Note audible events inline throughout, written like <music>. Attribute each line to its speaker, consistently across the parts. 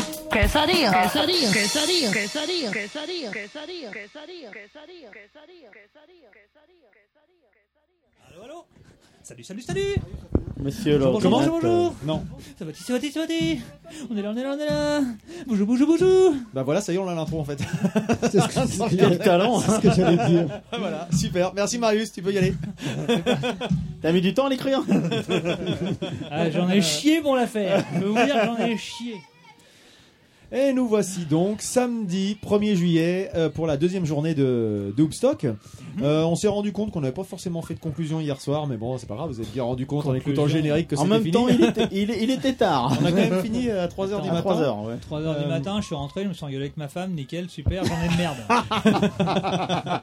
Speaker 1: Quesadilla, quesadilla, quesadilla, quesadilla, quesadilla, quesadilla, quesadilla, quesadilla, quesadilla, quesadilla,
Speaker 2: Allô, allô Salut, salut, salut
Speaker 3: Monsieur
Speaker 2: Bonjour, bonjour,
Speaker 3: l'ordinateur.
Speaker 2: bonjour
Speaker 4: Non.
Speaker 2: Ça va, ça va, ça va On est là, on est là, on est là Bonjour, bonjour, bonjour
Speaker 4: Bah voilà, ça y est, on a l'intro
Speaker 3: <laughs>
Speaker 4: en fait.
Speaker 5: C'est ce que,
Speaker 3: Il a le talent. hein.
Speaker 5: c'est ce que j'allais dire.
Speaker 4: <laughs> voilà, super. Merci Marius, tu peux y aller.
Speaker 3: <laughs> T'as mis du temps à l'écrire
Speaker 2: <laughs> Ah, j'en ai chié pour la faire Je peux vous dire, j'en ai chié
Speaker 4: Et nous voici donc samedi 1er juillet euh, pour la deuxième journée de, de Hoopstock.
Speaker 2: Mhm.
Speaker 4: Euh, on s'est rendu compte qu'on n'avait pas forcément fait de conclusion hier soir, mais bon, c'est pas grave, vous êtes bien rendu compte en écoutant le générique que
Speaker 3: En
Speaker 4: c'était
Speaker 3: même
Speaker 4: fini.
Speaker 3: temps, il était, il, il était tard.
Speaker 4: on a quand même fini euh, à 3h du
Speaker 3: À
Speaker 4: matin.
Speaker 3: 3 heures, ouais.
Speaker 2: 3h du
Speaker 4: Euh,
Speaker 2: matin, je suis rentré, je me suis engueulé avec ma femme, nickel, super, j'en ai de merde
Speaker 4: <laughs>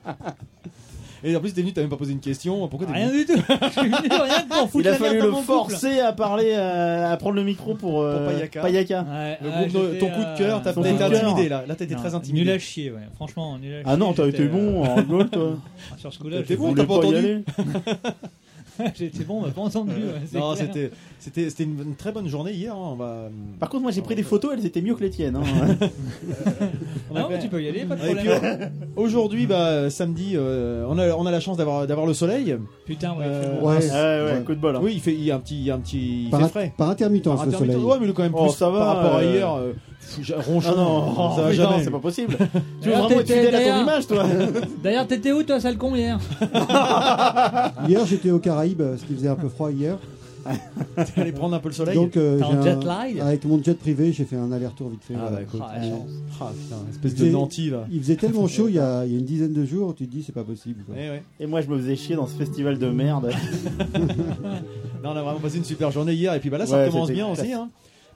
Speaker 4: Et en plus, t'es venu, t'as même pas posé une question. Pourquoi t'es
Speaker 2: Rien
Speaker 4: venu
Speaker 2: du tout Je suis venu rien que pour Ah, foutre
Speaker 3: Il a
Speaker 2: la
Speaker 3: fallu
Speaker 2: merde
Speaker 3: le
Speaker 2: dans mon couple.
Speaker 3: forcer à parler, euh, à prendre le micro pour, euh,
Speaker 4: Pour Payaka.
Speaker 2: Ouais,
Speaker 4: Le
Speaker 2: ah,
Speaker 4: groupe de-
Speaker 2: j'étais,
Speaker 4: ton coup de cœur, t'as
Speaker 2: euh,
Speaker 3: son
Speaker 4: t'as été
Speaker 3: coup de cœur.
Speaker 4: intimidé là. Là, t'étais
Speaker 2: non,
Speaker 4: très
Speaker 2: Nul à
Speaker 4: intimidé.
Speaker 2: chier, ouais. Franchement, nul à chier.
Speaker 3: Ah non, t'as été
Speaker 2: j'étais, euh,
Speaker 3: bon en goal, toi.
Speaker 2: Ah, Sur ce coup-là,
Speaker 4: T'étais
Speaker 2: j'étais
Speaker 3: Tu
Speaker 4: bon,
Speaker 2: bon.
Speaker 3: voulais
Speaker 4: t'as pas entendu
Speaker 3: y aller
Speaker 2: <laughs> J'étais bon, on m'a pas entendu. ouais, c'est
Speaker 4: Non,
Speaker 2: clair.
Speaker 4: c'était c'était c'était une, une très bonne journée hier. hein, On va.
Speaker 3: Par contre, moi j'ai pris des photos, elles étaient mieux que les tiennes. hein.
Speaker 2: Ah non, mais tu peux y aller, pas de
Speaker 4: Et
Speaker 2: problème.
Speaker 4: puis euh, <laughs> aujourd'hui, bah, samedi, euh, on, a, on a la chance d'avoir d'avoir le soleil.
Speaker 2: Putain, ouais.
Speaker 4: Euh,
Speaker 2: c'est-
Speaker 5: Ouais,
Speaker 3: Ouais, ouais,
Speaker 4: Ouais.
Speaker 3: coup de bol. hein.
Speaker 4: Oui, il fait il y a un petit il y a un petit il fait
Speaker 5: par,
Speaker 4: frais.
Speaker 5: par intermittence,
Speaker 4: Par
Speaker 5: le
Speaker 4: intermittent-
Speaker 5: soleil.
Speaker 4: Ouais, mais il est quand même
Speaker 3: Oh,
Speaker 4: plus
Speaker 3: ça va,
Speaker 4: par rapport à
Speaker 3: euh,
Speaker 4: hier. euh, pff, j'ai- ronchon,
Speaker 3: Ah non,
Speaker 4: ça va
Speaker 3: putain,
Speaker 4: jamais.
Speaker 3: c'est pas possible. Ah, tu veux
Speaker 2: D'ailleurs,
Speaker 3: vraiment être
Speaker 2: t'étais
Speaker 3: fidèle à ton
Speaker 2: derrière.
Speaker 3: image, toi
Speaker 2: <laughs> D'ailleurs, t'étais où, toi, sale con, hier
Speaker 5: <laughs> Hier, j'étais aux Caraïbes, parce qu'il faisait un peu
Speaker 4: <laughs>
Speaker 5: froid hier.
Speaker 4: Aller prendre un peu le soleil.
Speaker 5: Donc, euh,
Speaker 2: T'es en
Speaker 5: j'ai un-
Speaker 2: jet lag
Speaker 5: avec mon jet privé, j'ai fait un aller-retour vite fait.
Speaker 4: Ah, bah,
Speaker 5: Voilà.
Speaker 4: écoute.
Speaker 2: Ah, la chance.
Speaker 4: Ah, putain, espèce de
Speaker 5: J'ai-
Speaker 4: lentille là.
Speaker 5: il faisait tellement chaud il y, a, il y a une dizaine de jours, tu te dis c'est pas possible. quoi.
Speaker 4: Eh ouais.
Speaker 3: Et moi, je me faisais chier dans ce festival de merde.
Speaker 4: Non, on a vraiment passé une super journée hier et puis bah là ça
Speaker 3: Ouais,
Speaker 4: commence
Speaker 3: c'était
Speaker 4: bien
Speaker 3: classe.
Speaker 4: aussi. hein.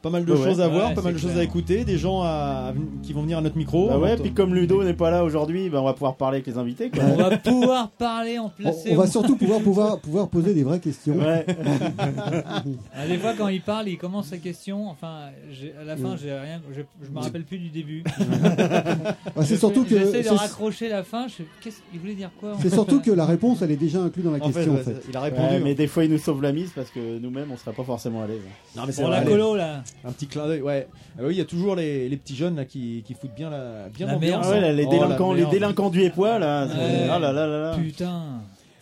Speaker 4: Pas mal de
Speaker 3: Ouais,
Speaker 4: choses à
Speaker 2: ouais.
Speaker 4: voir,
Speaker 2: Ouais,
Speaker 4: pas mal de
Speaker 2: c'est
Speaker 4: choses à
Speaker 2: clair.
Speaker 4: écouter, des gens à- à ven- qui vont venir à notre micro.
Speaker 3: bah ouais,
Speaker 4: Donc,
Speaker 3: puis comme Ludo n'est pas là aujourd'hui, bah, on va pouvoir parler avec les invités. Quoi.
Speaker 2: On va pouvoir parler en
Speaker 5: On,
Speaker 2: placé.
Speaker 5: on va surtout
Speaker 2: <laughs>
Speaker 5: pouvoir, pouvoir, pouvoir poser des vraies questions.
Speaker 3: Ouais.
Speaker 2: Ah, Des fois, quand il parle, il commence sa question. Enfin, j'ai- à la fin,
Speaker 5: Mm.
Speaker 2: j'ai rien, je, je me rappelle plus
Speaker 5: <laughs>
Speaker 2: du début.
Speaker 5: Ah, c'est
Speaker 2: Je-
Speaker 5: surtout que
Speaker 2: J'essaie de
Speaker 5: c'est-
Speaker 2: raccrocher la fin. Je... Qu'est-ce qu'il voulait dire quoi en
Speaker 5: <laughs> c'est
Speaker 2: fait euh
Speaker 5: surtout que la réponse elle est déjà inclue dans la
Speaker 4: en fait,
Speaker 5: question.
Speaker 6: bah,
Speaker 4: ouais,
Speaker 5: en fait.
Speaker 4: il a
Speaker 3: Ouais,
Speaker 6: hein.
Speaker 4: répondu. hein.
Speaker 3: mais des fois, il nous sauve la mise parce que nous-mêmes, on serait pas forcément à l'aise.
Speaker 4: Non, mais c'est
Speaker 2: Bon, la
Speaker 4: vrai.
Speaker 2: colo, là.
Speaker 4: Un petit clin d'œil, ouais. Ah bah oui, il y a toujours les, les petits jeunes là, qui, qui foutent bien la bien
Speaker 2: La
Speaker 4: l'ambiance,
Speaker 2: merde.
Speaker 3: Ah ouais, là,
Speaker 4: hein.
Speaker 3: les
Speaker 4: Oh,
Speaker 3: délinquants,
Speaker 4: la
Speaker 3: les
Speaker 4: merde.
Speaker 3: délinquants du épois là. c'est-
Speaker 2: Ouais.
Speaker 3: Ah là là là là.
Speaker 2: Putain.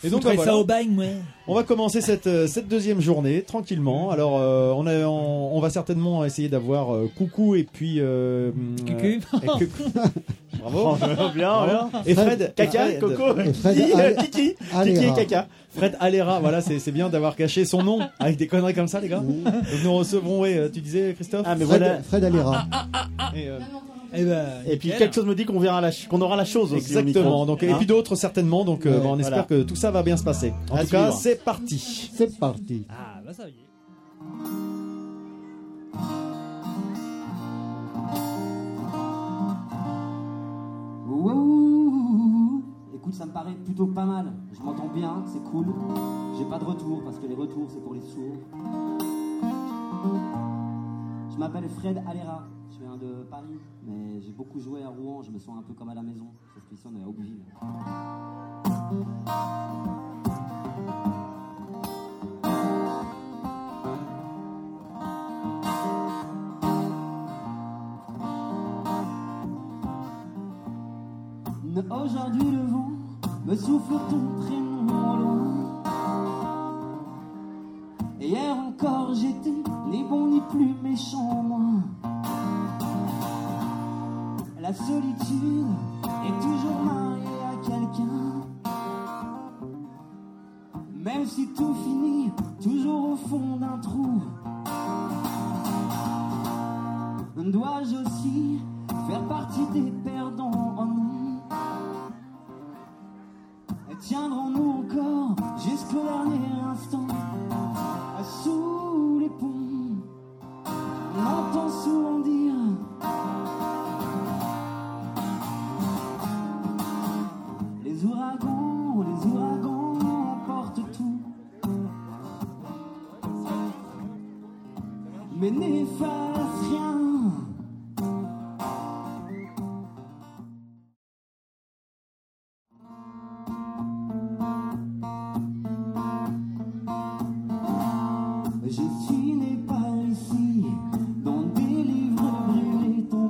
Speaker 4: Et donc,
Speaker 2: Foutrez
Speaker 4: bah,
Speaker 2: ça
Speaker 4: voilà.
Speaker 2: au bagne, ouais.
Speaker 4: On va commencer cette, euh, cette deuxième journée tranquillement. Alors, euh, on, a- on, on va certainement essayer d'avoir euh, Coucou et puis. euh,
Speaker 2: Cucu.
Speaker 4: euh, et
Speaker 2: <laughs>
Speaker 4: que- Bravo.
Speaker 3: bien, bien.
Speaker 4: Et Fred.
Speaker 3: Caca,
Speaker 4: Fred-
Speaker 3: Coco,
Speaker 5: Et Fred,
Speaker 3: Kiki,
Speaker 5: allez-
Speaker 3: Kiki,
Speaker 5: allez,
Speaker 3: Kiki et
Speaker 5: rare.
Speaker 3: Caca.
Speaker 4: Fred Alera, voilà, c'est c'est bien d'avoir caché son nom avec des conneries comme ça, les gars. Donc, nous recevrons, ouais, euh, tu disais, Christophe
Speaker 3: Ah mais
Speaker 5: Fred,
Speaker 3: voilà.
Speaker 5: Fred Alera.
Speaker 4: Et, euh,
Speaker 2: Eh ben,
Speaker 3: Et puis
Speaker 2: nickel.
Speaker 3: quelque chose me dit qu'on verra la ch- qu'on aura la chose aussi. au micro.
Speaker 4: Exactement, donc, et
Speaker 3: Hein
Speaker 4: puis d'autres certainement, donc euh,
Speaker 5: Ouais,
Speaker 4: bah, on espère que tout ça va bien se passer. En
Speaker 3: À
Speaker 4: tout cas,
Speaker 3: suivre.
Speaker 4: c'est parti.
Speaker 5: C'est parti.
Speaker 2: Ah, bah ça y est.
Speaker 7: Ouh, Écoute, ça me paraît plutôt pas mal. Je m'entends bien, c'est cool. J'ai pas de retour parce que les retours, c'est pour les sourds. Je m'appelle Fred Alera. Je viens de Paris, mais j'ai beaucoup joué à Rouen. Je me sens un peu comme à la maison. Sauf qu'ici, on est à Aubeville. Ne- Aujourd'hui le vent me souffle ton prénom au loin. Et Hier encore j'étais ni bon ni plus méchant moi. La solitude est toujours mariée à quelqu'un. Même si tout finit toujours au fond d'un trou. Dois-je aussi faire partie des perdants en nous Tiendrons-nous encore jusqu'au dernier instant Sous les ponts, on entend souvent dire Les ouragans, les ouragans emportent tout Mais n'efface rien Je suis né par ici, dans des livres brûlés, ton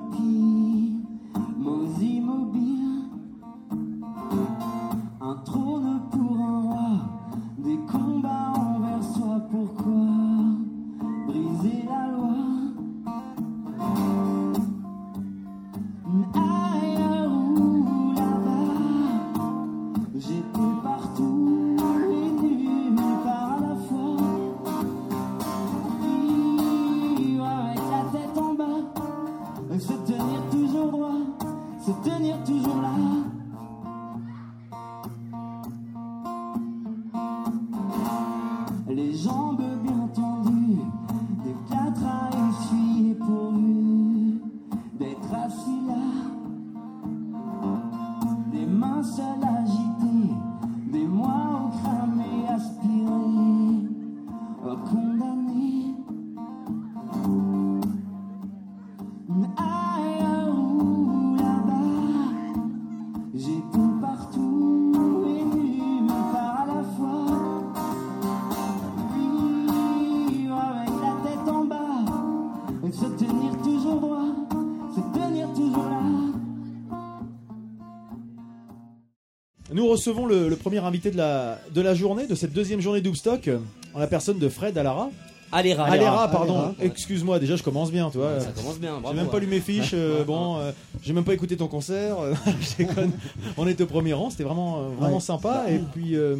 Speaker 4: Nous recevons le, le premier invité de la, de la journée, de cette deuxième journée Doubstock, en la personne de Fred Alara.
Speaker 6: Alera.
Speaker 4: Alara, pardon.
Speaker 5: Alara.
Speaker 4: Excuse-moi, déjà je commence bien, tu vois.
Speaker 6: Ça commence bien,
Speaker 4: J'ai
Speaker 6: bravo.
Speaker 4: même pas lu mes fiches, euh, bon, euh, j'ai même pas écouté ton concert, euh, <laughs> je déconne. On était au premier rang, c'était vraiment, euh, vraiment
Speaker 5: Ouais.
Speaker 4: sympa. Et puis, euh,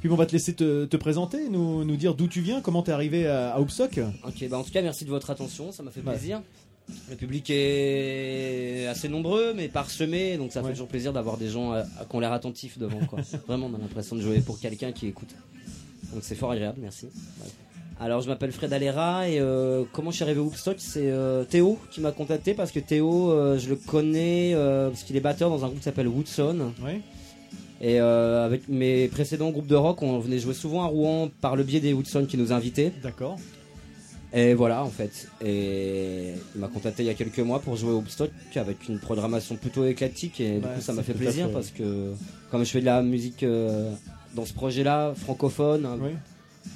Speaker 4: puis bon, on va te laisser te, te présenter, nous, nous dire d'où tu viens, comment t'es arrivé à, à Hoopstock.
Speaker 6: Ok, bah en tout cas, merci de votre attention, ça m'a fait
Speaker 4: Ouais.
Speaker 6: plaisir. Le public est assez nombreux, mais parsemé, donc ça
Speaker 4: Ouais.
Speaker 6: fait toujours plaisir d'avoir des gens euh, qui ont l'air attentifs devant.
Speaker 4: <laughs>
Speaker 6: Quoi. Vraiment, on a l'impression de jouer pour quelqu'un qui écoute. Donc c'est fort agréable, merci. Alors je m'appelle Fred Alera et euh, comment je suis arrivé au Hoopstock C'est euh, Théo qui m'a contacté parce que Théo, euh, je le connais euh, parce qu'il est batteur dans un groupe qui s'appelle Woodson.
Speaker 4: Oui.
Speaker 6: Et euh, avec mes précédents groupes de rock, on venait jouer souvent à Rouen par le biais des Woodson qui nous invitaient.
Speaker 4: D'accord.
Speaker 6: Et voilà, en fait. Et il m'a contacté il y a quelques mois pour jouer au Woodstock avec une programmation plutôt éclatique. Et du
Speaker 4: Ouais,
Speaker 6: coup, ça
Speaker 4: c'est
Speaker 6: m'a fait
Speaker 4: tout à
Speaker 6: plaisir
Speaker 4: fait.
Speaker 6: parce que, comme je fais de la musique euh, dans ce projet-là, francophone, hein,
Speaker 4: Oui.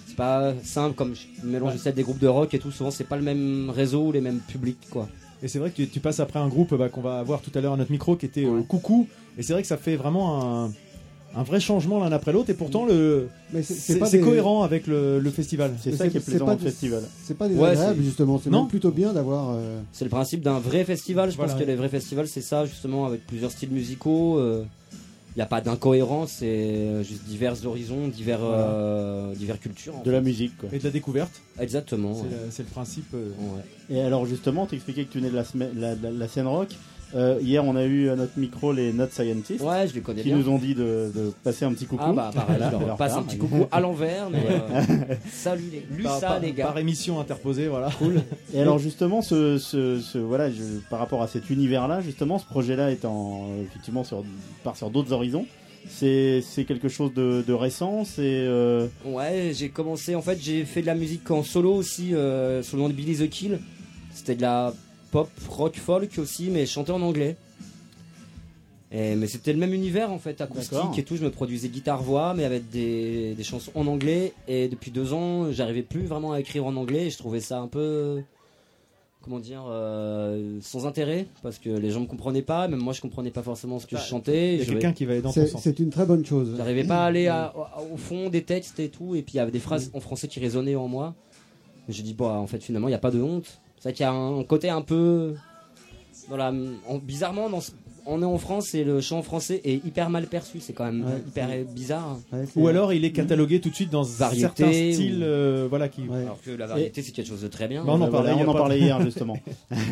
Speaker 6: c'est pas simple. Comme je mélange
Speaker 4: Ouais.
Speaker 6: aussi avec des groupes de rock et tout, souvent, c'est pas le même réseau ou les mêmes publics, quoi.
Speaker 4: Et c'est vrai que tu, tu passes après un groupe bah, qu'on va voir tout à l'heure à notre micro qui était euh,
Speaker 6: Ouais.
Speaker 4: Coucou. Et c'est vrai que ça fait vraiment un, un vrai changement l'un après l'autre. Et pourtant, le,
Speaker 5: Mais c'est- c'est
Speaker 4: c'est
Speaker 5: pas
Speaker 4: c'est
Speaker 5: des-
Speaker 4: cohérent avec le, le festival.
Speaker 3: C'est
Speaker 5: Mais
Speaker 3: ça
Speaker 5: c'est-
Speaker 3: qui est
Speaker 5: c'est
Speaker 3: plaisant
Speaker 5: pas
Speaker 3: dans le
Speaker 5: du-
Speaker 3: festival.
Speaker 5: C'est pas
Speaker 6: Ouais,
Speaker 5: désagréable,
Speaker 6: c'est-
Speaker 5: Ah, justement. C'est
Speaker 4: Non.
Speaker 5: même plutôt bien d'avoir. euh,
Speaker 6: C'est le principe d'un vrai festival. Je
Speaker 4: Voilà.
Speaker 6: pense que les vrais festivals, c'est ça, justement, avec plusieurs styles musicaux. Il n'y a pas d'incohérence, c'est euh, juste divers horizons, divers, euh, divers cultures. en
Speaker 3: De la musique, quoi.
Speaker 4: Et de la découverte,
Speaker 6: fait. Exactement.
Speaker 4: c'est
Speaker 6: ouais.
Speaker 4: le- c'est le principe. euh,
Speaker 6: Ouais.
Speaker 3: Et alors, justement, t'expliquais que tu venais de la, semaine- la, la- la scène rock. Euh, hier, on a eu à notre micro les Not Scientists
Speaker 6: Ouais, je les connais
Speaker 3: qui
Speaker 6: bien.
Speaker 3: nous ont dit de, de passer un petit coucou.
Speaker 6: Ah bah pareil,
Speaker 3: Voilà,
Speaker 6: je leur
Speaker 3: leur
Speaker 6: passe
Speaker 3: part.
Speaker 6: un petit coucou à l'envers,
Speaker 3: <laughs>
Speaker 6: mais <laughs> euh, salut les, lu
Speaker 4: par-
Speaker 6: ça
Speaker 4: par-
Speaker 6: les gars.
Speaker 4: Par émission interposée, voilà. <laughs>
Speaker 3: Et alors justement, ce, ce, ce- voilà, je- par rapport à cet univers-là, justement, ce projet-là est en, euh, effectivement sur, part sur d'autres horizons. C'est c'est quelque chose de, de récent. C'est euh,
Speaker 6: Ouais, j'ai commencé, en fait j'ai fait de la musique en solo aussi, euh, sous le nom de Billy the Kill. C'était de la pop, rock, folk aussi, mais chanté en anglais. Et, mais c'était le même univers en fait,
Speaker 3: D'accord.
Speaker 6: acoustique et tout. Je me produisais guitare-voix, mais avec des, des chansons en anglais. Et depuis deux ans, j'arrivais plus vraiment à écrire en anglais. Et je trouvais ça un peu, comment dire, euh, sans intérêt, parce que les gens me comprenaient pas. Même moi, je comprenais pas forcément ce que
Speaker 4: Bah,
Speaker 6: je chantais.
Speaker 4: Il y a
Speaker 6: Je-
Speaker 4: quelqu'un qui va aller dans ton
Speaker 5: C'est
Speaker 4: sens.
Speaker 5: c'est une très bonne chose.
Speaker 6: J'arrivais pas à aller
Speaker 5: Mmh.
Speaker 6: à- à- au fond des textes et tout, et puis il y avait des phrases en français qui résonnaient en moi. J'ai dit, bah en fait, finalement, il n'y a pas de honte. C'est vrai qu'il y a un côté un peu. Dans la- en- bizarrement, dans ce- on est en France et le chant français est hyper mal perçu, c'est quand même
Speaker 5: Ouais.
Speaker 6: hyper bizarre.
Speaker 5: Ouais, c'est-
Speaker 4: Ou alors il est catalogué tout de suite dans
Speaker 6: Variété,
Speaker 4: certains styles,
Speaker 6: ou-
Speaker 4: euh, voilà qui.
Speaker 5: Ouais.
Speaker 6: Alors que la variété, c'est quelque chose de très bien. Euh,
Speaker 4: Bah, on en
Speaker 3: Euh, voilà,
Speaker 4: parlait il y a
Speaker 3: on en
Speaker 4: pas- <laughs>
Speaker 3: parlait hier justement, <laughs>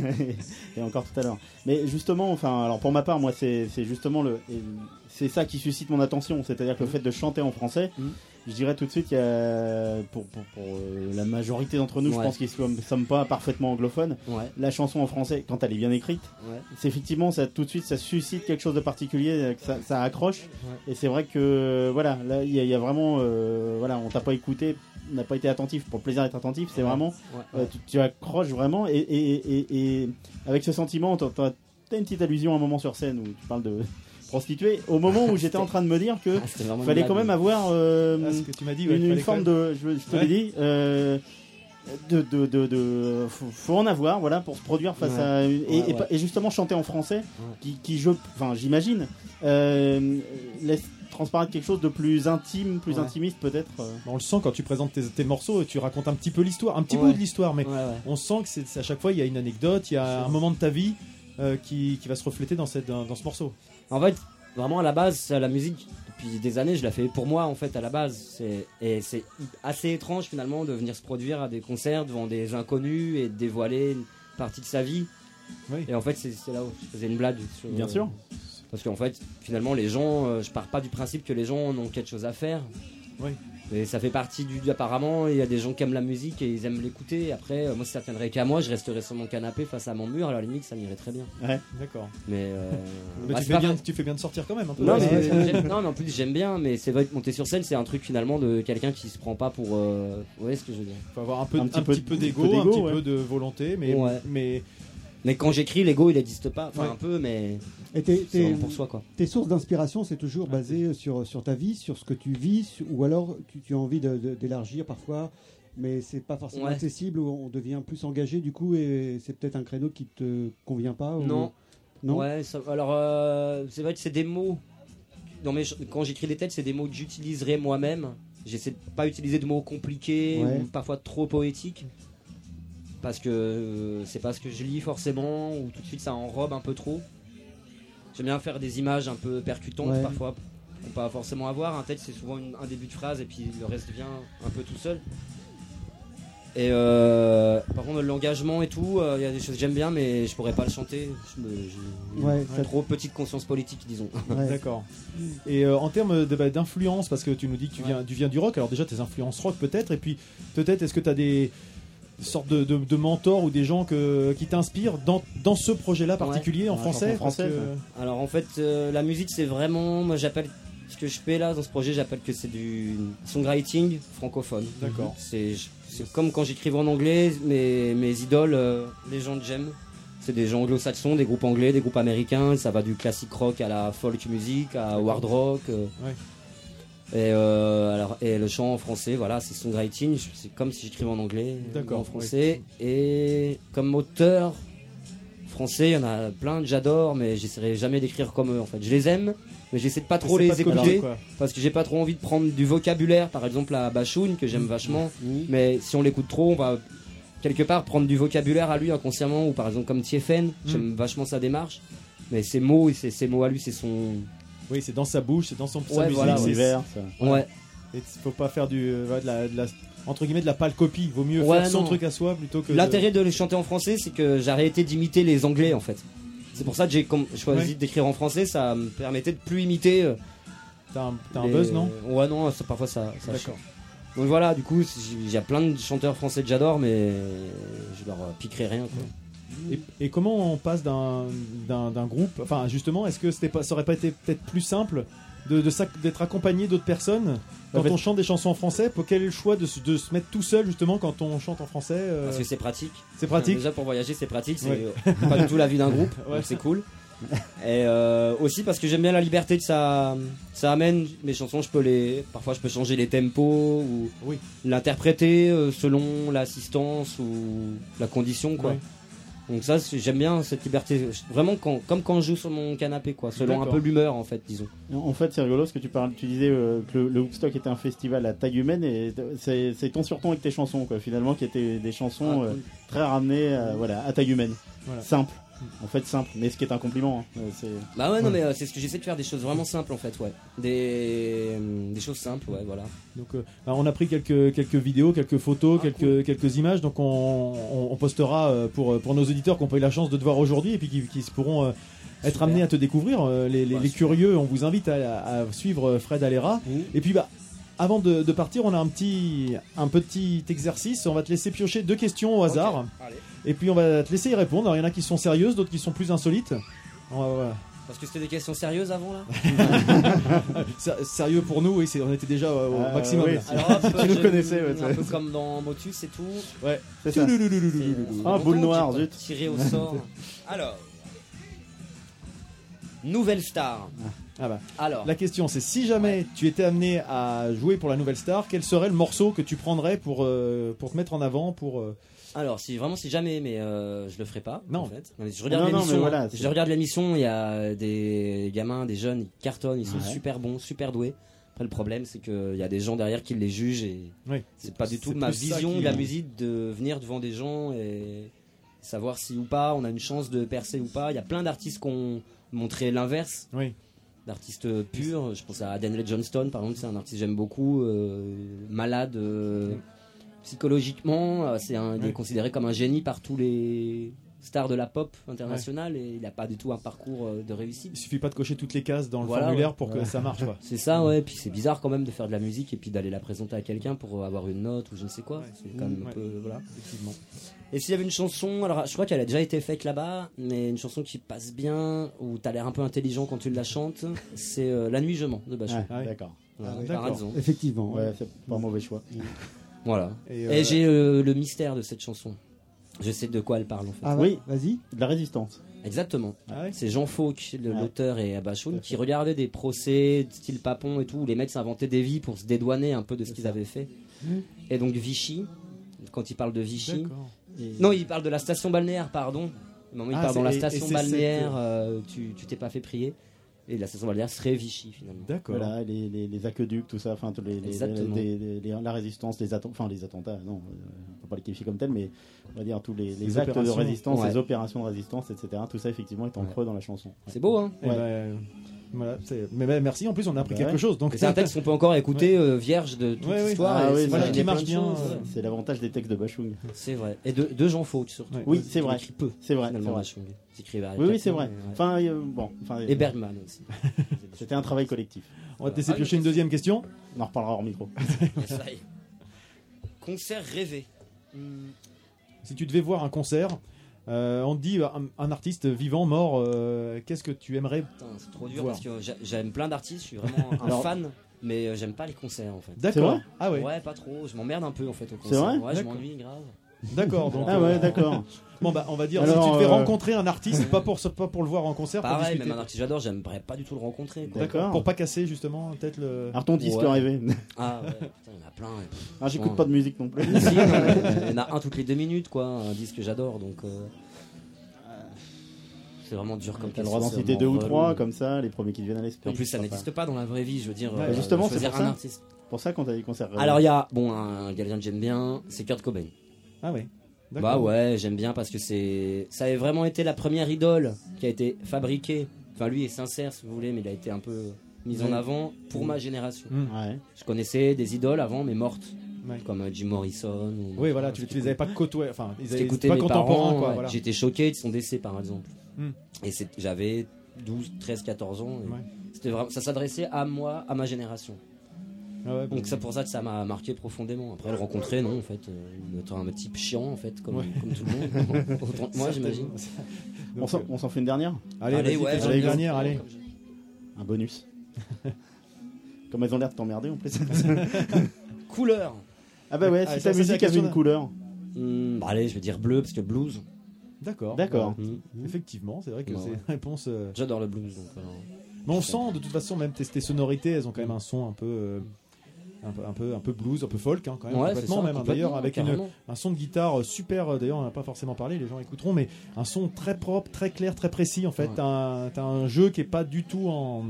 Speaker 3: et encore tout à l'heure. Mais justement, enfin, alors pour ma part, moi, c'est c'est justement le, et c'est ça qui suscite mon attention, c'est-à-dire
Speaker 4: Mmh.
Speaker 3: que le fait de chanter en français.
Speaker 6: Mhm.
Speaker 3: Je dirais tout de suite qu'il y a, pour, pour, pour, euh, la majorité d'entre nous, je
Speaker 6: Ouais.
Speaker 3: pense qu'ils ne sommes pas parfaitement anglophones,
Speaker 6: Ouais,
Speaker 3: la chanson en français, quand elle est bien écrite,
Speaker 6: ouais.
Speaker 3: c'est effectivement ça tout de suite ça suscite quelque chose de particulier euh, que ça, ça accroche et c'est vrai que euh, voilà là il y, a- il y a vraiment euh, voilà on t'a pas écouté on n'a pas été attentif pour le plaisir d'être attentif c'est vraiment
Speaker 6: ouais.
Speaker 3: euh, tu, tu accroches vraiment et, et, et, et avec ce sentiment t'as- t'as t'as une petite allusion à un moment sur scène où tu parles de <laughs> prostituée au moment où j'étais en train de me dire que
Speaker 6: Ah, c'était vraiment
Speaker 3: fallait
Speaker 6: une
Speaker 3: quand
Speaker 6: blague.
Speaker 3: même avoir euh,
Speaker 4: Ah, ce que tu m'as dit. ouais,
Speaker 3: une,
Speaker 4: il
Speaker 3: une
Speaker 4: fallait
Speaker 3: forme
Speaker 4: quand
Speaker 3: de je, je te
Speaker 4: Ouais.
Speaker 3: l'ai dit euh, de, de, de, de- faut, faut en avoir voilà pour se produire face
Speaker 6: Ouais.
Speaker 3: à une- et,
Speaker 6: Ouais,
Speaker 3: et
Speaker 6: ouais.
Speaker 3: pas- et justement chanter en français qui, qui je enfin j'imagine euh, laisse transparaître quelque chose de plus intime plus
Speaker 6: Ouais.
Speaker 3: intimiste peut-être euh.
Speaker 4: même- Bah, On le sent quand tu présentes tes, tes morceaux et tu racontes un petit peu l'histoire, un petit
Speaker 6: Ouais.
Speaker 4: bout de l'histoire, mais
Speaker 6: Ouais, ouais.
Speaker 4: on sent que c'est à chaque fois il y a une anecdote, il y a un moment de ta vie euh, qui, qui va se refléter dans, cette, dans, dans ce morceau.
Speaker 6: En fait, vraiment à la base, ça, la musique, depuis des années, je la fais pour moi en fait à la base. C'est- Et c'est hi- assez étrange finalement de venir se produire à des concerts devant des inconnus et de dévoiler une partie de sa vie.
Speaker 4: Oui.
Speaker 6: Et en fait, c'est c'est là où je faisais une blague. sur-
Speaker 3: Bien sûr.
Speaker 6: Parce qu'en fait, finalement, les gens, euh, je pars pas du principe que les gens en ont quelque chose à faire.
Speaker 4: Oui.
Speaker 6: Mais ça fait partie du. Apparemment, il y a des gens qui aiment la musique et ils aiment l'écouter. Après, euh, moi, si ça tiendrait qu'à moi, je resterais sur mon canapé face à mon mur. À la limite, ça m'irait très bien.
Speaker 4: D'accord.
Speaker 6: Mais. euh,
Speaker 4: <laughs> Mais
Speaker 6: bah,
Speaker 4: tu,
Speaker 6: c'est
Speaker 4: fais
Speaker 6: pas
Speaker 4: bien, tu fais bien de sortir quand même un peu.
Speaker 6: non,
Speaker 4: Ouais,
Speaker 6: mais,
Speaker 4: c'est-
Speaker 6: j'aime- <laughs> non, mais en plus j'aime bien, mais c'est vrai que monter sur scène c'est un truc finalement de quelqu'un qui se prend pas pour. euh, Vous voyez ce que je veux dire
Speaker 4: faut avoir un, peu,
Speaker 3: Un
Speaker 4: un
Speaker 3: petit
Speaker 4: petit
Speaker 3: peu-
Speaker 4: peu
Speaker 3: un petit peu
Speaker 4: d'ego, un
Speaker 3: d'ego,
Speaker 4: petit
Speaker 3: ouais.
Speaker 4: peu de volonté, mais,
Speaker 6: Ouais.
Speaker 4: mais
Speaker 6: Mais quand j'écris, l'ego il n'existe pas, enfin
Speaker 4: Ouais.
Speaker 6: un peu, mais
Speaker 5: Et tes-
Speaker 6: c'est
Speaker 5: tes-
Speaker 6: vraiment pour soi quoi. Ah,
Speaker 5: Tes sources d'inspiration, c'est toujours basé sur, sur ta vie, sur ce que tu vis, sur- ou alors tu, tu as envie de- de- d'élargir parfois, mais c'est pas forcément
Speaker 6: Ouais.
Speaker 5: accessible, ou on devient plus engagé du coup, et c'est peut-être un créneau qui te convient pas. ou-
Speaker 6: Non.
Speaker 5: non
Speaker 6: Ouais, ça- alors euh, c'est vrai que c'est des mots dans mes, quand j'écris des textes, c'est des mots que j'utiliserai moi-même. J'essaie de pas utiliser de mots compliqués
Speaker 5: Ouais.
Speaker 6: ou parfois trop poétiques. Parce que euh, c'est pas ce que je lis forcément, ou tout de suite ça enrobe un peu trop. J'aime bien faire des images un peu percutantes
Speaker 5: Ouais.
Speaker 6: parfois qu'on peut pas forcément avoir. Un texte c'est souvent une- un début de phrase et puis le reste vient un peu tout seul. Et euh, par contre l'engagement et tout, euh, il y a des choses que j'aime bien mais je pourrais pas le chanter. Je me- j'ai-
Speaker 5: Ouais,
Speaker 6: j'ai
Speaker 5: ça-
Speaker 6: trop petite conscience politique disons.
Speaker 5: Ouais.
Speaker 4: D'accord. Et euh, en termes de- bah, d'influence, parce que tu nous dis que tu viens, tu viens du rock, alors déjà tes influences rock peut-être, et puis peut-être est-ce que tu as des sortes de, de- de mentors ou des gens que, qui t'inspirent dans, dans ce projet-là particulier en
Speaker 3: Ouais,
Speaker 4: français,
Speaker 3: chanson française,
Speaker 4: parce que-
Speaker 6: Alors en fait, euh, la musique c'est vraiment, moi j'appelle ce que je fais là dans ce projet, j'appelle que c'est du songwriting francophone.
Speaker 4: D'accord.
Speaker 6: C'est je- c'est comme quand j'écrivais en anglais, mes, mes idoles, euh, les gens que j'aime, c'est des gens anglo-saxons, des groupes anglais, des groupes américains, ça va du classic rock à la folk music, à hard rock. euh.
Speaker 4: Ouais.
Speaker 6: Et, euh, alors, et le chant en français, voilà, c'est songwriting, je- c'est comme si j'écrivais en anglais, euh,
Speaker 4: D'accord,
Speaker 6: en français. Et comme auteur français, il y en a plein que j'adore, mais j'essaierai jamais d'écrire comme eux en fait. Je les aime, mais j'essaie de pas trop
Speaker 4: C'est
Speaker 6: les
Speaker 4: pas de
Speaker 6: écouter
Speaker 4: copier, quoi.
Speaker 6: parce que j'ai pas trop envie de prendre du vocabulaire, par exemple la Bachoun que
Speaker 4: Mm.
Speaker 6: j'aime vachement, mais si on l'écoute trop, on va quelque part prendre du vocabulaire à lui inconsciemment, ou par exemple comme
Speaker 4: Mm.
Speaker 6: Tiefen, j'aime vachement sa démarche, mais ses mots, c'est ses mots à lui, c'est son.
Speaker 4: Oui, c'est dans sa bouche, c'est dans son sa
Speaker 6: Ouais,
Speaker 4: musique,
Speaker 6: voilà,
Speaker 4: c'est-
Speaker 3: l'univers. ça.
Speaker 6: Ouais,
Speaker 4: Et t- faut pas faire du euh, de la, de la- entre guillemets de la pâle copie. Vaut mieux
Speaker 6: Ouais,
Speaker 4: faire son
Speaker 6: non.
Speaker 4: truc à soi plutôt que. de-
Speaker 6: L'intérêt de les chanter en français, c'est que j'ai arrêté d'imiter les Anglais en fait. C'est pour ça que j'ai com- choisi
Speaker 4: Ouais.
Speaker 6: d'écrire en français, ça me permettait de plus imiter. euh,
Speaker 4: T'as un, t'as un
Speaker 6: les-
Speaker 4: buzz non
Speaker 6: Ouais, non, ça- parfois ça. ça chie. Donc voilà, du coup, c'est- il y a plein de chanteurs français que j'adore, mais je leur euh, piquerai rien. quoi.
Speaker 4: Et, et comment on passe d'un d'un d'un groupe Enfin, justement, est-ce que c'était pas, ça aurait pas été peut-être plus simple de de s'ac- d'être accompagné d'autres personnes quand
Speaker 6: Bah,
Speaker 3: En fait-
Speaker 4: on chante des chansons en français Pour quel est le choix de, se- de se mettre tout seul justement quand on chante en français euh,
Speaker 6: Parce que c'est pratique.
Speaker 4: C'est pratique.
Speaker 6: Déjà pour voyager, c'est pratique, c'est
Speaker 4: Ouais.
Speaker 6: euh, pas du tout la vie d'un groupe,
Speaker 4: <laughs> Ouais.
Speaker 6: donc c'est cool. Et euh, aussi parce que j'aime bien la liberté que ça, ça amène. Mes chansons, je peux les, parfois je peux changer les tempos ou
Speaker 4: Oui.
Speaker 6: l'interpréter euh, selon l'assistance ou la condition quoi.
Speaker 4: Ouais.
Speaker 6: Donc ça, c'est- j'aime bien cette liberté. Je- Vraiment quand- comme quand je joue sur mon canapé quoi, selon un
Speaker 4: D'accord.
Speaker 6: peu l'humeur en fait, disons.
Speaker 3: En fait, c'est rigolo ce que tu parles. Tu disais euh, que le, le Hoopstock était un festival à taille humaine et t- c'est c'est ton sur ton avec tes chansons, quoi, finalement, qui étaient des chansons euh, très ramenées à, voilà, à taille humaine.
Speaker 4: Voilà.
Speaker 3: Simple. En fait, simple. Mais ce qui est un compliment. hein. Euh, c'est-
Speaker 6: Bah ouais, non mais euh, c'est ce que j'essaie de faire des choses vraiment simples en fait, ouais. Des, des choses simples, ouais, voilà.
Speaker 4: Donc, euh, bah, on a pris quelques, quelques vidéos, quelques photos,
Speaker 6: Ah,
Speaker 4: quelques, quelques images. Donc, on, on- on postera euh, pour, euh, pour nos auditeurs qui ont pas eu la chance de te voir aujourd'hui et puis qui, qui se pourront euh, être
Speaker 6: Super.
Speaker 4: amenés à te découvrir. Euh, les les-
Speaker 3: Bah,
Speaker 6: Ouais,
Speaker 4: les
Speaker 6: super.
Speaker 4: curieux, on vous invite à, à suivre euh, Fred Alera. Et puis, bah, avant de, de partir, on a un petit, un petit exercice. On va te laisser piocher deux questions au hasard.
Speaker 6: Allez.
Speaker 4: Et puis, on va te laisser y répondre. Alors, il y en a qui sont sérieuses, d'autres qui sont plus insolites. On va- voilà.
Speaker 3: <laughs>
Speaker 6: Parce que c'était des questions sérieuses avant là.
Speaker 4: <laughs> Ser- Sérieux pour nous, oui, c'est- on était déjà euh, au
Speaker 3: Euh,
Speaker 4: maximum.
Speaker 3: oui,
Speaker 4: là.
Speaker 3: c'est-
Speaker 6: Alors, hop,
Speaker 3: Tu
Speaker 4: <laughs>
Speaker 3: nous
Speaker 6: je-
Speaker 3: connaissais, ouais,
Speaker 6: un
Speaker 3: ça.
Speaker 6: peu comme dans Motus et tout.
Speaker 3: c'est ça. Ah, boule noire, zut.
Speaker 6: Tiré au sort. Alors, nouvelle star.
Speaker 4: Ah bah.
Speaker 6: Alors,
Speaker 4: La question c'est si jamais tu étais amené à jouer pour la nouvelle star, quel serait le morceau que tu prendrais pour, euh, pour te mettre en avant pour euh,
Speaker 6: alors, si vraiment, si jamais, mais euh, je le ferai pas.
Speaker 4: Non.
Speaker 6: en fait. mais je regarde
Speaker 3: Non, non,
Speaker 6: l'émission.
Speaker 3: mais voilà,
Speaker 6: hein.
Speaker 3: c'est-
Speaker 6: je regarde l'émission. Il y a des gamins, des jeunes, ils cartonnent, ils sont
Speaker 3: Ouais.
Speaker 6: super bons, super doués. Après, le problème, c'est qu'il y a des gens derrière qui les jugent et
Speaker 4: Oui.
Speaker 6: c'est pas du tout
Speaker 4: C'est
Speaker 6: ma
Speaker 4: plus ça
Speaker 6: vision
Speaker 4: qui-
Speaker 6: de la musique de venir devant des gens et savoir si ou pas on a une chance de percer ou pas. Il y a plein d'artistes qui ont montré l'inverse.
Speaker 4: Oui.
Speaker 6: D'artistes purs, je pense à Daniel Johnston par exemple, c'est un artiste que j'aime beaucoup, euh, malade euh, psychologiquement, euh, c'est un, il
Speaker 4: Ouais.
Speaker 6: est considéré comme un génie par tous les stars de la pop internationale et il n'a pas du tout un parcours euh, de réussite.
Speaker 4: Il suffit pas de cocher toutes les cases dans le
Speaker 6: Voilà,
Speaker 4: formulaire
Speaker 6: ouais.
Speaker 4: pour que ça
Speaker 6: <laughs>
Speaker 4: marche. quoi.
Speaker 6: C'est ça, ouais. Puis c'est bizarre quand même de faire de la musique et puis d'aller la présenter à quelqu'un pour avoir une note ou je ne sais quoi. C'est quand même un
Speaker 4: Ouais.
Speaker 6: peu. Voilà. Et s'il y avait une chanson, alors je crois qu'elle a déjà été faite là-bas, mais une chanson qui passe bien, où t'as l'air un peu intelligent quand tu la chantes, c'est euh, La nuit je mens de Bachon.
Speaker 3: Ouais,
Speaker 4: Ouais.
Speaker 3: D'accord.
Speaker 6: Voilà,
Speaker 4: Ah ouais,
Speaker 6: par
Speaker 4: d'accord.
Speaker 6: exemple.
Speaker 5: Effectivement.
Speaker 3: Ouais, c'est pas un mauvais choix.
Speaker 6: Voilà.
Speaker 4: Et,
Speaker 6: Et,
Speaker 4: euh,
Speaker 6: j'ai euh, le mystère de cette chanson. Je sais de quoi elle parle en fait.
Speaker 5: Ah
Speaker 3: Oui.
Speaker 5: oui, vas-y.
Speaker 3: De la résistance.
Speaker 6: Exactement.
Speaker 4: Ah ouais
Speaker 6: C'est Jean Fauque, le-
Speaker 3: Ouais.
Speaker 6: l'auteur et Abachoun, qui regardaient des procès de style Papon et tout, où les mecs s'inventaient des vies pour se dédouaner un peu de ce qu'ils avaient fait. Et donc Vichy, quand il parle de Vichy,
Speaker 4: D'accord.
Speaker 6: non, il parle de la station euh, balnéaire, pardon. Non, il
Speaker 4: Ah,
Speaker 6: parle dans
Speaker 4: c'est-
Speaker 6: la
Speaker 4: et- et
Speaker 6: station
Speaker 4: c'est
Speaker 6: balnéaire, euh, tu tu t'es pas fait prier. Et la station balnéaire serait Vichy finalement.
Speaker 4: D'accord.
Speaker 3: Voilà, les, les, les aqueducs, tout ça, enfin, tous les, les-
Speaker 6: Exactement.
Speaker 3: les- les- les- la résistance, les, atten- enfin, les attentats, non, euh, on peut pas les qualifier comme tels, mais on va dire tous les, les
Speaker 4: Les
Speaker 3: actes de
Speaker 4: opérations.
Speaker 3: résistance,
Speaker 6: Ouais.
Speaker 3: les opérations de résistance, etc. Tout ça, effectivement, est en
Speaker 4: Ouais.
Speaker 3: creux dans la chanson. Ouais.
Speaker 6: C'est beau, hein
Speaker 4: Eh
Speaker 3: Ouais.
Speaker 4: ben, voilà, c'est- mais, mais merci, en plus on a appris
Speaker 3: Ouais.
Speaker 4: quelque chose. Donc
Speaker 6: Et C'est un texte qu'on peut encore écouter euh, vierge de toute
Speaker 4: Ouais, ouais.
Speaker 6: l'histoire.
Speaker 3: Ah
Speaker 6: et
Speaker 3: ouais,
Speaker 6: c'est
Speaker 3: voilà,
Speaker 6: vrai,
Speaker 3: qui
Speaker 6: il y a plein
Speaker 4: marche
Speaker 6: de
Speaker 4: bien,
Speaker 6: choses,
Speaker 4: ouais.
Speaker 3: C'est l'avantage des textes de Bachung.
Speaker 6: ouais. C'est vrai. Et de, de Jean Faux surtout.
Speaker 4: Ouais.
Speaker 3: Oui, c'est vrai.
Speaker 6: Qui écrit peu.
Speaker 3: C'est vrai, c'est
Speaker 6: finalement,
Speaker 3: vrai.
Speaker 6: Bachung. Qui écrit avec
Speaker 3: Oui, oui,
Speaker 6: Lacan,
Speaker 3: c'est vrai.
Speaker 6: mais, ouais.
Speaker 3: Enfin, euh, bon, enfin,
Speaker 6: Et Bergman aussi.
Speaker 3: <laughs> c'était un travail collectif.
Speaker 4: on va te
Speaker 6: Ah
Speaker 4: laisser piocher une deuxième question.
Speaker 3: On en reparlera hors
Speaker 6: <laughs>
Speaker 3: micro.
Speaker 6: Ça y est. Concert rêvé. Hum,
Speaker 4: Si tu devais voir un concert, euh, on te dit un, un artiste vivant, mort, euh, qu'est-ce que tu aimerais
Speaker 6: Putain, c'est trop dur
Speaker 4: Voir.
Speaker 6: parce que j'a- j'aime plein d'artistes, je suis vraiment
Speaker 4: <laughs>
Speaker 6: un
Speaker 3: Alors-
Speaker 6: fan, mais euh, j'aime pas les concerts en fait.
Speaker 4: D'accord.
Speaker 3: vrai
Speaker 4: Ah ouais.
Speaker 6: Ouais, pas trop, je m'emmerde un peu en fait au
Speaker 3: C'est
Speaker 6: concert.
Speaker 3: vrai
Speaker 6: ouais, je
Speaker 4: D'accord.
Speaker 6: m'ennuie grave. <laughs>
Speaker 4: D'accord. donc,
Speaker 3: Ah
Speaker 4: euh,
Speaker 3: ouais, d'accord.
Speaker 4: <laughs> Bon bah on va dire si
Speaker 3: Alors,
Speaker 4: tu devais
Speaker 3: euh,
Speaker 4: rencontrer
Speaker 3: <laughs>
Speaker 4: un artiste, pas pour pas pour le voir en concert, pour
Speaker 6: Pareil,
Speaker 4: discuter.
Speaker 6: même un artiste que j'adore, j'aimerais pas du tout le rencontrer. Quoi.
Speaker 3: D'accord.
Speaker 4: Pour pas casser euh, justement peut-être le.
Speaker 3: Alors ton disque
Speaker 6: Ouais.
Speaker 3: rêvé.
Speaker 6: <laughs> Ah ouais, putain, il y en a plein. et-
Speaker 3: Ah, J'écoute pas de musique non plus.
Speaker 6: <laughs> Si, il y en a-
Speaker 3: <laughs>
Speaker 6: il y en a un toutes les deux minutes, quoi. Un disque que j'adore, donc. euh, C'est vraiment dur comme
Speaker 3: T'as
Speaker 6: question.
Speaker 3: le droit d'en
Speaker 6: c'est
Speaker 3: citer deux
Speaker 6: vraiment
Speaker 3: ou trois,
Speaker 6: relou.
Speaker 3: comme ça, les premiers qui te viennent à l'esprit.
Speaker 6: En plus, ça
Speaker 3: Enfin,
Speaker 6: n'existe pas dans la vraie vie, je veux dire.
Speaker 4: Ouais,
Speaker 6: euh,
Speaker 3: justement, c'est
Speaker 6: choisir
Speaker 3: pour
Speaker 6: un
Speaker 3: ça.
Speaker 6: artiste.
Speaker 3: Pour ça, quand t'as dit concert rêvé.
Speaker 6: Alors, il y a, bon, un quelqu'un que j'aime bien, c'est Kurt Cobain.
Speaker 4: Ah ouais.
Speaker 6: Bah ouais, j'aime bien parce que c'est. Ça a vraiment été la première idole qui a été fabriquée. Enfin, lui est sincère, si vous voulez, mais il a été un peu mis en
Speaker 4: Ouais. Mm.
Speaker 6: avant pour ma génération.
Speaker 3: Ouais.
Speaker 6: Je connaissais des idoles avant, mais mortes.
Speaker 4: Ouais.
Speaker 6: Comme euh, Jim Morrison. Ou...
Speaker 4: Oui voilà, tu, tu les avais pas côtoyés, enfin ils
Speaker 6: Parce
Speaker 4: avaient-
Speaker 6: qu'écouter
Speaker 4: pas
Speaker 6: mes
Speaker 4: contemporains
Speaker 6: parents,
Speaker 4: quoi.
Speaker 6: ouais,
Speaker 4: Voilà.
Speaker 6: J'étais choqué de son décès, par exemple.
Speaker 4: Hmm.
Speaker 6: Et c'est- j'avais 12, 13, 14 ans. et
Speaker 4: Ouais.
Speaker 6: c'était vraiment- ça s'adressait à moi, à ma génération.
Speaker 4: Ah ouais,
Speaker 6: Donc c'est pour ça que ça m'a marqué profondément. Après le rencontrer, non, en fait, euh, il était un type chiant, en fait, comme,
Speaker 4: Ouais.
Speaker 6: comme tout le
Speaker 4: <laughs>
Speaker 6: monde. Autant que moi, j'imagine.
Speaker 4: Donc, euh,
Speaker 3: On s'en- on s'en fait une dernière
Speaker 4: Allez,
Speaker 6: Allez,
Speaker 4: allez,
Speaker 6: ouais,
Speaker 4: vas-y,
Speaker 6: j'en ai
Speaker 4: allez,
Speaker 6: bien.
Speaker 4: dernière, allez.
Speaker 3: Un bonus. <laughs> Comme elles ont l'air de t'emmerder en
Speaker 4: <laughs>
Speaker 3: plus.
Speaker 6: Couleur.
Speaker 3: ah bah ouais,
Speaker 4: Ah,
Speaker 3: si ta
Speaker 4: ça, c'est la
Speaker 3: musique avait
Speaker 4: question
Speaker 3: une
Speaker 4: de-
Speaker 3: couleur.
Speaker 6: Hmm, bah, allez, je vais dire bleu parce que blues.
Speaker 4: D'accord.
Speaker 3: D'accord.
Speaker 6: Hmm.
Speaker 4: Ouais. Effectivement, c'est vrai que
Speaker 6: Ouais,
Speaker 4: c'est
Speaker 6: ouais.
Speaker 4: une réponse. euh,
Speaker 6: J'adore le blues. Donc, voilà.
Speaker 4: Mais on sent de toute façon même tes, tes sonorités, elles ont quand même un son un peu. euh, Un peu, un, peu, un peu blues, un peu folk, hein, quand même,
Speaker 6: Ouais, c'est
Speaker 4: complètement
Speaker 6: ça,
Speaker 4: même. hein, D'ailleurs,
Speaker 6: complètement,
Speaker 4: avec une,
Speaker 6: carrément.
Speaker 4: un son de guitare euh, super, euh, d'ailleurs, on n'a pas forcément parlé, les gens écouteront, mais un son très propre, très clair, très précis, en fait.
Speaker 6: Ouais.
Speaker 4: T'as un, t'as un jeu qui est pas du tout en,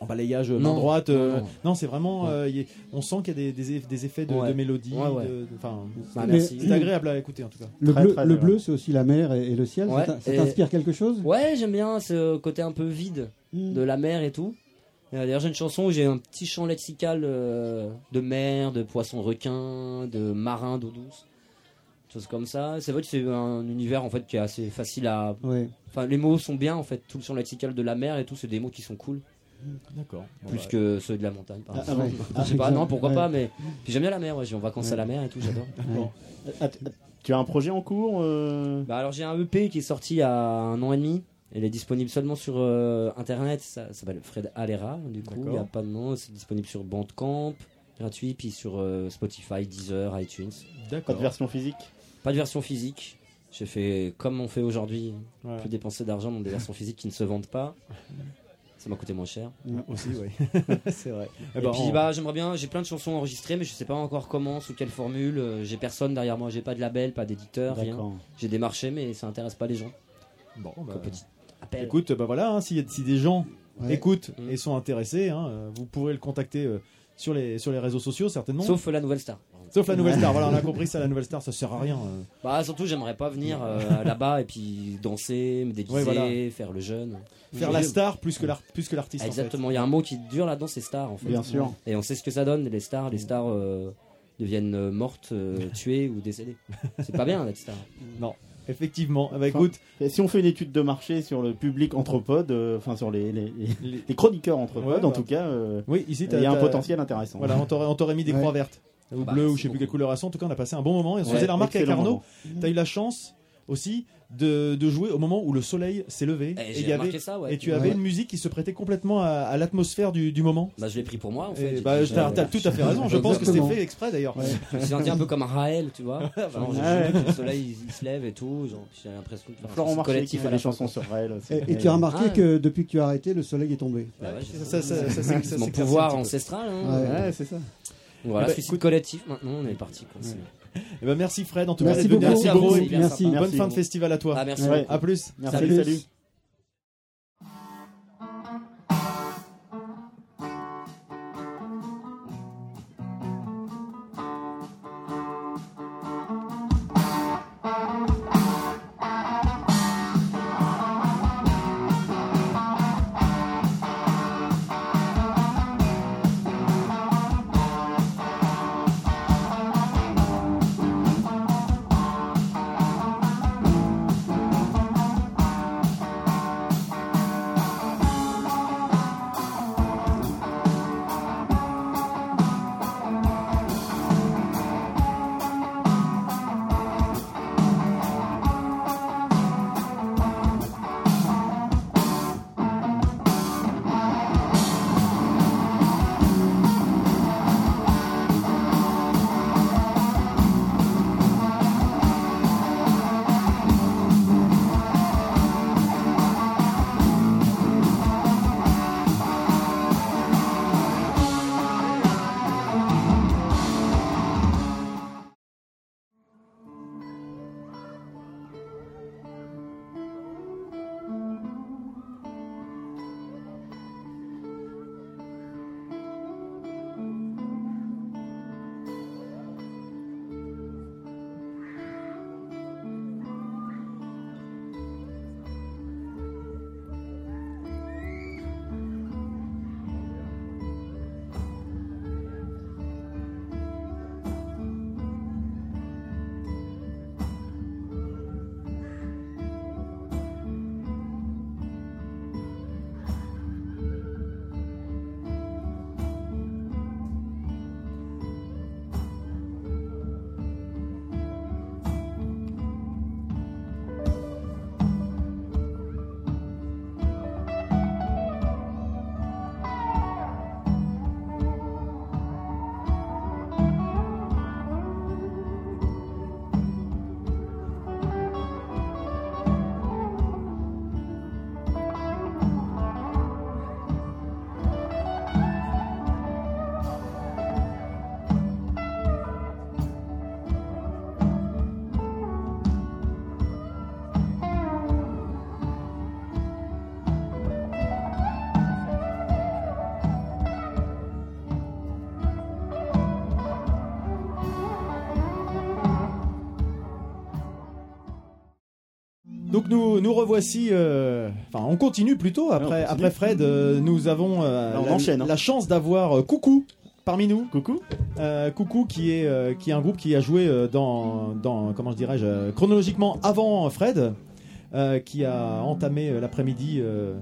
Speaker 4: en balayage euh, main
Speaker 6: Non,
Speaker 4: droite. euh,
Speaker 6: non,
Speaker 4: non,
Speaker 6: non.
Speaker 4: c'est vraiment.
Speaker 6: Ouais.
Speaker 4: euh, y est- on sent qu'il y a des, des, eff- des effets de,
Speaker 6: Ouais.
Speaker 4: de mélodie.
Speaker 6: Ouais, ouais.
Speaker 4: de- de- Enfin,
Speaker 6: Bah,
Speaker 5: Mais-
Speaker 6: merci.
Speaker 4: c'est agréable à écouter, en tout cas.
Speaker 5: Le
Speaker 3: Très,
Speaker 5: bleu,
Speaker 3: très
Speaker 5: le
Speaker 3: bien.
Speaker 5: bleu, c'est aussi la mer et, et le ciel. Ça
Speaker 6: Ouais,
Speaker 5: t'in- ça
Speaker 6: et-
Speaker 5: t'inspire quelque chose
Speaker 6: Ouais, j'aime bien ce côté un peu vide
Speaker 5: Mm.
Speaker 6: de la mer et tout. Et, euh, D'ailleurs, j'ai une chanson où j'ai un petit chant lexical euh, de mer, de poisson requin, de marin d'eau douce, choses comme ça. C'est vrai que c'est un univers en fait qui est assez facile à.
Speaker 5: Ouais.
Speaker 6: Enfin, les mots sont bien en fait. Tout le chant lexical de la mer et tout, c'est des mots qui sont cool,
Speaker 4: D'accord.
Speaker 6: plus que ceux de la montagne. Par
Speaker 3: Ah,
Speaker 6: exemple.
Speaker 5: ouais.
Speaker 6: Je sais pas, non, pourquoi
Speaker 5: Ouais.
Speaker 6: pas, mais puis j'aime bien la mer. Ouais, je vais en vacances à la mer et tout, j'adore.
Speaker 4: Euh,
Speaker 3: Ah, t- tu as un projet en cours euh,
Speaker 6: Bah alors j'ai un EP qui est sorti il y a un an et demi. Il est disponible seulement sur euh, internet. Ça, ça s'appelle Fred Alera. Du coup, il n'y a
Speaker 4: D'accord.
Speaker 6: pas de nom. C'est disponible sur Bandcamp, gratuit, puis sur euh, Spotify, Deezer, iTunes.
Speaker 3: Pas
Speaker 4: D'accord.
Speaker 3: de version physique
Speaker 6: Pas de version physique. J'ai fait comme on fait aujourd'hui.
Speaker 4: Voilà.
Speaker 6: Plus dépenser d'argent dans des versions physiques qui ne se vendent pas. Ça m'a coûté moins cher.
Speaker 4: Ah, Aussi, oui. <laughs> c'est vrai. Eh
Speaker 6: Et,
Speaker 4: ben,
Speaker 6: puis
Speaker 4: on-
Speaker 6: bah j'aimerais bien. J'ai plein de chansons enregistrées, mais je sais pas encore comment, sous quelle formule. Euh, J'ai personne derrière moi. J'ai pas de label, pas d'éditeur, rien.
Speaker 3: D'accord.
Speaker 6: J'ai démarché, mais ça intéresse pas les gens.
Speaker 4: Bon, bah,
Speaker 6: Comme petit appel.
Speaker 4: Écoute, bah voilà, hein, si, si des gens
Speaker 5: Ouais.
Speaker 4: écoutent
Speaker 6: Mm.
Speaker 4: et sont intéressés, hein, euh, vous pourrez le contacter euh, sur, les, sur les réseaux sociaux, certainement. Sauf,
Speaker 6: Sauf euh, la nouvelle star.
Speaker 4: la
Speaker 6: <laughs>
Speaker 4: nouvelle star, voilà, on a compris ça, la nouvelle star, ça sert à rien. euh.
Speaker 6: Bah surtout j'aimerais pas venir euh, là-bas et puis danser, me déguiser,
Speaker 4: Ouais, voilà.
Speaker 6: faire le jeune.
Speaker 4: Faire la star plus que l'art- plus que l'artiste. en fait.
Speaker 6: Exactement, il y a un mot qui dure là-dedans, c'est star en fait.
Speaker 3: Bien sûr.
Speaker 6: Et on sait ce que ça donne, les stars, les stars euh, deviennent euh, mortes,
Speaker 4: <laughs>
Speaker 6: euh, tuées ou décédées. C'est pas bien d'être star.
Speaker 4: Effectivement. Ah, Bah,
Speaker 3: Enfin,
Speaker 4: écoute,
Speaker 3: Et si on fait une étude de marché sur le public entrepode, euh, enfin sur les, les, les-
Speaker 4: les-
Speaker 3: les chroniqueurs entrepode,
Speaker 4: Ouais,
Speaker 3: en
Speaker 4: bah.
Speaker 3: tout cas, euh,
Speaker 4: oui, ici, t'as-
Speaker 3: il y a un
Speaker 4: t'as-
Speaker 3: potentiel intéressant.
Speaker 4: Voilà, on t'aurait on t'aurait mis des
Speaker 5: Ouais.
Speaker 4: croix vertes, ou
Speaker 6: bah,
Speaker 4: bleues, ou
Speaker 6: merci
Speaker 4: je sais plus
Speaker 6: beaucoup. Mhm.
Speaker 4: quelle couleur elles sont. En tout cas, on a passé un bon moment et on se
Speaker 3: Ouais,
Speaker 4: faisait la remarque avec
Speaker 3: excellent
Speaker 4: Arnaud.
Speaker 3: moment.
Speaker 4: T'as eu la chance aussi de, de jouer au moment où le soleil s'est levé
Speaker 6: Et
Speaker 4: et, il
Speaker 6: Eh, j'ai
Speaker 4: y
Speaker 6: remarqué
Speaker 4: avait,
Speaker 6: ça, ouais.
Speaker 4: et tu avais
Speaker 5: Ouais.
Speaker 4: une musique qui se prêtait complètement à, à l'atmosphère du, du moment.
Speaker 6: Bah je l'ai pris pour moi en
Speaker 4: Eh
Speaker 6: fait.
Speaker 4: bah,
Speaker 6: J'ai-
Speaker 4: t'as, t'as tout à fait raison. Je pense que c'était
Speaker 5: Exactement.
Speaker 4: fait exprès d'ailleurs.
Speaker 5: Ouais.
Speaker 6: Je me suis senti un peu comme un Raël,
Speaker 4: <laughs>
Speaker 6: tu vois. Genre, je
Speaker 3: Ah Ouais.
Speaker 6: joue, puis le soleil il, il se lève et tout, genre, puis j'ai l'impression de faire un
Speaker 3: Florent
Speaker 6: truc
Speaker 3: Marché qui
Speaker 6: collectif à
Speaker 3: fait
Speaker 6: la
Speaker 3: des
Speaker 6: fin.
Speaker 3: chansons sur elle.
Speaker 5: Et, et tu as remarqué
Speaker 6: Ah.
Speaker 5: que depuis que tu as arrêté, le soleil est tombé.
Speaker 6: Bah, ouais, j'ai-
Speaker 4: Ça, ça, ça, ça, ça, ça,
Speaker 6: mon
Speaker 4: ça,
Speaker 6: pouvoir
Speaker 4: ça, ça,
Speaker 6: ancestral. hein.
Speaker 5: Ouais.
Speaker 3: Ouais, c'est ça.
Speaker 6: Voilà,
Speaker 4: Eh ben,
Speaker 6: suicide
Speaker 4: écoute-
Speaker 6: collectif. Maintenant, on est parti. Quoi. C'est-
Speaker 4: Eh ben, merci Fred, en tout cas,
Speaker 5: Merci
Speaker 4: d'être venu.
Speaker 5: beaucoup.
Speaker 6: Merci à vous,
Speaker 4: Bonne
Speaker 6: c'est bien
Speaker 5: Merci.
Speaker 3: sympa.
Speaker 4: fin de festival à toi.
Speaker 6: Ah, merci.
Speaker 3: Ouais.
Speaker 4: À plus.
Speaker 3: Merci, salut.
Speaker 5: Salut.
Speaker 4: Donc nous nous revoici. euh, Enfin, on continue plutôt après
Speaker 3: on continue.
Speaker 4: après Fred. euh, nous avons euh,
Speaker 3: Là, on
Speaker 4: la,
Speaker 3: enchaîne, hein.
Speaker 4: la chance d'avoir euh, Coucou parmi nous.
Speaker 3: Coucou.
Speaker 4: Euh, Coucou qui est euh, qui est un groupe qui a joué euh, dans dans comment je dirais-je euh, chronologiquement avant Fred, euh, qui a entamé euh, l'après-midi euh,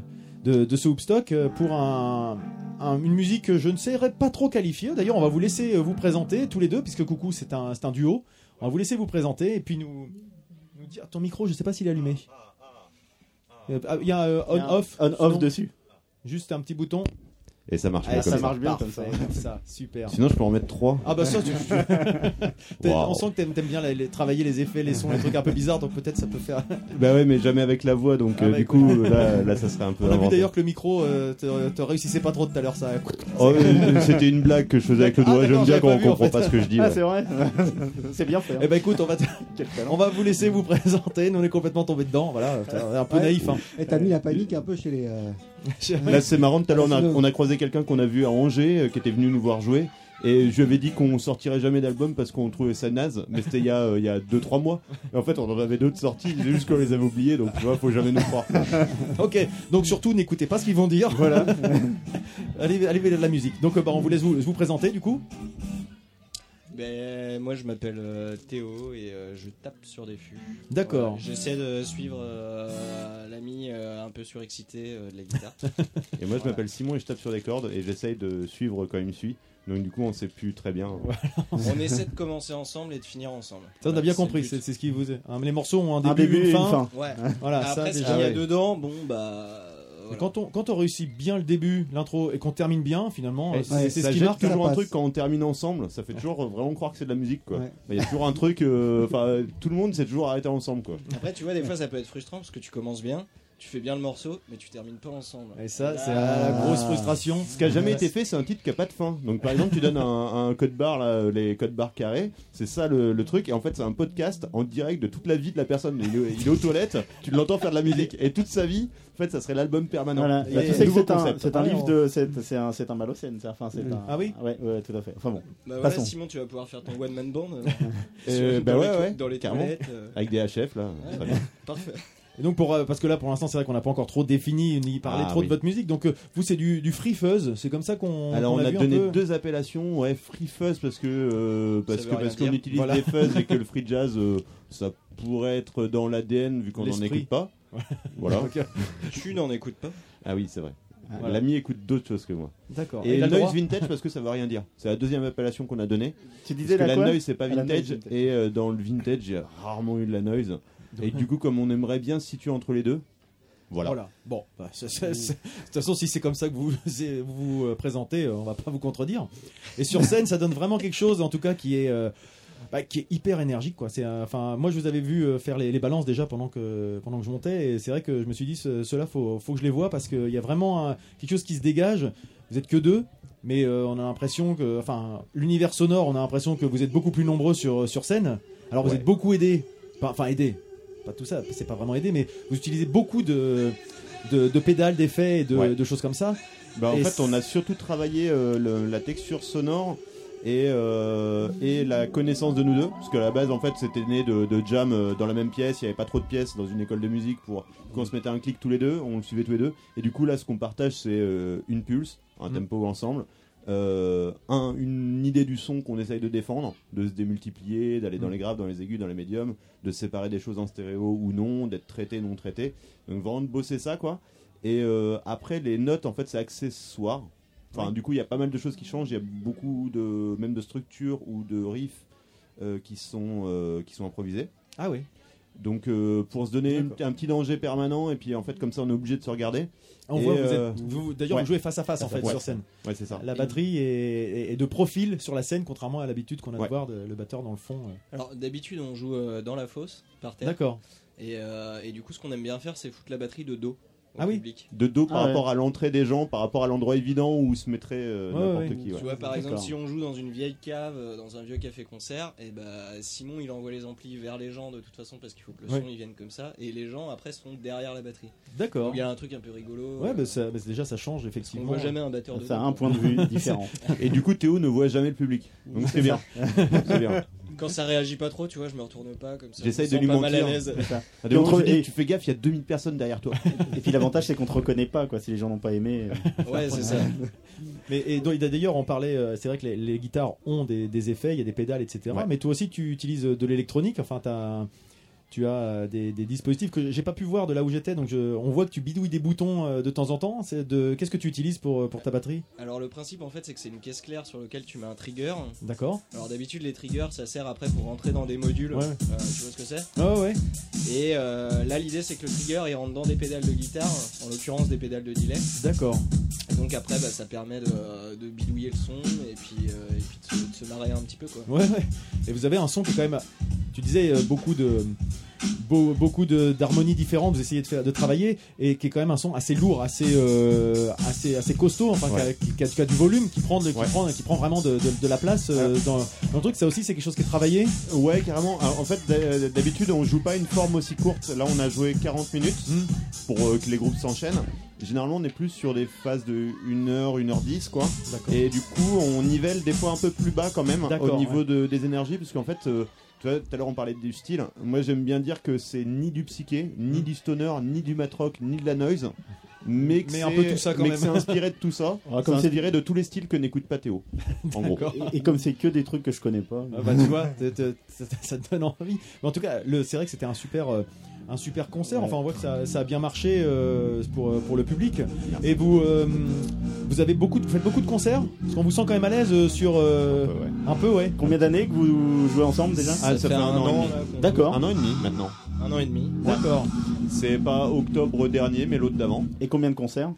Speaker 4: de de ce Hoopstock euh, pour un un- une musique que je ne saurais pas trop qualifier. D'ailleurs, on va vous laisser euh, vous présenter tous les deux, puisque Coucou, c'est un, c'est un duo. On va vous laisser vous présenter et puis nous, nous dire. Ton micro, je ne sais pas s'il est allumé.
Speaker 8: Ah,
Speaker 4: Euh, ah, Il y a
Speaker 3: Il y a un
Speaker 4: on-off.
Speaker 3: On-off dessus.
Speaker 4: Juste un petit bouton.
Speaker 8: Et ça marche
Speaker 4: Ah,
Speaker 8: bien comme
Speaker 3: ça
Speaker 8: ça.
Speaker 3: marche bien comme
Speaker 4: parfait, super.
Speaker 8: Sinon, je peux en mettre trois.
Speaker 4: Ah bah ça, tu, tu-
Speaker 8: <laughs>
Speaker 4: t'aimes-
Speaker 8: Waouh.
Speaker 4: on sent que t'aimes, t'aimes bien les- les- travailler les effets, les sons, les trucs un peu bizarres, donc peut-être ça peut faire.
Speaker 8: Bah ouais, mais jamais avec la voix, donc
Speaker 4: Ah
Speaker 8: euh,
Speaker 4: bah,
Speaker 8: du coup, là, là, ça serait un peu.
Speaker 4: On a vu
Speaker 8: inventé.
Speaker 4: d'ailleurs que le micro euh, te, te réussissait pas trop tout à l'heure, ça.
Speaker 8: Oh, euh, C'était une blague que je faisais avec le
Speaker 4: Ah,
Speaker 8: doigt. J'aime
Speaker 4: d'accord,
Speaker 8: bien
Speaker 4: j'avais
Speaker 8: quand
Speaker 4: pas
Speaker 8: on
Speaker 4: vu, en
Speaker 8: comprend
Speaker 4: fait.
Speaker 8: pas ce que je dis.
Speaker 3: Ah,
Speaker 8: ouais.
Speaker 3: c'est vrai. <laughs> c'est bien fait. hein.
Speaker 4: Eh bah écoute, on va, te-
Speaker 3: <laughs> Quel talent.
Speaker 4: on va vous laisser vous présenter. Nous on est complètement tombés dedans, voilà. On est un peu
Speaker 5: Ouais.
Speaker 4: naïf. Hein.
Speaker 5: Et t'as mis la panique un peu chez
Speaker 4: <laughs>
Speaker 5: les. euh,
Speaker 8: Là, c'est marrant. Tout à l'heure, on a,
Speaker 5: Vas-y,
Speaker 8: on a croisé quelqu'un qu'on a vu à Angers, euh, qui était venu nous voir jouer. Et je lui avais dit qu'on sortirait jamais d'album parce qu'on trouvait ça naze, mais c'était il y a 2-3 mois. Et en fait, on en avait d'autres sorties, c'est juste qu'on les avait oubliées, donc tu vois, faut jamais nous croire.
Speaker 4: Ok, donc surtout n'écoutez pas ce qu'ils vont dire. Voilà. <laughs> allez, allez vers de la musique. Donc euh, bah, on vous laisse vous, vous présenter du coup.
Speaker 9: Ben, moi je m'appelle euh, Théo et euh, je tape sur des fûts.
Speaker 4: D'accord.
Speaker 9: Voilà, J'essaie de suivre euh, l'ami euh, un peu surexcité euh, de la guitare.
Speaker 8: Et moi, je m'appelle Simon et je tape sur des cordes et j'essaye de suivre quand il me suit. Donc, du coup, on sait plus très bien.
Speaker 4: <laughs>
Speaker 9: on essaie de commencer ensemble et de finir ensemble.
Speaker 4: Ça, on a
Speaker 9: Voilà,
Speaker 4: bien
Speaker 9: c'est le
Speaker 4: compris,
Speaker 9: but.
Speaker 4: c'est c'est ce qui vous est. hein, les morceaux ont un début,
Speaker 3: Un début et une fin.
Speaker 9: Ouais.
Speaker 4: Voilà, ça
Speaker 9: Après ce
Speaker 4: déjà.
Speaker 9: qu'il y
Speaker 4: Ah
Speaker 9: a
Speaker 4: ouais.
Speaker 9: dedans, bon bah. voilà.
Speaker 4: Quand on, quand on réussit bien le début, l'intro, et qu'on termine bien, finalement, euh,
Speaker 8: Et
Speaker 4: c'est
Speaker 5: ouais,
Speaker 4: c'est ce
Speaker 8: ça
Speaker 4: qui
Speaker 8: jette
Speaker 4: marque.
Speaker 5: ça
Speaker 8: toujours un
Speaker 5: passe.
Speaker 8: truc quand on termine ensemble, ça fait toujours euh, vraiment croire que c'est de la musique quoi.
Speaker 5: Ouais.
Speaker 8: Bah, Il y a toujours un truc, euh, enfin tout le monde s'est toujours arrêté ensemble quoi.
Speaker 9: Après, tu vois, des fois ça peut être frustrant parce que tu commences bien, tu fais bien le morceau, mais tu termines pas ensemble.
Speaker 4: Et ça, c'est
Speaker 5: Ah.
Speaker 4: la grosse frustration.
Speaker 8: Ce qui a jamais été fait, c'est un titre qui a pas de fin. Donc par exemple, tu donnes un, un code barre, là, euh, les codes barres carrés, c'est ça le, le truc. Et en fait, c'est un podcast en direct de toute la vie de la personne. Il, est- il est aux toilettes, tu l'entends faire de la musique, et toute sa vie, en fait, ça serait l'album permanent.
Speaker 3: Voilà.
Speaker 8: Et
Speaker 3: Bah, tu sais que
Speaker 8: nouveau
Speaker 3: c'est un,
Speaker 8: concept.
Speaker 3: c'est un
Speaker 4: Ah,
Speaker 3: livre
Speaker 4: on-
Speaker 3: de. C'est c'est un, c'est un Malocène, ça. Enfin, c'est un-
Speaker 4: Ah oui
Speaker 3: ouais, ouais, tout à fait. Enfin bon.
Speaker 9: Bah voilà,
Speaker 3: Passons.
Speaker 9: Simon, tu vas pouvoir
Speaker 8: <laughs>
Speaker 9: faire ton one man band. euh,
Speaker 8: Euh,
Speaker 9: sur-
Speaker 8: bah
Speaker 9: dans
Speaker 8: ouais,
Speaker 9: les-
Speaker 8: ouais,
Speaker 9: Dans les
Speaker 8: carrément.
Speaker 9: toilettes. euh,
Speaker 8: Avec des HF là.
Speaker 9: Ouais.
Speaker 8: Très bien.
Speaker 9: <laughs> Parfait.
Speaker 4: Et donc pour euh, parce que là pour l'instant c'est vrai qu'on n'a pas encore trop défini ni parlé
Speaker 8: Ah,
Speaker 4: trop
Speaker 8: oui.
Speaker 4: de votre musique donc euh, vous c'est du, du free fuzz c'est comme ça qu'on
Speaker 8: Alors
Speaker 4: qu'on
Speaker 8: on
Speaker 4: l'a
Speaker 8: a
Speaker 4: vu un
Speaker 8: donné
Speaker 4: peu.
Speaker 8: deux appellations, ouais, free fuzz parce que euh, parce
Speaker 9: veut
Speaker 8: que
Speaker 9: rien
Speaker 8: parce qu'on
Speaker 9: dire.
Speaker 8: utilise
Speaker 4: Voilà.
Speaker 8: des fuzz et que le free jazz euh, ça pourrait être dans l'ADN vu qu'on n'en
Speaker 4: L'esprit.
Speaker 8: écoute pas. Voilà.
Speaker 4: Ok.
Speaker 9: Tu n'en écoutes pas.
Speaker 8: Ah oui, c'est vrai.
Speaker 4: Voilà.
Speaker 8: L'ami écoute d'autres choses que moi.
Speaker 4: d'accord
Speaker 8: Et,
Speaker 4: t'as le
Speaker 8: noise
Speaker 4: droit
Speaker 8: vintage parce que ça veut rien dire. C'est la deuxième appellation qu'on a donnée.
Speaker 3: Tu
Speaker 8: Parce
Speaker 3: disais
Speaker 8: que
Speaker 3: la
Speaker 8: la
Speaker 3: quoi
Speaker 8: noise c'est pas
Speaker 3: Ah, la
Speaker 8: vintage
Speaker 3: noise, vintage.
Speaker 8: et euh, dans le vintage j'ai rarement eu de la noise. Et du coup comme on aimerait bien se situer entre les deux. Voilà.
Speaker 4: voilà bon bah, ça- ça- ça- de toute façon si c'est comme ça que vous <laughs> vous vous, euh, présentez euh, on va pas vous contredire et sur scène ça donne vraiment quelque chose en tout cas qui est euh, bah, qui est hyper énergique quoi c'est euh, enfin moi je vous avais vu euh, faire les, les balances déjà pendant que pendant que je montais et c'est vrai que je me suis dit ce- ceux-là faut faut que je les vois parce qu'il y a vraiment un- quelque chose qui se dégage vous êtes que deux mais euh, on a l'impression que enfin l'univers sonore on a l'impression que vous êtes beaucoup plus nombreux sur euh, sur scène alors vous
Speaker 8: Ouais.
Speaker 4: êtes beaucoup aidés par- enfin aidés pas tout ça c'est pas vraiment aidé mais vous utilisez beaucoup de de, de pédales d'effets et de,
Speaker 8: Ouais.
Speaker 4: de choses comme ça
Speaker 8: Bah, en
Speaker 4: Et
Speaker 8: fait,
Speaker 4: c'est-
Speaker 8: on a surtout travaillé euh, le- la texture sonore et, euh, et la connaissance de nous deux. Parce que à la base, en fait, c'était né de, de jam euh, dans la même pièce. Il n'y avait pas trop de pièces dans une école de musique pour qu'on se mettait un clic tous les deux. On le suivait tous les deux. Et du coup, là, ce qu'on partage, c'est euh, une pulse, un
Speaker 4: Mm.
Speaker 8: tempo ensemble. euh, un- une idée du son qu'on essaye de défendre, de se démultiplier, d'aller dans
Speaker 4: Mm.
Speaker 8: les graves, dans les aigus, dans les médiums, de séparer des choses en stéréo ou non, d'être traité, non traité. Donc vraiment de bosser ça, quoi. Et euh, après, les notes, en fait, c'est accessoire. Enfin, du coup, il y a pas mal de choses qui changent. Il y a beaucoup de, même de structures ou de riffs euh, qui sont euh, qui sont improvisés.
Speaker 4: ah oui
Speaker 8: Donc, euh, pour se donner une- un petit danger permanent, et puis en fait, comme ça, on est obligé de se regarder.
Speaker 4: on
Speaker 8: Et,
Speaker 4: voit vous
Speaker 8: euh,
Speaker 4: êtes vous- d'ailleurs
Speaker 8: ouais.
Speaker 4: vous jouez face à face en fait
Speaker 8: Ouais.
Speaker 4: sur scène
Speaker 8: Ouais, c'est ça.
Speaker 4: la batterie est, est- est de profil sur la scène contrairement à l'habitude qu'on a
Speaker 8: Ouais.
Speaker 4: de voir de- le batteur dans le fond euh.
Speaker 9: Alors d'habitude on joue euh, dans la fosse, par terre.
Speaker 4: d'accord
Speaker 9: Et, euh, et du coup ce qu'on aime bien faire c'est foutre la batterie de dos au
Speaker 4: Ah oui.
Speaker 9: public.
Speaker 8: De dos par
Speaker 3: Ah ouais.
Speaker 8: rapport à l'entrée des gens, par rapport à l'endroit évident où se mettrait euh,
Speaker 4: Ouais,
Speaker 8: n'importe
Speaker 4: ouais.
Speaker 8: qui. ouais.
Speaker 9: Tu vois par exemple
Speaker 8: D'accord.
Speaker 9: si on joue dans une vieille cave, euh, dans un vieux café concert, et bah Simon il envoie les amplis vers les gens de toute façon parce qu'il faut que le
Speaker 4: Ouais.
Speaker 9: son il vienne comme ça et les gens après sont derrière la batterie.
Speaker 4: d'accord
Speaker 9: Donc il y a un truc un peu rigolo.
Speaker 4: ouais
Speaker 9: euh,
Speaker 4: bah, ça- bah, déjà ça change
Speaker 9: parce qu'on
Speaker 4: effectivement
Speaker 9: voit jamais un batteur de
Speaker 3: Ça a
Speaker 4: hein. <laughs>
Speaker 9: dos.
Speaker 3: un point de vue différent.
Speaker 8: Et du coup, Théo ne voit jamais le public. Donc, <laughs> c'est bien. c'est bien.
Speaker 9: Quand ça réagit pas trop, tu vois, je me retourne pas comme ça.
Speaker 8: J'essaye
Speaker 9: je me
Speaker 8: de lui
Speaker 9: sens pas mal à
Speaker 8: mentir. Ah,
Speaker 9: l'aise.
Speaker 3: C'est ça.
Speaker 8: À
Speaker 3: Et
Speaker 8: des moments,
Speaker 3: on
Speaker 8: tu te dis,
Speaker 3: et-
Speaker 8: eh, tu fais gaffe, il y a 2000 personnes derrière toi.
Speaker 3: Et puis l'avantage, c'est qu'on te reconnaît pas, quoi. Si les gens n'ont pas aimé. euh,
Speaker 9: <laughs> Ouais, c'est ça.
Speaker 4: Mais et donc, d'ailleurs, on parlait, euh, c'est vrai que les, les guitares ont des, des effets, il y a des pédales, etc.
Speaker 8: Ouais.
Speaker 4: Mais toi aussi, tu utilises euh, de l'électronique. Enfin, t'as- tu as euh, des, des dispositifs que j'ai pas pu voir de là où j'étais. Donc, je- on voit que tu bidouilles des boutons euh, de temps en temps. C'est de- Qu'est-ce que tu utilises pour, euh, pour ta batterie
Speaker 9: Alors le principe en fait c'est que c'est une caisse claire sur laquelle tu mets un trigger.
Speaker 4: D'accord
Speaker 9: Alors d'habitude les triggers ça sert après pour rentrer dans des modules.
Speaker 4: Ouais.
Speaker 9: Euh, tu vois ce que c'est
Speaker 4: Ah ouais.
Speaker 9: Et euh, là l'idée c'est que le trigger il rentre dans des pédales de guitare, en l'occurrence des pédales de delay.
Speaker 4: D'accord.
Speaker 9: Et donc après bah, ça permet de, de bidouiller le son et puis, euh, et puis de, se, de se marrer un petit peu quoi.
Speaker 4: Ouais, ouais. Et vous avez un son qui est quand même. Tu disais euh, beaucoup de. beau- beaucoup de- d'harmonies différentes, vous essayez de, faire, de travailler et qui est quand même un son assez lourd, assez, euh, assez, assez costaud, enfin qui a-
Speaker 8: Ouais.
Speaker 4: qui, a, qui a du volume, qui prend, de- qui
Speaker 8: Ouais.
Speaker 4: prend, qui prend vraiment de, de- de la place euh, dans, dans le truc. Ça aussi, c'est quelque chose qui est travaillé.
Speaker 8: Ouais, carrément. Alors, en fait, d'hab- d'habitude, on joue pas une forme aussi courte. Là, on a joué 40 minutes
Speaker 4: Hmm.
Speaker 8: pour euh, que les groupes s'enchaînent. Généralement, on est plus sur des phases de 1h, 1h10, quoi.
Speaker 4: D'accord.
Speaker 8: Et du coup, on nivelle des fois un peu plus bas quand même
Speaker 4: D'accord,
Speaker 8: au niveau de- des énergies, parce qu'en fait, euh, tu vois, tout à l'heure on parlait du style. Moi, j'aime bien dire que c'est ni du psyché, ni
Speaker 4: Hmm.
Speaker 8: du stoner, ni du matrock, ni de la noise, mais que
Speaker 4: Mais
Speaker 8: c'est-
Speaker 4: un peu tout ça quand
Speaker 8: mais
Speaker 4: même.
Speaker 8: que c'est inspiré de tout ça.
Speaker 3: Ah,
Speaker 8: c'est
Speaker 3: comme c'est-
Speaker 8: inspiré de tous les styles que n'écoute pas Théo. En gros.
Speaker 3: Et, et comme c'est que des trucs que je connais pas.
Speaker 4: Ah bah tu vois, t'es- t'es- ça, ça te donne envie. Mais en tout cas, le- c'est vrai que c'était un super, euh, un super concert. Enfin, on voit que ça, ça a bien marché euh, pour, euh, pour le public. Et vous, euh, vous avez beaucoup, de- vous faites beaucoup de concerts parce qu'on vous sent quand même à l'aise euh, sur euh,
Speaker 8: Ouais, ouais.
Speaker 4: un peu, ouais.
Speaker 3: Combien d'années que vous jouez ensemble déjà
Speaker 8: Ah, ça fait un an et demi.
Speaker 9: là, qu'on-
Speaker 3: D'accord.
Speaker 8: Un an et demi maintenant.
Speaker 9: Un an et demi.
Speaker 4: D'accord.
Speaker 8: C'est pas octobre dernier, mais l'autre d'avant.
Speaker 3: Et combien de concerts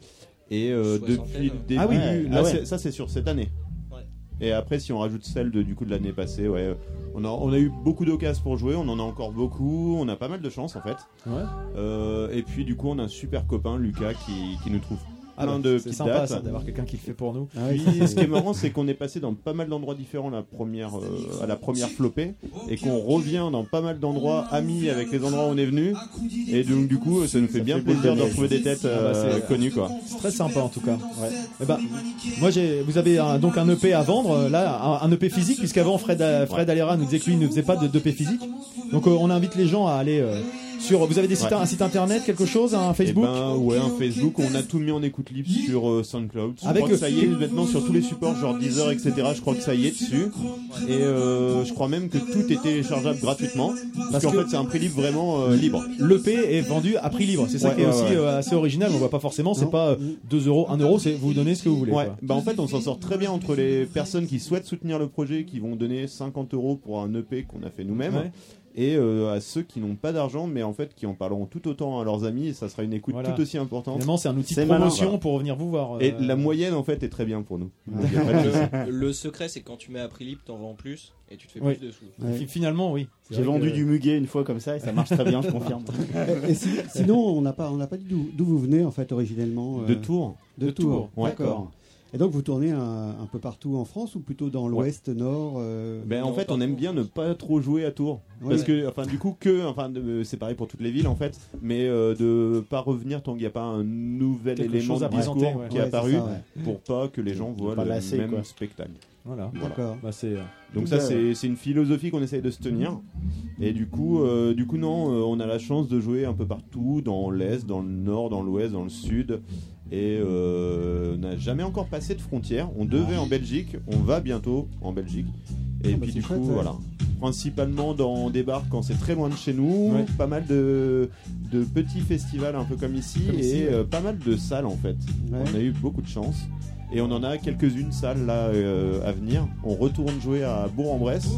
Speaker 8: Et euh,
Speaker 9: Soixantaine.
Speaker 8: depuis le début,
Speaker 4: Ah oui.
Speaker 8: là,
Speaker 3: Ah ouais.
Speaker 8: c'est- ça c'est sur cette année.
Speaker 9: Ouais.
Speaker 8: Et après, si on rajoute celle de, du coup de l'année passée, ouais, euh, on a, on a eu beaucoup d'occasions pour jouer, on en a encore beaucoup, on a pas mal de chance en fait.
Speaker 4: Ouais.
Speaker 8: Euh, et puis du coup, on a un super copain, Lucas, qui, qui nous trouve
Speaker 4: Ah
Speaker 8: plein
Speaker 4: bah,
Speaker 8: de
Speaker 4: c'est
Speaker 8: petites
Speaker 4: sympa
Speaker 8: dates.
Speaker 4: ça, d'avoir quelqu'un qui le fait pour nous.
Speaker 3: Ah
Speaker 8: Puis,
Speaker 3: <laughs>
Speaker 8: ce qui est marrant, c'est qu'on est passé dans pas mal d'endroits différents la première, euh, à la première flopée et qu'on revient dans pas mal d'endroits amis avec les endroits où on est venu. Et donc, du coup, ça nous fait bien
Speaker 3: fait
Speaker 8: plaisir de
Speaker 3: plaisir.
Speaker 8: retrouver des têtes
Speaker 4: Ah bah,
Speaker 8: euh,
Speaker 4: c'est-
Speaker 8: connues quoi.
Speaker 4: C'est très sympa en tout cas. Eh ben, moi j'ai, vous avez un- donc un EP à vendre euh, là, un, un EP physique puisqu'avant Fred, euh, Fred Alera nous disait que lui il ne faisait pas de d'EP physique. Donc euh, on invite les gens à aller euh, sur. Vous avez des sites,
Speaker 8: Ouais.
Speaker 4: un site internet, quelque chose, un Facebook.
Speaker 8: Eh ben, ouais, un Facebook. On a tout mis en écoute libre sur euh, SoundCloud. Je
Speaker 4: Avec
Speaker 8: crois que
Speaker 4: le-
Speaker 8: ça y est maintenant sur tous les supports, genre Deezer, etc. Je crois que ça y est dessus. Et euh, je crois même que tout est téléchargeable gratuitement. Parce
Speaker 4: Parce
Speaker 8: qu'en
Speaker 4: que-
Speaker 8: fait, c'est un prix libre vraiment euh, libre.
Speaker 4: L'EP est vendu à prix libre. C'est ça
Speaker 8: Ouais,
Speaker 4: qui est
Speaker 8: ouais,
Speaker 4: aussi
Speaker 8: ouais.
Speaker 4: euh, assez original. On voit pas forcément. C'est pas euh, 2 euros, 1 euro. C'est vous donnez ce que vous voulez.
Speaker 8: Ouais,
Speaker 4: quoi.
Speaker 8: bah en fait on s'en sort très bien entre les personnes qui souhaitent soutenir le projet, qui vont donner 50 euros pour un EP qu'on a fait nous-mêmes,
Speaker 4: Ouais.
Speaker 8: et euh, à ceux qui n'ont pas d'argent mais en fait qui en parleront tout autant à leurs amis, et ça sera une écoute
Speaker 4: Voilà.
Speaker 8: tout aussi importante.
Speaker 4: Finalement, c'est un outil de
Speaker 3: C'est malin,
Speaker 4: promotion
Speaker 8: voilà.
Speaker 4: pour venir vous voir. euh,
Speaker 8: Et la moyenne en fait est très bien pour nous. Donc, y a pas de souci.
Speaker 9: Le, <laughs> le secret c'est que quand tu mets à prix libre t'en vends plus et tu te fais
Speaker 4: Oui.
Speaker 9: plus de sous.
Speaker 5: Ouais.
Speaker 4: fi- Finalement, oui. C'est
Speaker 3: J'ai
Speaker 4: vrai
Speaker 3: vendu
Speaker 4: que-
Speaker 3: du muguet une fois comme ça et ça marche très bien, je confirme.
Speaker 5: <laughs> Et- et si- sinon, on n'a pas, on n'a pas dit d'où d'où vous venez en fait originellement. euh,
Speaker 8: De tour.
Speaker 5: de
Speaker 4: de Tours,
Speaker 5: Tours.
Speaker 8: ouais.
Speaker 5: D'accord. Et donc vous tournez un, un peu partout en France ou plutôt dans l'Ouest, Nord. euh,
Speaker 8: Ben en
Speaker 9: Non,
Speaker 8: fait
Speaker 9: pas
Speaker 8: on aime
Speaker 9: trop.
Speaker 8: bien ne pas trop jouer à Tours
Speaker 5: Ouais.
Speaker 8: parce que enfin du coup que enfin de- euh, c'est pareil pour toutes les villes en fait mais euh, de pas revenir tant qu'il n'y a pas un nouvel
Speaker 4: Quelque
Speaker 8: élément
Speaker 4: chose
Speaker 8: de
Speaker 4: à
Speaker 8: discours
Speaker 4: présenter, ouais.
Speaker 8: qui
Speaker 5: ouais,
Speaker 8: est
Speaker 5: c'est
Speaker 8: apparu
Speaker 5: ça, ouais.
Speaker 8: pour pas que les gens voient
Speaker 3: pas
Speaker 8: le
Speaker 3: lasser,
Speaker 8: même
Speaker 3: quoi.
Speaker 8: spectacle.
Speaker 4: Voilà.
Speaker 8: Voilà.
Speaker 5: D'accord.
Speaker 4: Bah, c'est. euh,
Speaker 8: Donc
Speaker 3: Tout
Speaker 8: ça
Speaker 3: à
Speaker 8: c'est c'est une philosophie qu'on essaye de se tenir. Et du coup, euh, du coup non, euh, on a la chance de jouer un peu partout, dans l'est, dans le nord, dans l'ouest, dans le sud. Et euh, on n'a jamais encore passé de frontière. On devait en Belgique, on va bientôt en Belgique. Et
Speaker 5: Ah, bah,
Speaker 8: puis
Speaker 5: c'est
Speaker 8: du coup,
Speaker 5: chouette, ouais.
Speaker 8: voilà. Principalement dans des bars quand c'est très loin de chez nous,
Speaker 4: Ouais.
Speaker 8: pas mal de, de petits festivals un peu comme ici
Speaker 4: Comme
Speaker 8: et
Speaker 4: ici, ouais.
Speaker 8: euh, pas mal de salles en fait.
Speaker 5: Ouais.
Speaker 8: On a eu beaucoup de chance. Et on en a quelques-unes salles là euh, à venir. On retourne jouer à Bourg-en-Bresse,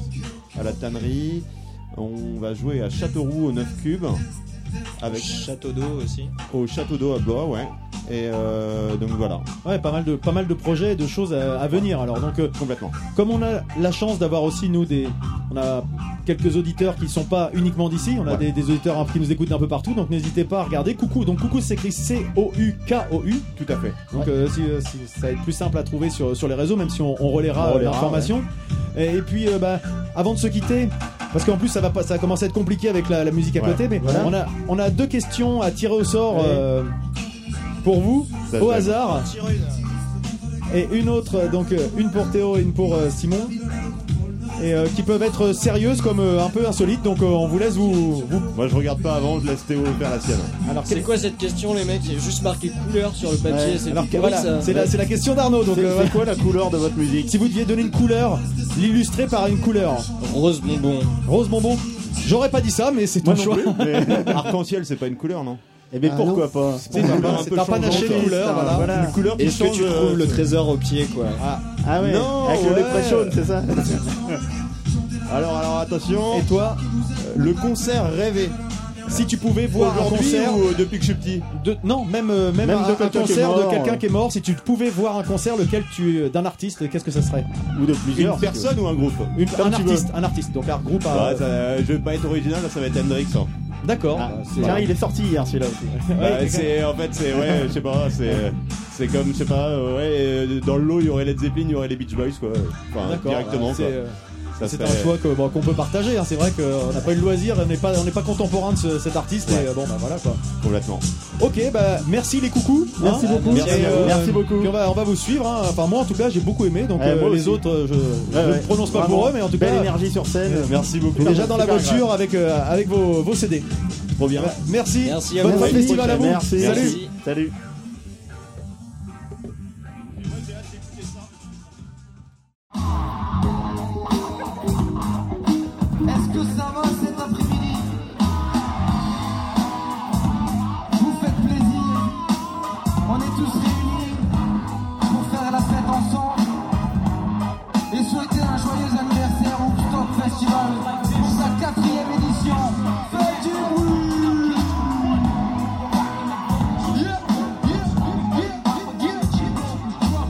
Speaker 8: à la tannerie. On va jouer à Châteauroux au 9 cubes. Avec
Speaker 9: Château d'eau aussi.
Speaker 8: au Château d'eau à Blois, ouais. Et euh, donc voilà,
Speaker 4: Ouais, pas mal de pas mal de projets, de choses à, à venir. Alors donc. euh,
Speaker 8: complètement.
Speaker 4: Comme on a la chance d'avoir aussi nous des, on a quelques auditeurs qui sont pas uniquement d'ici, on a
Speaker 8: Ouais.
Speaker 4: des, des auditeurs hein, qui nous écoutent un peu partout, donc n'hésitez pas à regarder. Coucou, donc coucou s'écrit C O U K O U,
Speaker 8: Tout à fait.
Speaker 4: donc euh, si, euh, si- ça va être plus simple à trouver sur, sur les réseaux, même si on, on
Speaker 3: On
Speaker 4: relaiera euh,
Speaker 3: relaiera,
Speaker 4: l'information. Et, et puis euh, bah, avant de se quitter, parce qu'en plus ça va pas, ça va commencer à être compliqué avec la, la musique à
Speaker 8: Ouais.
Speaker 4: côté, mais
Speaker 5: Voilà.
Speaker 4: on a on a deux questions à tirer au sort
Speaker 5: Ouais.
Speaker 4: euh, pour vous
Speaker 8: Ça,
Speaker 4: au
Speaker 8: j'aime.
Speaker 4: hasard. Et une autre, donc euh, une pour Théo et une pour euh, Simon. Et et euh, qui peuvent être sérieuses comme euh, un peu insolites. Donc euh, on vous laisse vous. vous-
Speaker 8: Moi je regarde pas avant, je laisse Théo faire la sienne.
Speaker 4: Alors,
Speaker 9: C'est quoi cette question, les mecs Il y a juste marqué couleur sur le papier.
Speaker 4: Ouais,
Speaker 9: c'est
Speaker 4: alors
Speaker 9: du
Speaker 4: que-
Speaker 9: bruit,
Speaker 4: voilà,
Speaker 9: ça.
Speaker 4: c'est la, c'est la question d'Arnaud. Donc euh,
Speaker 3: C'est quoi la couleur de votre musique
Speaker 4: si vous deviez donner une couleur, l'illustrer par une couleur.
Speaker 9: Rose bonbon.
Speaker 4: Rose bonbon. J'aurais pas dit ça, mais c'est ton
Speaker 8: non
Speaker 4: choix.
Speaker 8: plus,
Speaker 4: <laughs>
Speaker 8: mais Arc-en-ciel, c'est pas une couleur, non
Speaker 3: Eh bien
Speaker 5: Ah,
Speaker 3: pourquoi pas
Speaker 4: C'est une couleur un peu panaché de
Speaker 8: changeante,
Speaker 4: couleurs,
Speaker 8: hein,
Speaker 4: voilà.
Speaker 8: Une couleur qui
Speaker 9: Est-ce que
Speaker 8: change.
Speaker 9: tu
Speaker 8: euh,
Speaker 9: trouves le trésor au pied, quoi
Speaker 3: Ah ouais,
Speaker 4: Non,
Speaker 3: avec
Speaker 4: ouais.
Speaker 3: le pré jaune, c'est
Speaker 4: <laughs>
Speaker 3: ça
Speaker 8: Alors, alors attention,
Speaker 4: Et toi,
Speaker 8: le concert rêvé.
Speaker 4: si tu pouvais voir un
Speaker 8: Aujourd'hui
Speaker 4: concert,
Speaker 8: ou euh, depuis que je suis petit
Speaker 4: de- non, même euh, même,
Speaker 3: Même
Speaker 4: un,
Speaker 3: de
Speaker 4: un
Speaker 3: quelqu'un qui est
Speaker 4: concert de
Speaker 3: mort,
Speaker 4: quelqu'un
Speaker 3: ouais.
Speaker 4: qui est mort, si tu pouvais voir un concert, lequel tu euh, d'un artiste, qu'est-ce que ça serait
Speaker 3: Ou de
Speaker 8: Une
Speaker 3: plusieurs si tu veux.
Speaker 8: personne ou un groupe
Speaker 4: Une-
Speaker 8: Comme
Speaker 4: Un
Speaker 8: tu veux.
Speaker 4: artiste, un artiste. Donc un groupe. à-
Speaker 8: Ouais, ça- euh, je vais pas être original, là, ça va être Hendrix. hein.
Speaker 4: D'accord.
Speaker 3: Ah,
Speaker 4: Bah, c'est-
Speaker 3: Tiens, il est sorti hier celui-là aussi.
Speaker 8: Bah,
Speaker 4: Ouais,
Speaker 8: c'est en fait c'est ouais je sais pas c'est c'est comme je sais pas euh, ouais euh, dans le lot il y aurait Led Zeppelin il y aurait les Beach Boys quoi enfin
Speaker 4: D'accord,
Speaker 8: directement
Speaker 4: bah, c'est,
Speaker 8: quoi.
Speaker 4: euh,
Speaker 8: Ça
Speaker 4: C'est
Speaker 8: serait-
Speaker 4: un choix que- bon, qu'on peut partager. hein. C'est vrai qu'on n'a pas eu le loisir, on n'est pas, on n'est pas contemporain de ce- cet artiste. Et, euh, bon, bah voilà quoi.
Speaker 8: complètement
Speaker 4: Ok, bah merci les coucous.
Speaker 3: Merci beaucoup.
Speaker 4: Et,
Speaker 3: Merci à vous. Merci beaucoup.
Speaker 4: puis on, va, on va vous suivre. hein. Enfin, moi en tout cas, j'ai beaucoup aimé. Donc
Speaker 10: Eh,
Speaker 3: Ouais,
Speaker 4: euh,
Speaker 3: moi
Speaker 4: les
Speaker 3: aussi.
Speaker 4: autres, euh, je ne
Speaker 3: ouais.
Speaker 4: prononce pas
Speaker 3: Vraiment,
Speaker 4: pour eux, mais en tout
Speaker 3: Belle
Speaker 4: cas, euh,
Speaker 3: énergie sur scène.
Speaker 8: merci beaucoup
Speaker 4: déjà dans la
Speaker 3: Super
Speaker 4: voiture avec, euh, avec vos, vos CD.
Speaker 8: trop bien
Speaker 4: Bah, merci.
Speaker 9: Merci à
Speaker 4: Bonne
Speaker 9: vous.
Speaker 4: fin de
Speaker 9: Merci.
Speaker 4: festival à vous.
Speaker 3: Merci.
Speaker 4: Salut.
Speaker 9: Merci.
Speaker 3: Salut.
Speaker 11: Est-ce que ça va cet après-midi Vous faites plaisir On est tous réunis pour faire la fête ensemble et souhaiter un joyeux anniversaire au Stock Festival pour sa quatrième édition. Faites du bruit Yeah, yeah, yeah, yeah,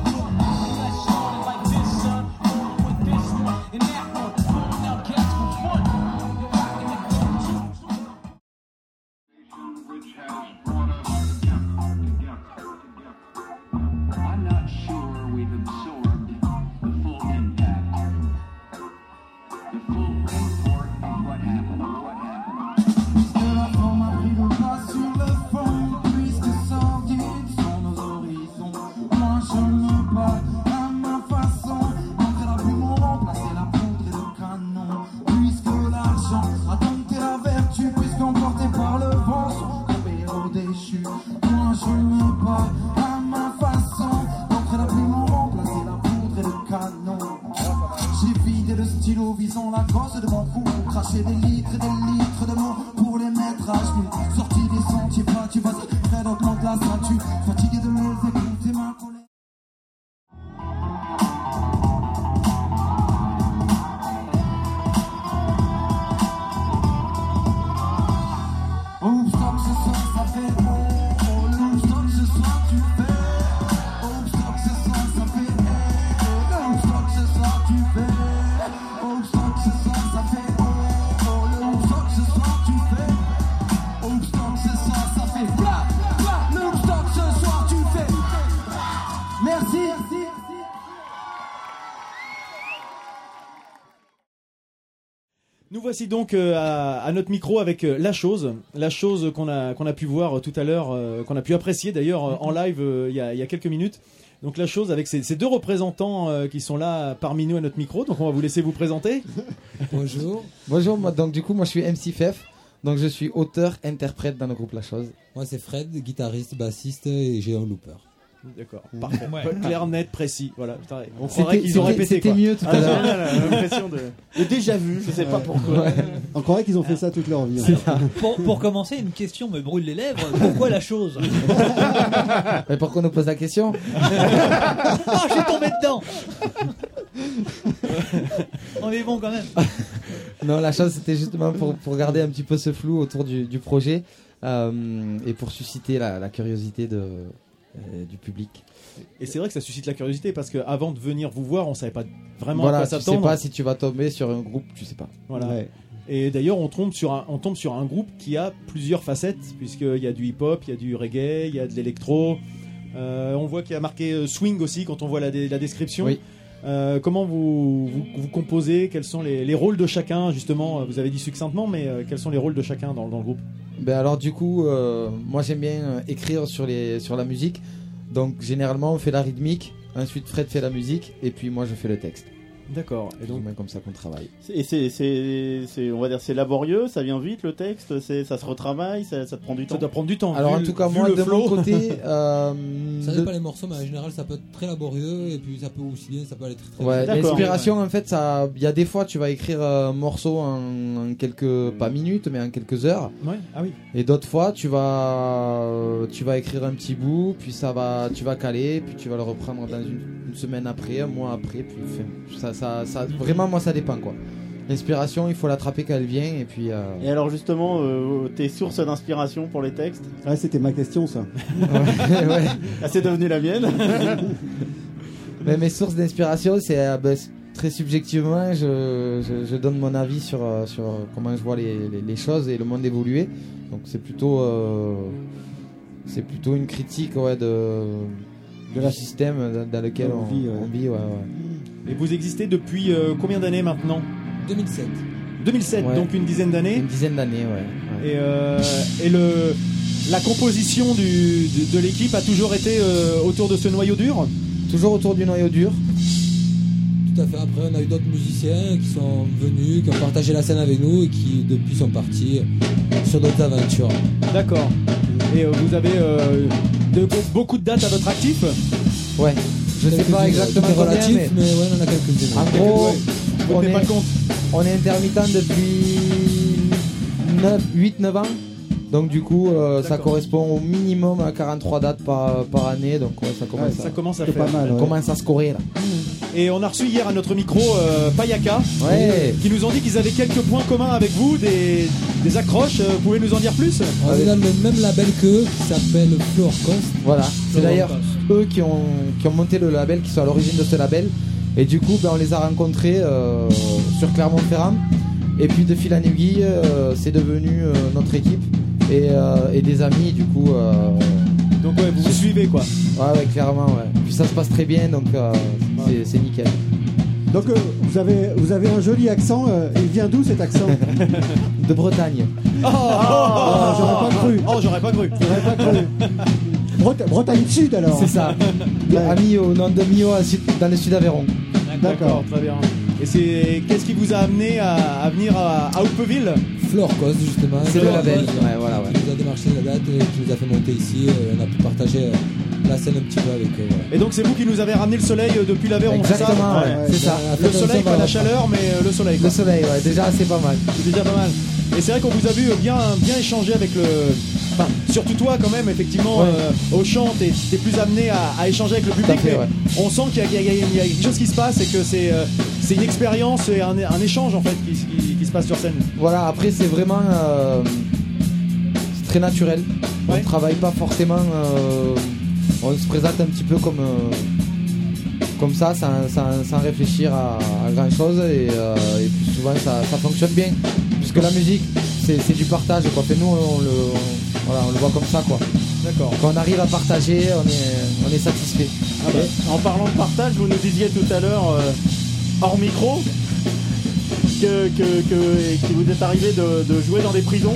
Speaker 12: I'm not sure we've absorbed the full impact, the full import of what happened, what happened.
Speaker 11: De la forme a pris le pas sur le fond Puisque sans direction nos horizons Moi je me bats à ma façon Entre la plume on remplaçait la poudre et le canon Puisque l'argent a dompté la vertu Puisqu'emporté par le vent sont tombés au déchu Moi je me bats à ma façon Entre la plume on remplaçait la poudre et le canon j'ai vidé le stylo visant la cause de mon coup Craché des litres et des litres de mots pour les mettre à genoux Sorti des sentiers pas tu vas très lentement de la ceinture Fatigué de les écouter ma colère Ouf, stop, ce soir ça fait oh, oh, ouf, stop, ce soir tu fais Ouf, stop, ce soir ça fait oh, ouf, stop, ce soir tu fais Ouf, stop, ce soir ça fait oh, oh, le ouf, stop, ce soir tu fais Ouf, stop, ce soir ça fait bla, bla, le ouf, stop, ce soir tu fais Merci.
Speaker 4: Nous voici donc euh, à, à notre micro avec euh, la chose, la chose qu'on a qu'on a pu voir euh, tout à l'heure, euh, qu'on a pu apprécier d'ailleurs euh, en live euh, il y, a, il y a quelques minutes. Donc la chose avec ces, ces deux représentants euh, qui sont là parmi nous à notre micro. Donc on va vous laisser vous présenter.
Speaker 10: Bonjour. Bonjour, moi, donc du coup, moi je suis MC Fef. Donc je suis auteur, interprète dans le groupe La Chose. Moi c'est Fred, guitariste, bassiste et j'ai un looper.
Speaker 4: D'accord,
Speaker 2: Mm.
Speaker 4: parfait,
Speaker 7: Ouais.
Speaker 4: clair, net, précis. Voilà. Putain, on croirait
Speaker 10: C'était
Speaker 4: qu'ils ont
Speaker 10: c'était-
Speaker 4: répété
Speaker 10: c'était
Speaker 4: quoi. Ah,
Speaker 10: mieux tout à l'heure.
Speaker 3: L'impression de... de déjà vu, je sais pas pourquoi.
Speaker 5: On croirait qu'ils ont fait ça toute leur vie.
Speaker 7: Pour, pour commencer, une question me brûle les lèvres. Pourquoi la
Speaker 5: <laughs>
Speaker 7: chose
Speaker 10: Mais pourquoi on nous pose la question
Speaker 7: Ah, je suis tombé dedans On est bon quand même.
Speaker 10: <laughs> Non, la chose c'était justement pour, pour garder un petit peu ce flou autour du, du projet euh, et pour susciter la, la curiosité de, euh, du public.
Speaker 4: Et c'est vrai que ça suscite la curiosité parce que avant de venir vous voir, on savait pas vraiment à
Speaker 10: voilà,
Speaker 4: quoi
Speaker 10: tu sais
Speaker 4: s'attendre.
Speaker 10: pas si tu vas tomber sur un groupe, tu sais pas.
Speaker 4: Voilà. Et d'ailleurs, on tombe sur un, on tombe sur un groupe qui a plusieurs facettes, puisqu'il y a du hip-hop, il y a du reggae, il y a de l'électro. Euh, on voit qu'il y a marqué euh, swing aussi quand on voit la, dé- la description.
Speaker 10: Oui.
Speaker 4: Euh, comment vous, vous, vous composez Quels sont les, les rôles de chacun Justement, euh, vous avez dit succinctement, mais euh, quels sont les rôles de chacun dans, dans le groupe
Speaker 10: Ben alors du coup, euh, moi j'aime bien euh, écrire sur, les, sur la musique. Donc généralement on fait la rythmique, ensuite Fred fait la musique et puis moi je fais le texte.
Speaker 4: D'accord. Et
Speaker 10: donc, comme ça qu'on
Speaker 4: <laughs>
Speaker 10: travaille.
Speaker 3: Et c'est, c'est, c'est- on va dire, c'est laborieux, ça vient vite le texte, c'est, ça se retravaille, ça, ça te prend du temps. Ça
Speaker 4: doit prendre du temps.
Speaker 10: Alors, en tout cas, moi, de mon
Speaker 4: <laughs>
Speaker 10: côté. euh,
Speaker 2: Ça
Speaker 10: de-
Speaker 2: dépend les morceaux, mais en général, ça peut être très laborieux et puis ça peut osciller, ça peut aller très très
Speaker 10: Ouais,
Speaker 2: vite.
Speaker 10: l'inspiration en fait, ça, il y a des fois tu vas écrire euh, un morceau en, en quelques
Speaker 5: Mm.
Speaker 10: pas minutes mais en quelques heures.
Speaker 4: Ouais, ah oui.
Speaker 10: Et d'autres fois tu vas euh, tu vas écrire un petit bout, puis ça va tu vas caler, puis tu vas le reprendre dans une, une semaine après, un mois après, puis enfin, ça, ça, ça vraiment moi ça dépend quoi. L'inspiration il faut l'attraper quand elle vient et puis. euh,
Speaker 3: Et alors justement, euh, tes sources d'inspiration pour les textes
Speaker 5: Ouais, c'était ma
Speaker 10: <laughs>
Speaker 5: question, ça.
Speaker 10: ouais.
Speaker 3: Ah, c'est devenu
Speaker 10: <laughs>
Speaker 3: la mienne.
Speaker 10: Mais mes sources d'inspiration, c'est euh, ben, c'est- très subjectivement, je, je- je donne mon avis sur, euh, sur comment je vois les, les- les choses et le monde évoluer. Donc c'est plutôt, euh, c'est plutôt une critique ouais, de, de la système dans, dans lequel
Speaker 4: On
Speaker 10: on,
Speaker 4: vit, ouais.
Speaker 10: on vit. ouais, ouais.
Speaker 4: Et vous existez depuis euh, combien d'années maintenant
Speaker 2: 2007.
Speaker 4: 2007,
Speaker 10: Ouais.
Speaker 4: donc une dizaine d'années Une
Speaker 10: dizaine d'années, ouais.
Speaker 4: Et, euh, et le, la composition du, de, de l'équipe a toujours été euh, autour de ce noyau dur
Speaker 10: Toujours autour du noyau dur.
Speaker 2: Tout à fait. Après, on a eu d'autres musiciens qui sont venus, qui ont partagé la scène avec nous et qui depuis sont partis sur d'autres aventures.
Speaker 4: D'accord. Et euh, vous avez euh, de- beaucoup de dates à votre actif
Speaker 10: Ouais. Je sais pas exactement
Speaker 2: Tout est
Speaker 10: combien,
Speaker 2: relatif,
Speaker 10: mais-
Speaker 2: mais ouais, on en a quelques-unes.
Speaker 10: En gros, on est, on est intermittent depuis 8-9 ans. Donc du coup, euh, ça correspond au minimum à 43 dates par, par année. Donc ouais, ça commence,
Speaker 4: ça
Speaker 10: à,
Speaker 4: commence à
Speaker 10: c'est
Speaker 4: faire.
Speaker 10: pas mal,
Speaker 4: ouais.
Speaker 10: commence à scorer là.
Speaker 4: Et on a reçu hier à notre micro euh, Payaka,
Speaker 10: Ouais.
Speaker 4: qui nous ont dit qu'ils avaient quelques points communs avec vous, des, des accroches. Euh, Vous pouvez nous en dire plus
Speaker 2: On est dans le même label qu'eux qui s'appelle Floor Cost.
Speaker 10: Voilà. C'est d'ailleurs eux qui ont, qui ont monté le label, qui sont à l'origine de ce label. Et du coup, ben, on les a rencontrés euh, sur Clermont-Ferrand. Et puis de fil en aiguille, euh, c'est devenu euh, notre équipe et, euh, et des amis. Du coup, euh,
Speaker 4: donc ouais, vous vous suivez quoi.
Speaker 10: Ouais, ouais, clairement. Ouais. Puis ça se passe très bien, donc euh, c'est- c'est
Speaker 4: <laughs>
Speaker 10: nickel.
Speaker 5: Donc, euh, vous, avez, vous avez un joli accent. euh, il vient d'où cet accent
Speaker 10: De Bretagne.
Speaker 4: Oh,
Speaker 5: j'aurais pas cru.
Speaker 4: Oh, j'aurais pas cru.
Speaker 5: J'aurais pas cru. Breta- Bretagne Sud alors.
Speaker 10: C'est
Speaker 4: <laughs>
Speaker 10: ça. À Millau, non, de Millau à Sud- dans le sud Aveyron.
Speaker 4: D'accord, très bien. Et c'est qu'est-ce qui vous a amené à, à venir à, à Houppeville
Speaker 2: Floor Cost, justement.
Speaker 10: C'est le
Speaker 2: Floor
Speaker 10: label,
Speaker 2: Cost,
Speaker 10: ouais, voilà, ouais.
Speaker 2: Qui nous a démarché la date et qui nous a fait monter ici. et on a pu partager euh, la scène un petit peu avec eux. voilà.
Speaker 4: Et donc c'est vous qui nous avez ramené le soleil euh, depuis la Véron, c'est ça
Speaker 10: Exactement, ouais, c'est ça.
Speaker 4: Le soleil, pas la chaleur, mais euh, le soleil. quoi.
Speaker 10: Le soleil, ouais, déjà c'est pas mal.
Speaker 4: C'est déjà pas mal. Et c'est vrai qu'on vous a vu euh, bien, bien échanger avec le. Enfin, surtout toi quand même, effectivement, euh, au chant, t'es t'es plus amené à, à échanger avec le public.
Speaker 10: fait,
Speaker 4: mais
Speaker 10: ouais.
Speaker 4: On sent qu'il y, a- qu'il y a- il y a quelque chose qui se passe et que c'est euh, c'est une expérience et un, un échange en fait qui, qui- qui se passe sur scène.
Speaker 10: Voilà, après c'est vraiment euh, c'est très naturel. On travaille pas forcément. euh, on se présente un petit peu comme euh, comme ça, sans, sans- sans réfléchir à, grand chose et, euh, et puis souvent ça, ça fonctionne bien. Puisque la musique, c'est c'est du partage. Quoi. Fait, nous, on le, on- voilà, on le voit comme ça. quoi.
Speaker 4: D'accord.
Speaker 10: Quand on arrive à partager, on est, on est satisfait.
Speaker 3: Ah bah, En parlant de partage, vous nous disiez tout à l'heure, euh, hors micro, que, que, que- qu'il vous est arrivé de, de jouer dans des prisons.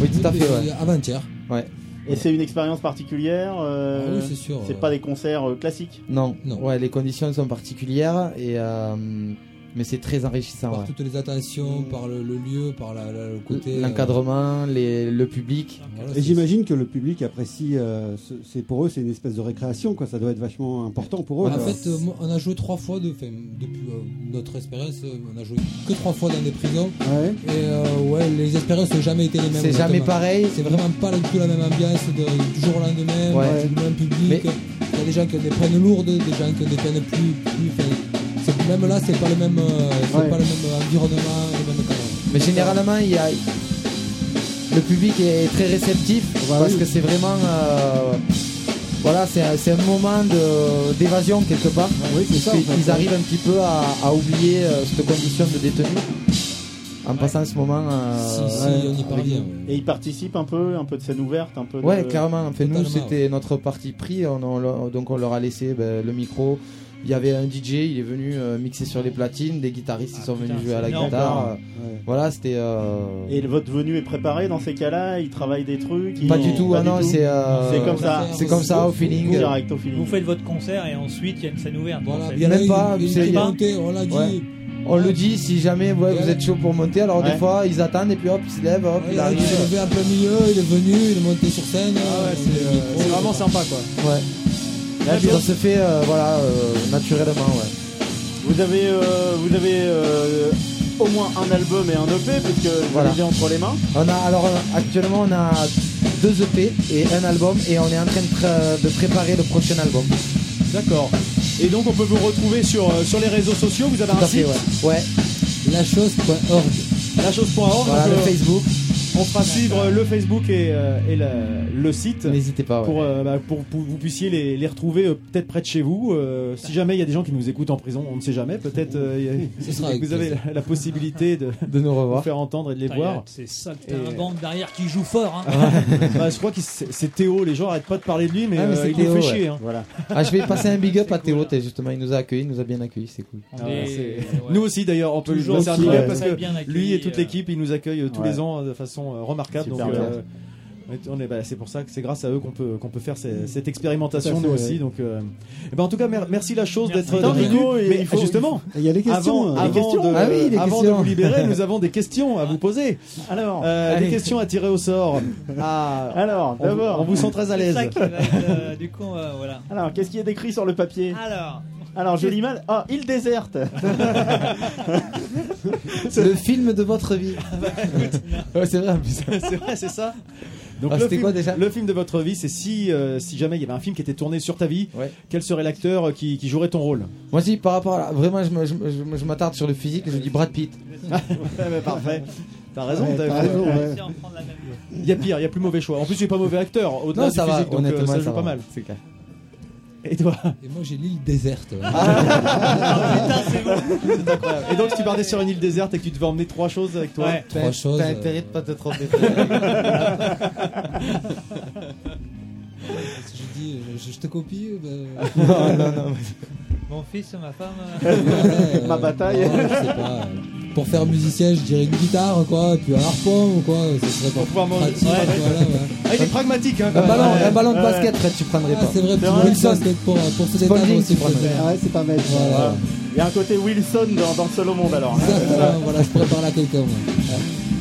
Speaker 10: Oui, tout à fait.
Speaker 2: Et Avant-hier.
Speaker 10: Ouais.
Speaker 3: Et c'est une expérience particulière. euh,
Speaker 2: Ah oui, c'est sûr,
Speaker 3: C'est
Speaker 2: euh.
Speaker 3: pas des concerts euh, classiques.
Speaker 10: Non.
Speaker 2: Non.
Speaker 10: Ouais, les conditions sont particulières et euh, mais c'est très enrichissant.
Speaker 2: Par
Speaker 10: Ah, ouais.
Speaker 2: toutes les attentions, par le, le lieu, par la- la- le côté.
Speaker 10: L'encadrement, les- le public.
Speaker 5: Et j'imagine que le public apprécie. euh, ce- c'est pour eux, c'est une espèce de récréation, quoi. Ça doit être vachement important
Speaker 10: Oh
Speaker 5: pour eux.
Speaker 2: en
Speaker 5: quoi.
Speaker 2: fait, euh, moi, on a joué trois fois de, enfin, depuis euh, notre expérience. euh, On a joué que trois fois dans des prisons. Et euh, ouais, les expériences n'ont jamais été les mêmes.
Speaker 10: C'est jamais
Speaker 2: honnêtement.
Speaker 10: pareil.
Speaker 2: C'est vraiment pas du tout la même ambiance de, du jour au lendemain,
Speaker 10: Ouais.
Speaker 2: du même public. Il y a des gens qui ont des peines lourdes, des gens qui ont des peines plus. plus enfin, c'est- même là, c'est pas le même, euh, c'est
Speaker 10: Ouais.
Speaker 2: pas le même environnement, le même cadre.
Speaker 10: Mais généralement, il y a le public est très réceptif parce que c'est vraiment euh, voilà, c'est un- c'est un moment de- d'évasion quelque part.
Speaker 5: c'est ça,
Speaker 10: Ils-
Speaker 5: en fait,
Speaker 10: Ils
Speaker 5: ouais.
Speaker 10: arrivent un petit peu à, à oublier euh, cette condition de détenu en passant ce moment. euh,
Speaker 3: Ouais.
Speaker 10: avec nous.
Speaker 3: Et ils participent un peu, un peu de scène ouverte, un peu. de-
Speaker 10: Ouais, clairement. Enfin, nous,
Speaker 3: Totalement,
Speaker 10: c'était notre parti pris. On, on leur- donc, on leur a laissé ben, le micro, Il y avait un DJ, il est venu euh, mixer sur les platines, des guitaristes ils sont
Speaker 7: Ah,
Speaker 10: venus jouer à la
Speaker 3: c'est énorme.
Speaker 10: guitare. euh,
Speaker 3: Ouais.
Speaker 10: Voilà, c'était. euh,
Speaker 3: Et votre venue est préparée dans ces cas-là Ils travaillent des trucs ils-
Speaker 10: Pas du tout, ah non,
Speaker 3: tout
Speaker 10: c'est, euh,
Speaker 3: C'est comme ça.
Speaker 10: c'est comme ça, au feeling.
Speaker 3: Direct au feeling.
Speaker 7: Vous faites votre concert et ensuite il y a une scène ouverte. en fait.
Speaker 10: Il y en a pas, vous savez pas. Ouais. On le dit si jamais ouais, vous êtes chaud pour monter, alors
Speaker 7: Ouais.
Speaker 10: des fois ils attendent et puis hop, ils se lèvent, hop,
Speaker 2: Il
Speaker 10: ils
Speaker 2: a
Speaker 10: arrivent.
Speaker 2: levé un peu milieu, il est venu, il est monté sur scène.
Speaker 4: Ah
Speaker 2: euh, c'est
Speaker 4: vraiment sympa quoi.
Speaker 10: Ouais.
Speaker 3: Là,
Speaker 10: ça se fait euh, voilà, euh, naturellement, ouais.
Speaker 3: Vous avez, euh, vous avez euh, au moins un album et un E EP, parce que vous
Speaker 10: Voilà.
Speaker 3: l'avez entre les mains.
Speaker 10: On a, alors euh, actuellement on a deux EP et un album et on est en train de, pré- de préparer le prochain album.
Speaker 4: D'accord. Et donc on peut vous retrouver sur, euh, sur les réseaux sociaux, vous avez
Speaker 10: Tout
Speaker 4: un
Speaker 10: à fait,
Speaker 4: site
Speaker 10: ouais. ouais.
Speaker 2: Lachose.org.
Speaker 4: Lachose.org.
Speaker 10: Voilà, le Facebook.
Speaker 4: On fera suivre euh, le Facebook et, euh, et la- le site.
Speaker 10: N'hésitez pas. ouais.
Speaker 4: Pour, euh, bah, pour, pour que vous puissiez les, les retrouver euh, peut-être près de chez vous. Euh, si jamais il y a des gens qui nous écoutent en prison, on ne sait jamais. Peut-être euh, il y
Speaker 10: <laughs>
Speaker 4: a-
Speaker 2: Ce sera
Speaker 4: <laughs>
Speaker 2: avec
Speaker 4: vous avez la,
Speaker 2: plaisir.
Speaker 4: la possibilité de,
Speaker 10: de nous revoir.
Speaker 4: faire entendre et de les
Speaker 7: Putain, il y a-
Speaker 4: voir.
Speaker 7: C'est ça, t'as
Speaker 4: Et-
Speaker 7: un bande derrière qui joue fort. Hein.
Speaker 4: <laughs>
Speaker 2: <laughs>
Speaker 7: <laughs>
Speaker 4: Bah, je crois que c'est c'est Théo, les gens arrêtent pas de parler de lui, mais,
Speaker 10: Ah, mais
Speaker 4: euh,
Speaker 10: c'est
Speaker 4: il nous
Speaker 10: Théo,
Speaker 4: fait
Speaker 10: ouais.
Speaker 4: chier. hein.
Speaker 10: Ah, je vais passer un big up à Théo, t'es- justement, il nous a accueillis, il nous a bien accueillis, c'est cool.
Speaker 4: Ah,
Speaker 7: Et-
Speaker 4: c'est-
Speaker 7: ouais.
Speaker 4: Nous aussi d'ailleurs, on peut lui
Speaker 7: Toujours
Speaker 4: passer un
Speaker 7: aussi,
Speaker 4: big up
Speaker 7: ouais.
Speaker 4: parce
Speaker 7: très
Speaker 4: que
Speaker 7: bien
Speaker 4: lui et
Speaker 7: accueilli,
Speaker 4: toute
Speaker 7: euh,
Speaker 4: l'équipe, ils nous accueillent euh, tous
Speaker 3: Ouais.
Speaker 4: les ans euh, de façon euh, remarquable.
Speaker 3: Super
Speaker 4: donc,
Speaker 3: bien.
Speaker 4: euh, on est- bah, c'est pour ça que c'est grâce à eux qu'on peut, qu'on peut faire ces- cette expérimentation
Speaker 5: Tout à fait,
Speaker 4: nous
Speaker 5: ouais.
Speaker 4: aussi. Donc, euh, eh ben, en tout cas, mer- merci la chose
Speaker 7: Merci.
Speaker 4: d'être
Speaker 7: Attends,
Speaker 4: d'être
Speaker 3: Hugo,
Speaker 4: venu.
Speaker 3: il-
Speaker 4: Mais
Speaker 3: il faut-
Speaker 4: justement,
Speaker 5: Il y a les questions.
Speaker 4: avant,
Speaker 5: hein.
Speaker 4: avant de,
Speaker 10: Ah oui, les
Speaker 4: avant de
Speaker 10: questions.
Speaker 4: vous libérer, nous avons des questions à vous poser.
Speaker 3: Alors,
Speaker 4: Euh, des
Speaker 10: Allez.
Speaker 4: questions à tirer au sort. Ah,
Speaker 3: alors
Speaker 4: on, vous- on
Speaker 3: d'abord.
Speaker 4: vous sent très à
Speaker 7: C'est
Speaker 4: l'aise.
Speaker 7: ça qui va être,
Speaker 4: <laughs>
Speaker 3: <laughs>
Speaker 7: euh, du coup, on va- voilà.
Speaker 3: Alors, qu'est-ce qui est décrit sur le papier
Speaker 7: Alors,
Speaker 3: Alors, je lis mal. Ah,
Speaker 10: <laughs>
Speaker 3: il déserte
Speaker 10: Le film de votre vie. ouais, c'est vrai, en plus.
Speaker 4: <laughs> c'est vrai, c'est ça. Donc
Speaker 10: Ah,
Speaker 4: le,
Speaker 10: c'était
Speaker 4: film,
Speaker 10: quoi, déjà
Speaker 4: le film de votre vie, c'est si, euh, si jamais il y avait un film qui était tourné sur ta vie,
Speaker 10: Ouais.
Speaker 4: quel serait l'acteur euh, qui, qui jouerait ton rôle
Speaker 10: Moi aussi, par rapport à la- Vraiment, je, me- je me- je me- je m'attarde sur le physique, je dis Brad Pitt.
Speaker 4: Parfait. T'as raison.
Speaker 5: Ouais,
Speaker 4: t'as-
Speaker 5: t'as raison, ouais.
Speaker 7: si on prend la même.
Speaker 4: Il y a pire, il y a plus mauvais choix. En plus, il est pas mauvais acteur. Au-delà
Speaker 10: Non,
Speaker 4: du
Speaker 10: ça va,
Speaker 4: physique, donc, euh,
Speaker 10: honnêtement,
Speaker 4: ça joue
Speaker 10: ça va.
Speaker 4: pas mal. C'est <laughs> clair. Et toi Ah.
Speaker 2: Et moi j'ai l'île déserte. ouais. <laughs>
Speaker 4: Et donc, si tu partais sur une île déserte et que tu devais emmener trois choses avec toi
Speaker 7: Ouais.
Speaker 2: Trois choses.
Speaker 10: T'as intérêt de pas te tromper. <laughs> frère.
Speaker 2: Je dis, je, je- je te copie. euh, bah,
Speaker 10: non, non, non.
Speaker 7: Mon fils ou ma femme.
Speaker 2: ouais, euh,
Speaker 3: Ma bataille.
Speaker 2: non, je sais pas, euh, Pour faire musicien, je dirais une guitare, quoi, et puis un harpon ou quoi. Ça serait pas
Speaker 4: pouvoir manger.
Speaker 2: pratique,
Speaker 4: Ouais.
Speaker 2: voilà, ouais.
Speaker 4: Ah, il est pragmatique, hein, quand
Speaker 10: Un
Speaker 4: même.
Speaker 10: ballon,
Speaker 4: Ouais.
Speaker 10: un ballon de
Speaker 3: ouais.
Speaker 10: basket, Fred, tu prendrais
Speaker 2: Ah,
Speaker 10: pas.
Speaker 2: c'est vrai, tu
Speaker 3: vrai,
Speaker 2: veux une
Speaker 10: Wilson.
Speaker 2: basket pour, euh, pour se
Speaker 10: Sponging,
Speaker 2: détendre aussi.
Speaker 10: tu prends
Speaker 2: peut-être.
Speaker 10: le-
Speaker 5: Ah ouais, c'est pas mal. ça.
Speaker 2: Voilà.
Speaker 3: Il y a un côté Wilson dans, dans Seul au monde alors.
Speaker 2: Exactement, Euh, voilà, je prépare là quelqu'un. moi.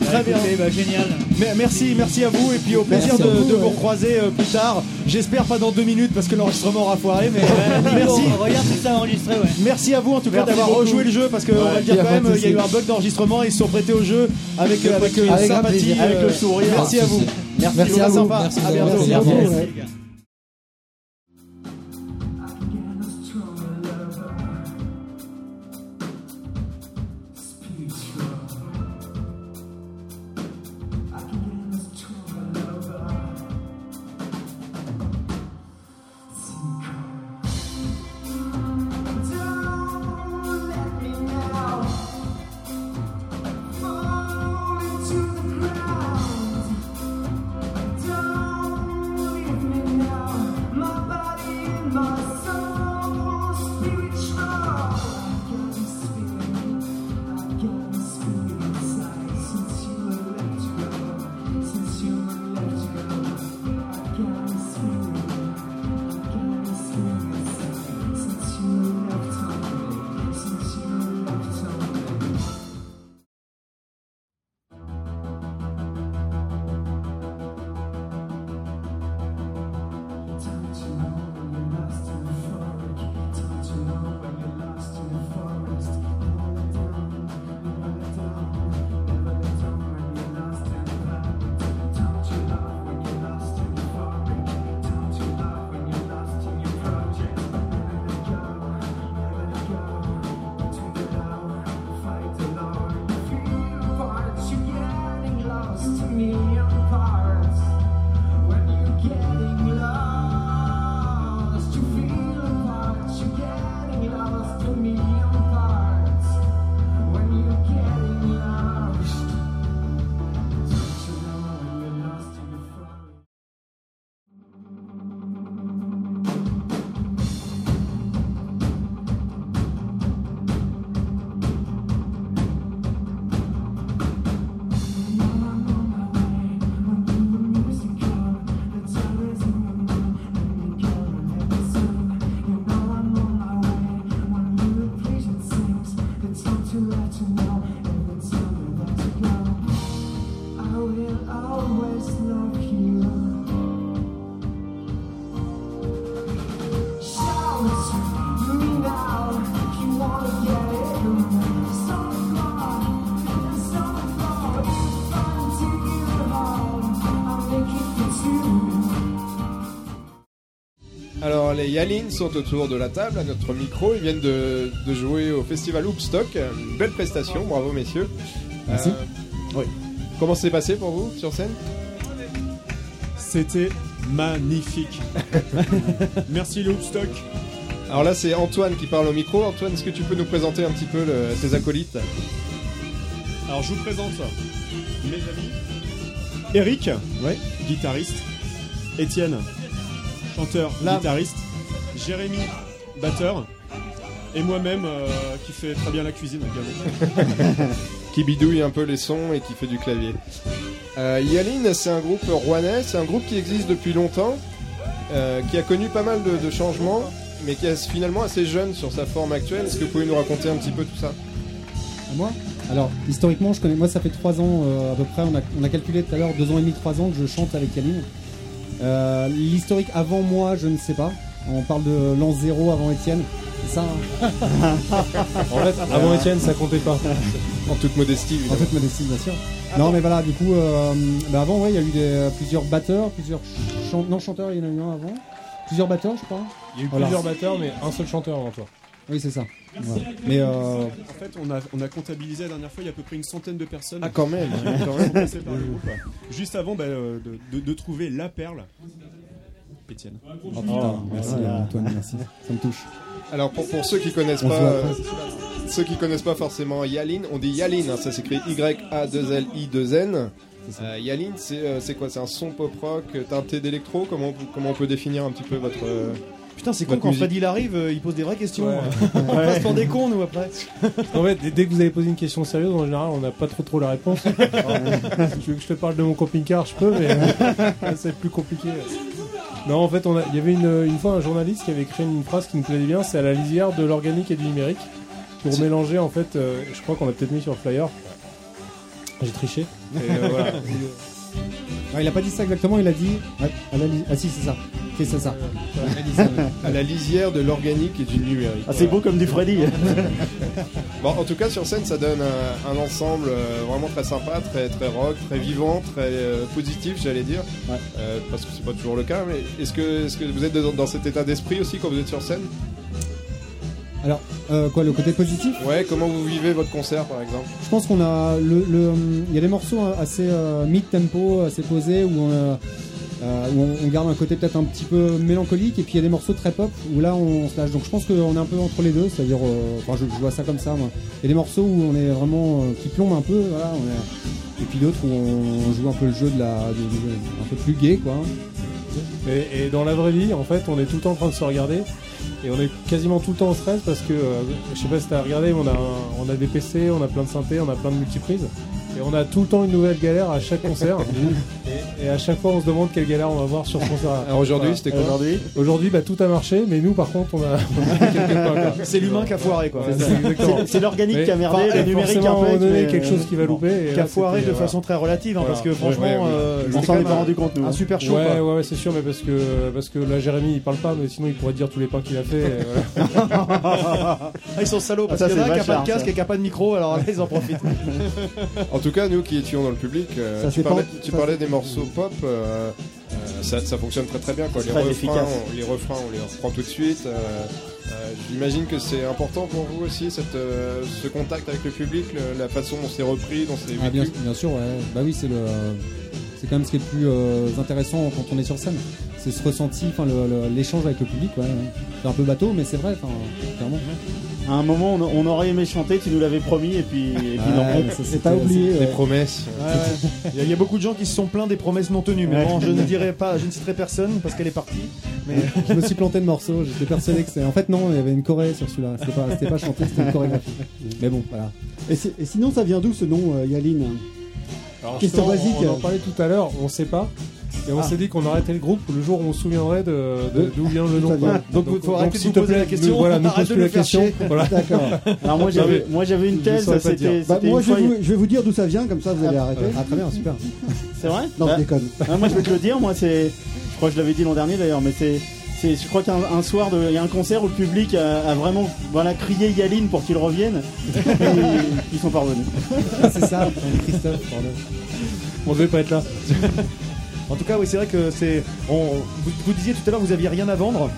Speaker 4: Très bien.
Speaker 7: génial.
Speaker 4: Mais- Merci, merci à vous et puis au plaisir
Speaker 2: Merci
Speaker 4: de,
Speaker 2: à vous,
Speaker 4: de vous
Speaker 2: ouais.
Speaker 4: recroiser euh, plus tard. J'espère pas dans deux minutes parce que l'enregistrement aura foiré, mais euh,
Speaker 7: Merci.
Speaker 4: merci.
Speaker 7: Regarde si ça a enregistré, ouais.
Speaker 4: Merci à vous en tout cas
Speaker 3: Merci
Speaker 4: d'avoir
Speaker 3: beaucoup.
Speaker 4: rejoué le jeu parce que on va le dire
Speaker 10: y a
Speaker 4: quand
Speaker 10: pas de
Speaker 4: même, il y a eu
Speaker 10: souci.
Speaker 4: un bug d'enregistrement et ils se sont prêtés au jeu avec, euh, avec, euh,
Speaker 10: Avec grand
Speaker 4: sympathie,
Speaker 10: plaisir.
Speaker 3: Avec le sourire.
Speaker 4: Merci à vous.
Speaker 10: Merci,
Speaker 4: C'était
Speaker 10: à
Speaker 4: très
Speaker 10: vous.
Speaker 4: sympa.
Speaker 2: Merci
Speaker 4: à
Speaker 2: vous avoir
Speaker 4: bientôt.
Speaker 2: fait
Speaker 4: Merci.
Speaker 2: confiance.
Speaker 11: Don't leave me now.
Speaker 13: Alors les Yalines sont autour de la table à notre micro. Ils viennent de, de jouer au festival Hoopstock. Une belle prestation, bravo messieurs.
Speaker 14: Merci.
Speaker 13: oui. Comment c'est passé pour vous sur scène
Speaker 14: C'était
Speaker 13: <laughs>
Speaker 14: magnifique. Merci Loopstock.
Speaker 13: Alors là c'est Antoine qui parle au micro. Antoine, est-ce que tu peux nous présenter un petit peu le- tes acolytes
Speaker 14: Alors je vous présente mes amis. Eric, guitariste. Étienne, chanteur, guitariste. Jérémy, batteur. Et moi-même euh, qui fait très bien la cuisine
Speaker 8: <laughs>
Speaker 14: également.
Speaker 13: qui bidouille un peu les sons et qui fait du clavier. Euh, Yaline, c'est un groupe rouennais, c'est un groupe qui existe depuis longtemps, euh, qui a connu pas mal de, de changements, mais qui est finalement assez jeune sur sa forme actuelle. Est-ce que vous pouvez nous raconter un petit peu tout ça
Speaker 14: À moi
Speaker 15: Alors, historiquement, je connais. Moi, ça fait trois ans euh, à peu près. On a, on a calculé tout à l'heure deux ans et demi, trois ans que je chante avec Yaline. Euh, L'historique avant moi, je ne sais pas. On parle de l'an zéro avant Étienne. C'est ça. hein <laughs>
Speaker 4: <laughs>
Speaker 15: Euh,
Speaker 4: En
Speaker 13: <laughs>
Speaker 4: fait, avant Étienne, ça comptait pas.
Speaker 13: En toute modestie,
Speaker 15: En toute modestie, bien sûr.
Speaker 14: Ah
Speaker 15: Non, mais voilà, du coup, euh, bah avant, ouais, il y a eu des- plusieurs batteurs, plusieurs chan- non chanteurs, il y en a eu un avant. Plusieurs batteurs, je crois.
Speaker 14: Il y a eu
Speaker 15: Voilà.
Speaker 14: plusieurs batteurs, mais un seul chanteur avant toi.
Speaker 15: Oui, c'est ça. Voilà. Mais euh,
Speaker 14: En fait, on a, on a comptabilisé la dernière fois, il y a à peu près une centaine de personnes.
Speaker 13: Ah, quand même,
Speaker 14: qui
Speaker 13: quand
Speaker 8: <laughs>
Speaker 14: sont
Speaker 13: même.
Speaker 14: passées par le groupe. Juste avant bah, euh, de, de- de trouver la perle. Étienne.
Speaker 15: oh, putain, merci
Speaker 14: Voilà.
Speaker 15: euh, Antoine, merci. Ça me touche.
Speaker 13: Alors pour, pour ceux qui connaissent
Speaker 15: On
Speaker 13: pas,
Speaker 15: se voit
Speaker 13: euh, ceux qui connaissent pas forcément Yaline, on dit Yaline, hein, ça s'écrit Y A 2 L I 2 N. Euh, Yaline, c'est euh, c'est quoi C'est un son pop rock euh, teinté d'électro. Comment on- comment on peut définir un petit peu votre euh,
Speaker 4: Putain, c'est con
Speaker 13: votre
Speaker 4: quand
Speaker 13: musique
Speaker 4: Fred il arrive, euh, il pose des vraies questions.
Speaker 13: Ouais.
Speaker 4: on
Speaker 13: Ouais.
Speaker 4: passe pour des cons, nous après.
Speaker 14: En fait, dès- dès que vous avez posé une question sérieuse, en général, on n'a pas trop trop la réponse. tu veux que je te parle de mon camping-car, je peux, mais euh, ça va être plus compliqué. Non, en fait, on a- il y avait une, une fois un journaliste qui avait écrit une phrase qui me plaisait bien, c'est à la lisière de l'organique et du numérique. Pour mélanger, en fait, euh, je crois qu'on a peut-être mis sur le flyer. J'ai triché. Et, euh,
Speaker 2: <laughs>
Speaker 4: <laughs>
Speaker 14: voilà.
Speaker 15: Non, il a pas dit ça exactement, il a dit. Ah, à la li- ah si, c'est ça. C'est ça, ça. Il a dit ça, <laughs> ouais.
Speaker 13: à la lisière de l'organique et du numérique.
Speaker 3: Ah, c'est beau comme du Freddy.
Speaker 13: <laughs> Bon, en tout cas, sur scène, ça donne un, un ensemble euh, vraiment très sympa, très, très rock, très vivant, très euh, positif, j'allais dire. Euh, parce que c'est pas toujours le cas, mais est-ce que, est que vous êtes dans, dans cet état d'esprit aussi quand vous êtes sur scène
Speaker 15: Alors, euh, quoi, le côté positif
Speaker 13: Ouais, comment vous vivez votre concert par exemple
Speaker 15: Je pense qu'on a le, le, hum, il y a des morceaux hein, assez euh, mid-tempo, assez posés où on, a- euh, où on- on garde un côté peut-être un petit peu mélancolique et puis il y a des morceaux très pop où là on, se lâche. Donc je pense qu'on est un peu entre les deux, c'est-à-dire, euh, enfin je, je vois ça comme ça. Moi. Il y a des morceaux où on est vraiment euh, qui plombent un peu, voilà, on est- et puis d'autres où on joue un peu le jeu de la, de- de- un peu plus gay quoi.
Speaker 14: Et, et dans la vraie vie, en fait, on est tout le temps en train de se regarder. Et on est quasiment tout le temps en stress parce que, euh, je sais pas si t'as regardé, mais on a, un- on a des PC, on a plein de synthés, on a plein de multiprises. Et on a tout le temps une nouvelle galère à chaque
Speaker 13: <laughs>
Speaker 14: concert. et, et à chaque fois, on se demande quelle galère on va voir sur ce concert.
Speaker 13: Alors aujourd'hui, c'était quoi
Speaker 14: Aujourd'hui, aujourd'hui, bah, tout a marché, mais nous, par contre, on a. <laughs>
Speaker 4: C'est l'humain qui a foiré, quoi.
Speaker 14: Ouais, exactement.
Speaker 4: C'est- c'est l'organique
Speaker 14: Mais
Speaker 4: qui a merdé,
Speaker 14: par-
Speaker 4: le numérique
Speaker 14: forcément,
Speaker 4: un peu,
Speaker 14: à moment donné,
Speaker 4: mais-
Speaker 14: quelque chose qui va louper. et
Speaker 4: Qui a
Speaker 14: là,
Speaker 4: foiré
Speaker 14: c'était- euh,
Speaker 4: de façon très relative, hein, parce que franchement, euh,
Speaker 14: Je
Speaker 4: on
Speaker 14: sais
Speaker 4: s'en est
Speaker 14: même,
Speaker 4: pas
Speaker 14: euh,
Speaker 4: rendu compte, nous, hein.
Speaker 14: Ouais,
Speaker 4: Ouais,
Speaker 14: ouais, ouais, c'est sûr, mais parce que, parce que là, Jérémy, il parle pas, mais sinon, il pourrait dire tous les pains qu'il a fait. et voilà.
Speaker 4: <laughs> Ah, ils sont salauds parce
Speaker 14: Ah, ça,
Speaker 4: qu'il y en a
Speaker 14: c'est
Speaker 4: un qui a pas
Speaker 14: vachard,
Speaker 4: de casque
Speaker 14: ça.
Speaker 4: et qui a pas de micro, alors là ils en profitent.
Speaker 13: En tout cas, nous qui étions dans le public, euh,
Speaker 4: Ça,
Speaker 13: tu
Speaker 4: c'est
Speaker 13: parlais,
Speaker 4: pas-
Speaker 13: tu
Speaker 4: ça,
Speaker 13: parlais
Speaker 4: c'est-
Speaker 13: des morceaux pop, euh, euh, ça, ça fonctionne très très bien. Quoi.
Speaker 4: C'est
Speaker 13: Les,
Speaker 4: très
Speaker 13: refrains,
Speaker 4: efficace.
Speaker 13: on, les refrains, on les reprend tout de suite. euh, euh, J'imagine que c'est important pour vous aussi cette, euh, ce contact avec le public, le- la façon dont c'est repris, dont c'est
Speaker 15: Ah, bien,
Speaker 13: vécu.
Speaker 15: bien sûr, ouais. Bah oui, c'est le, c'est quand même ce qui est le plus euh, intéressant quand on est sur scène. C'est ce ressenti, enfin le- le- l'échange avec le public. ouais, ouais. C'est un peu bateau, mais c'est vrai, enfin,
Speaker 3: <laughs>
Speaker 15: clairement.
Speaker 3: À un moment, on, on aurait aimé chanter, tu nous l'avais promis, et puis, et puis
Speaker 15: Ouais,
Speaker 4: Ah,
Speaker 3: non.
Speaker 15: mais ça, c'est pas oublié,
Speaker 13: Des promesses.
Speaker 4: Ouais, ouais. Il y a- il y, a beaucoup de gens qui se sont plaints des promesses non tenues, mais
Speaker 15: Ouais.
Speaker 4: bon, je ne dirai pas, je ne citerai personne parce qu'elle est partie. Mais
Speaker 15: je me suis planté de morceau, j'étais persuadé que c'est. En fait, non, il y avait une choré sur celui-là. C'était pas, c'était pas chanté, c'était une chorégraphie. Mais bon, voilà.
Speaker 5: Et, c'est- et sinon, ça vient d'où ce nom, euh, Yaline
Speaker 14: Alors,
Speaker 5: Question
Speaker 14: justement,
Speaker 5: basique.
Speaker 14: On en parlait tout à l'heure, on sait pas. Et on
Speaker 5: Ah.
Speaker 14: s'est dit qu'on arrêtait le groupe le jour où on se souviendrait de- de- d'où vient le nom.
Speaker 5: Ça vient.
Speaker 14: quoi.
Speaker 5: Donc, faut arrêter de
Speaker 14: s'il
Speaker 5: nous
Speaker 14: te
Speaker 5: poser
Speaker 14: plaît,
Speaker 5: la question,
Speaker 14: nous- voilà, nous
Speaker 5: arrête
Speaker 14: pose
Speaker 5: de
Speaker 14: plus
Speaker 5: nous
Speaker 14: la
Speaker 5: faire
Speaker 14: question.
Speaker 5: chier.
Speaker 14: Voilà.
Speaker 5: <laughs> D'accord.
Speaker 3: Alors, moi, j'avais- moi, j'avais une
Speaker 14: Je
Speaker 3: thèse,
Speaker 14: saurais pas
Speaker 3: c'était-
Speaker 14: te dire.
Speaker 5: Bah,
Speaker 3: C'était
Speaker 5: moi,
Speaker 3: une
Speaker 5: je vais,
Speaker 3: fois,
Speaker 5: vous,
Speaker 3: il-
Speaker 5: je vais vous dire d'où ça vient, comme ça vous allez arrêter.
Speaker 3: Ah, très bien,
Speaker 5: super.
Speaker 3: C'est vrai
Speaker 5: Non, je
Speaker 3: Bah,
Speaker 5: déconne.
Speaker 3: ah, moi, je vais te le dire, moi, c'est. Je crois que je l'avais dit l'an dernier d'ailleurs, mais c'est. c'est- Je crois qu'un un soir, de- il y a un concert où le public a, a vraiment voilà, crié Yaline pour qu'il revienne. Et ils sont parvenus.
Speaker 15: C'est ça, Christophe, pardon.
Speaker 14: On devait pas
Speaker 4: <laughs>
Speaker 14: être là.
Speaker 4: en tout cas, oui, c'est vrai que c'est. on- Vous, vous disiez tout à l'heure, vous aviez rien à vendre.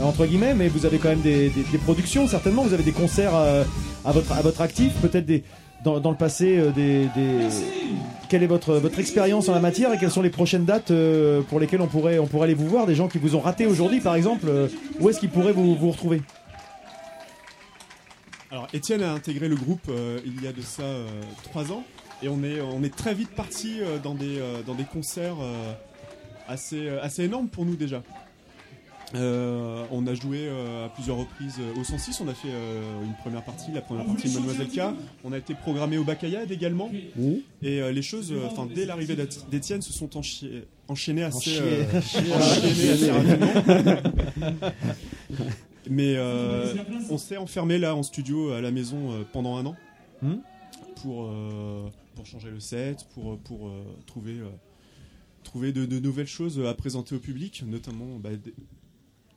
Speaker 4: euh, entre guillemets, mais vous avez quand même des, des- des productions, certainement. Vous avez des concerts euh, à, votre, à votre actif, peut-être des. Dans, dans le passé, euh, des, des- quelle est votre, votre expérience en la matière et quelles sont les prochaines dates euh, pour lesquelles on pourrait, on pourrait aller vous voir Des gens qui vous ont raté aujourd'hui, par exemple, euh, où est-ce qu'ils pourraient vous, vous retrouver
Speaker 16: Alors, Étienne a intégré le groupe euh, il y a de ça euh, trois ans, et on est, on est très vite parti euh, dans, des, euh, dans des concerts euh, assez, euh, assez énormes pour nous déjà. Euh, on a joué euh, à plusieurs reprises euh, au 106, on a fait euh, une première partie, la première partie de Mademoiselle K. On a été programmé au Bacayade également. Et euh, les choses, euh, enfin dès l'arrivée d'Ét- d'Étienne, se sont enchi- enchaînées assez, euh,
Speaker 4: Enchier-
Speaker 16: enchaînées assez
Speaker 4: Enchier-
Speaker 16: rapidement. <laughs> Mais euh, on s'est enfermé là en studio à la maison euh, pendant un an
Speaker 4: Hmm.
Speaker 16: pour, euh, pour changer le set, pour, pour euh, trouver, euh, trouver de, de nouvelles choses euh, à présenter au public, notamment bah, des,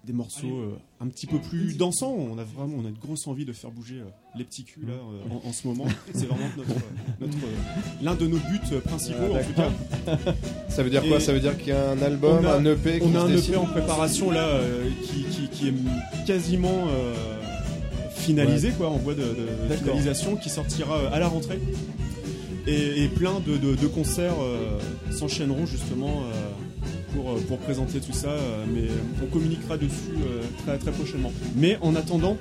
Speaker 16: des morceaux euh, un petit peu plus dansants. On a vraiment on a une grosse envie de faire bouger euh, les petits culs là euh, en, en ce
Speaker 13: <laughs>
Speaker 16: moment. C'est vraiment notre, euh, notre, euh, l'un de nos buts euh, principaux
Speaker 13: Ah,
Speaker 16: en tout
Speaker 13: d'accord.
Speaker 16: cas.
Speaker 13: Ça veut dire quoi
Speaker 16: Et
Speaker 13: Ça veut dire qu'il y a un album,
Speaker 16: on a-
Speaker 13: un EP qui
Speaker 16: On
Speaker 13: se
Speaker 16: a un
Speaker 13: dessine
Speaker 16: EP en préparation là euh, qui, qui- qui est quasiment euh, finalisé,
Speaker 13: Ouais.
Speaker 16: quoi, en voie de, de
Speaker 13: D'accord.
Speaker 16: finalisation, qui sortira euh, à la rentrée. Et, et plein de, de- de concerts euh, s'enchaîneront justement euh, pour, euh, pour présenter tout ça, euh, mais on communiquera dessus euh, très, très prochainement. Mais en attendant,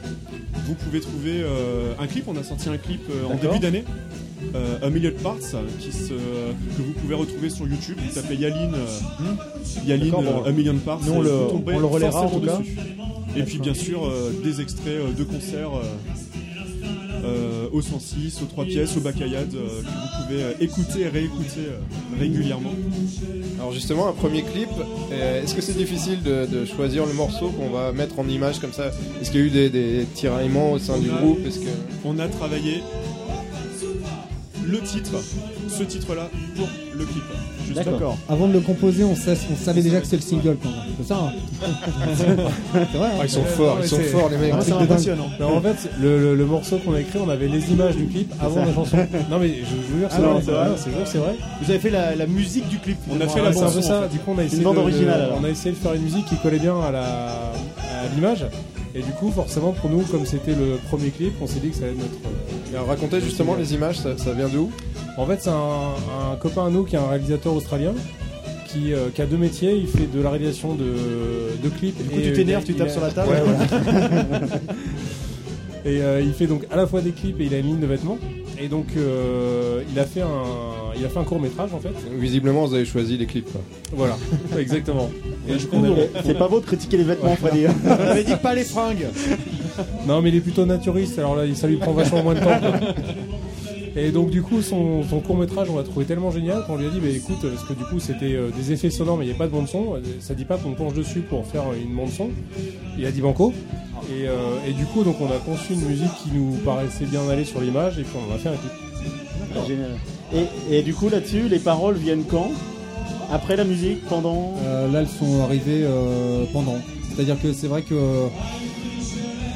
Speaker 16: vous pouvez trouver euh, un clip, on a sorti un clip euh, en
Speaker 4: D'accord.
Speaker 16: début d'année. euh, a Million Parts euh, qui se, que vous pouvez retrouver sur YouTube. Vous tapez Yaline, euh, Yaline
Speaker 4: Hmm. D'accord, bon.
Speaker 16: euh, A Million Parts.
Speaker 4: Nous, on
Speaker 16: et
Speaker 4: le-
Speaker 16: vous tomberez
Speaker 4: on le relaiera,
Speaker 16: forcément
Speaker 4: en tout cas.
Speaker 16: dessus. Et puis bien sûr euh, des extraits euh, de concerts euh, euh, au 106, aux 3 pièces, au Bacayade euh, que vous pouvez euh, écouter et réécouter euh, régulièrement.
Speaker 13: Alors justement, un premier clip, euh, est-ce que c'est difficile de, de choisir le morceau qu'on va mettre en image comme ça Est-ce qu'il y a eu des, des tiraillements au sein du
Speaker 16: On a-
Speaker 13: groupe Est-ce que...
Speaker 16: On a travaillé le titre, ce titre-là pour le clip. justement.
Speaker 15: D'accord. Avant de le composer, on, sait- on savait déjà que c'est le single. quand même. C'est ça. hein
Speaker 5: Ah,
Speaker 15: c'est vrai. hein.
Speaker 14: Ah,
Speaker 15: Non, mais c'est-
Speaker 14: Ah,
Speaker 15: Ouais,
Speaker 14: c'est
Speaker 15: c'est
Speaker 14: impressionnant.
Speaker 15: dingue.
Speaker 14: Non, en fait, le, le- le morceau qu'on a écrit, on avait les images du clip
Speaker 4: C'est
Speaker 14: avant
Speaker 4: ça.
Speaker 14: la chanson. Non, mais je vous jure,
Speaker 4: Ah
Speaker 14: c'est
Speaker 4: non,
Speaker 14: vrai.
Speaker 4: c'est vrai.
Speaker 14: Non, c'est vrai, c'est vrai.
Speaker 4: Vous avez fait la, la musique du clip. hein,
Speaker 14: Ouais,
Speaker 4: Ouais,
Speaker 14: c'est
Speaker 4: c'est
Speaker 14: un
Speaker 4: peu
Speaker 14: peu ça. Du coup, on a essayé de- de- on a essayé de faire une musique qui collait bien à la à l'image. Et du coup, forcément, pour nous, comme c'était le premier clip, on s'est dit que ça allait être notre. euh,
Speaker 13: Alors, racontez justement les images, ça, vient d'où
Speaker 14: En fait, c'est un, un copain à nous qui est un réalisateur australien. Qui, euh, qui a deux métiers, il fait de la réalisation de, de clips.
Speaker 4: Du coup,
Speaker 14: et
Speaker 4: tu t'énerves,
Speaker 14: il-
Speaker 4: tu
Speaker 14: il
Speaker 4: tapes
Speaker 14: a-
Speaker 4: sur la table.
Speaker 14: Ouais,
Speaker 4: <laughs>
Speaker 14: voilà. Et euh, il fait donc à la fois des clips et il a une ligne de vêtements. Et donc euh, il a fait un il a fait un court métrage en fait.
Speaker 13: Visiblement, vous avez choisi les clips. quoi.
Speaker 16: <laughs>
Speaker 14: Voilà, <laughs> exactement. Et du coup,
Speaker 13: on
Speaker 14: avait-
Speaker 3: C'est pas beau de critiquer les vêtements,
Speaker 4: <laughs>
Speaker 3: Freddy.
Speaker 14: <laughs> On avait dit que pas les fringues. Non, mais il est plutôt naturiste, alors là, ça lui prend vachement moins de temps. Et donc, du coup, son, son court-métrage, on l'a trouvé tellement génial qu'on lui a dit Bah écoute, parce que du coup, c'était euh, des effets sonores, mais il n'y a pas de bande-son. euh, Ça dit pas qu'on penche dessus pour faire euh, une bande-son. Il a dit Banco. Et, euh, et du coup, donc, on a conçu une musique qui nous paraissait bien aller sur l'image, et puis on en a fait un clip.
Speaker 3: Ah, génial. Et, et du coup, là-dessus, les paroles viennent quand Après la musique, pendant
Speaker 15: Euh, là, elles sont arrivées euh, pendant. C'est-à-dire que c'est vrai que. euh,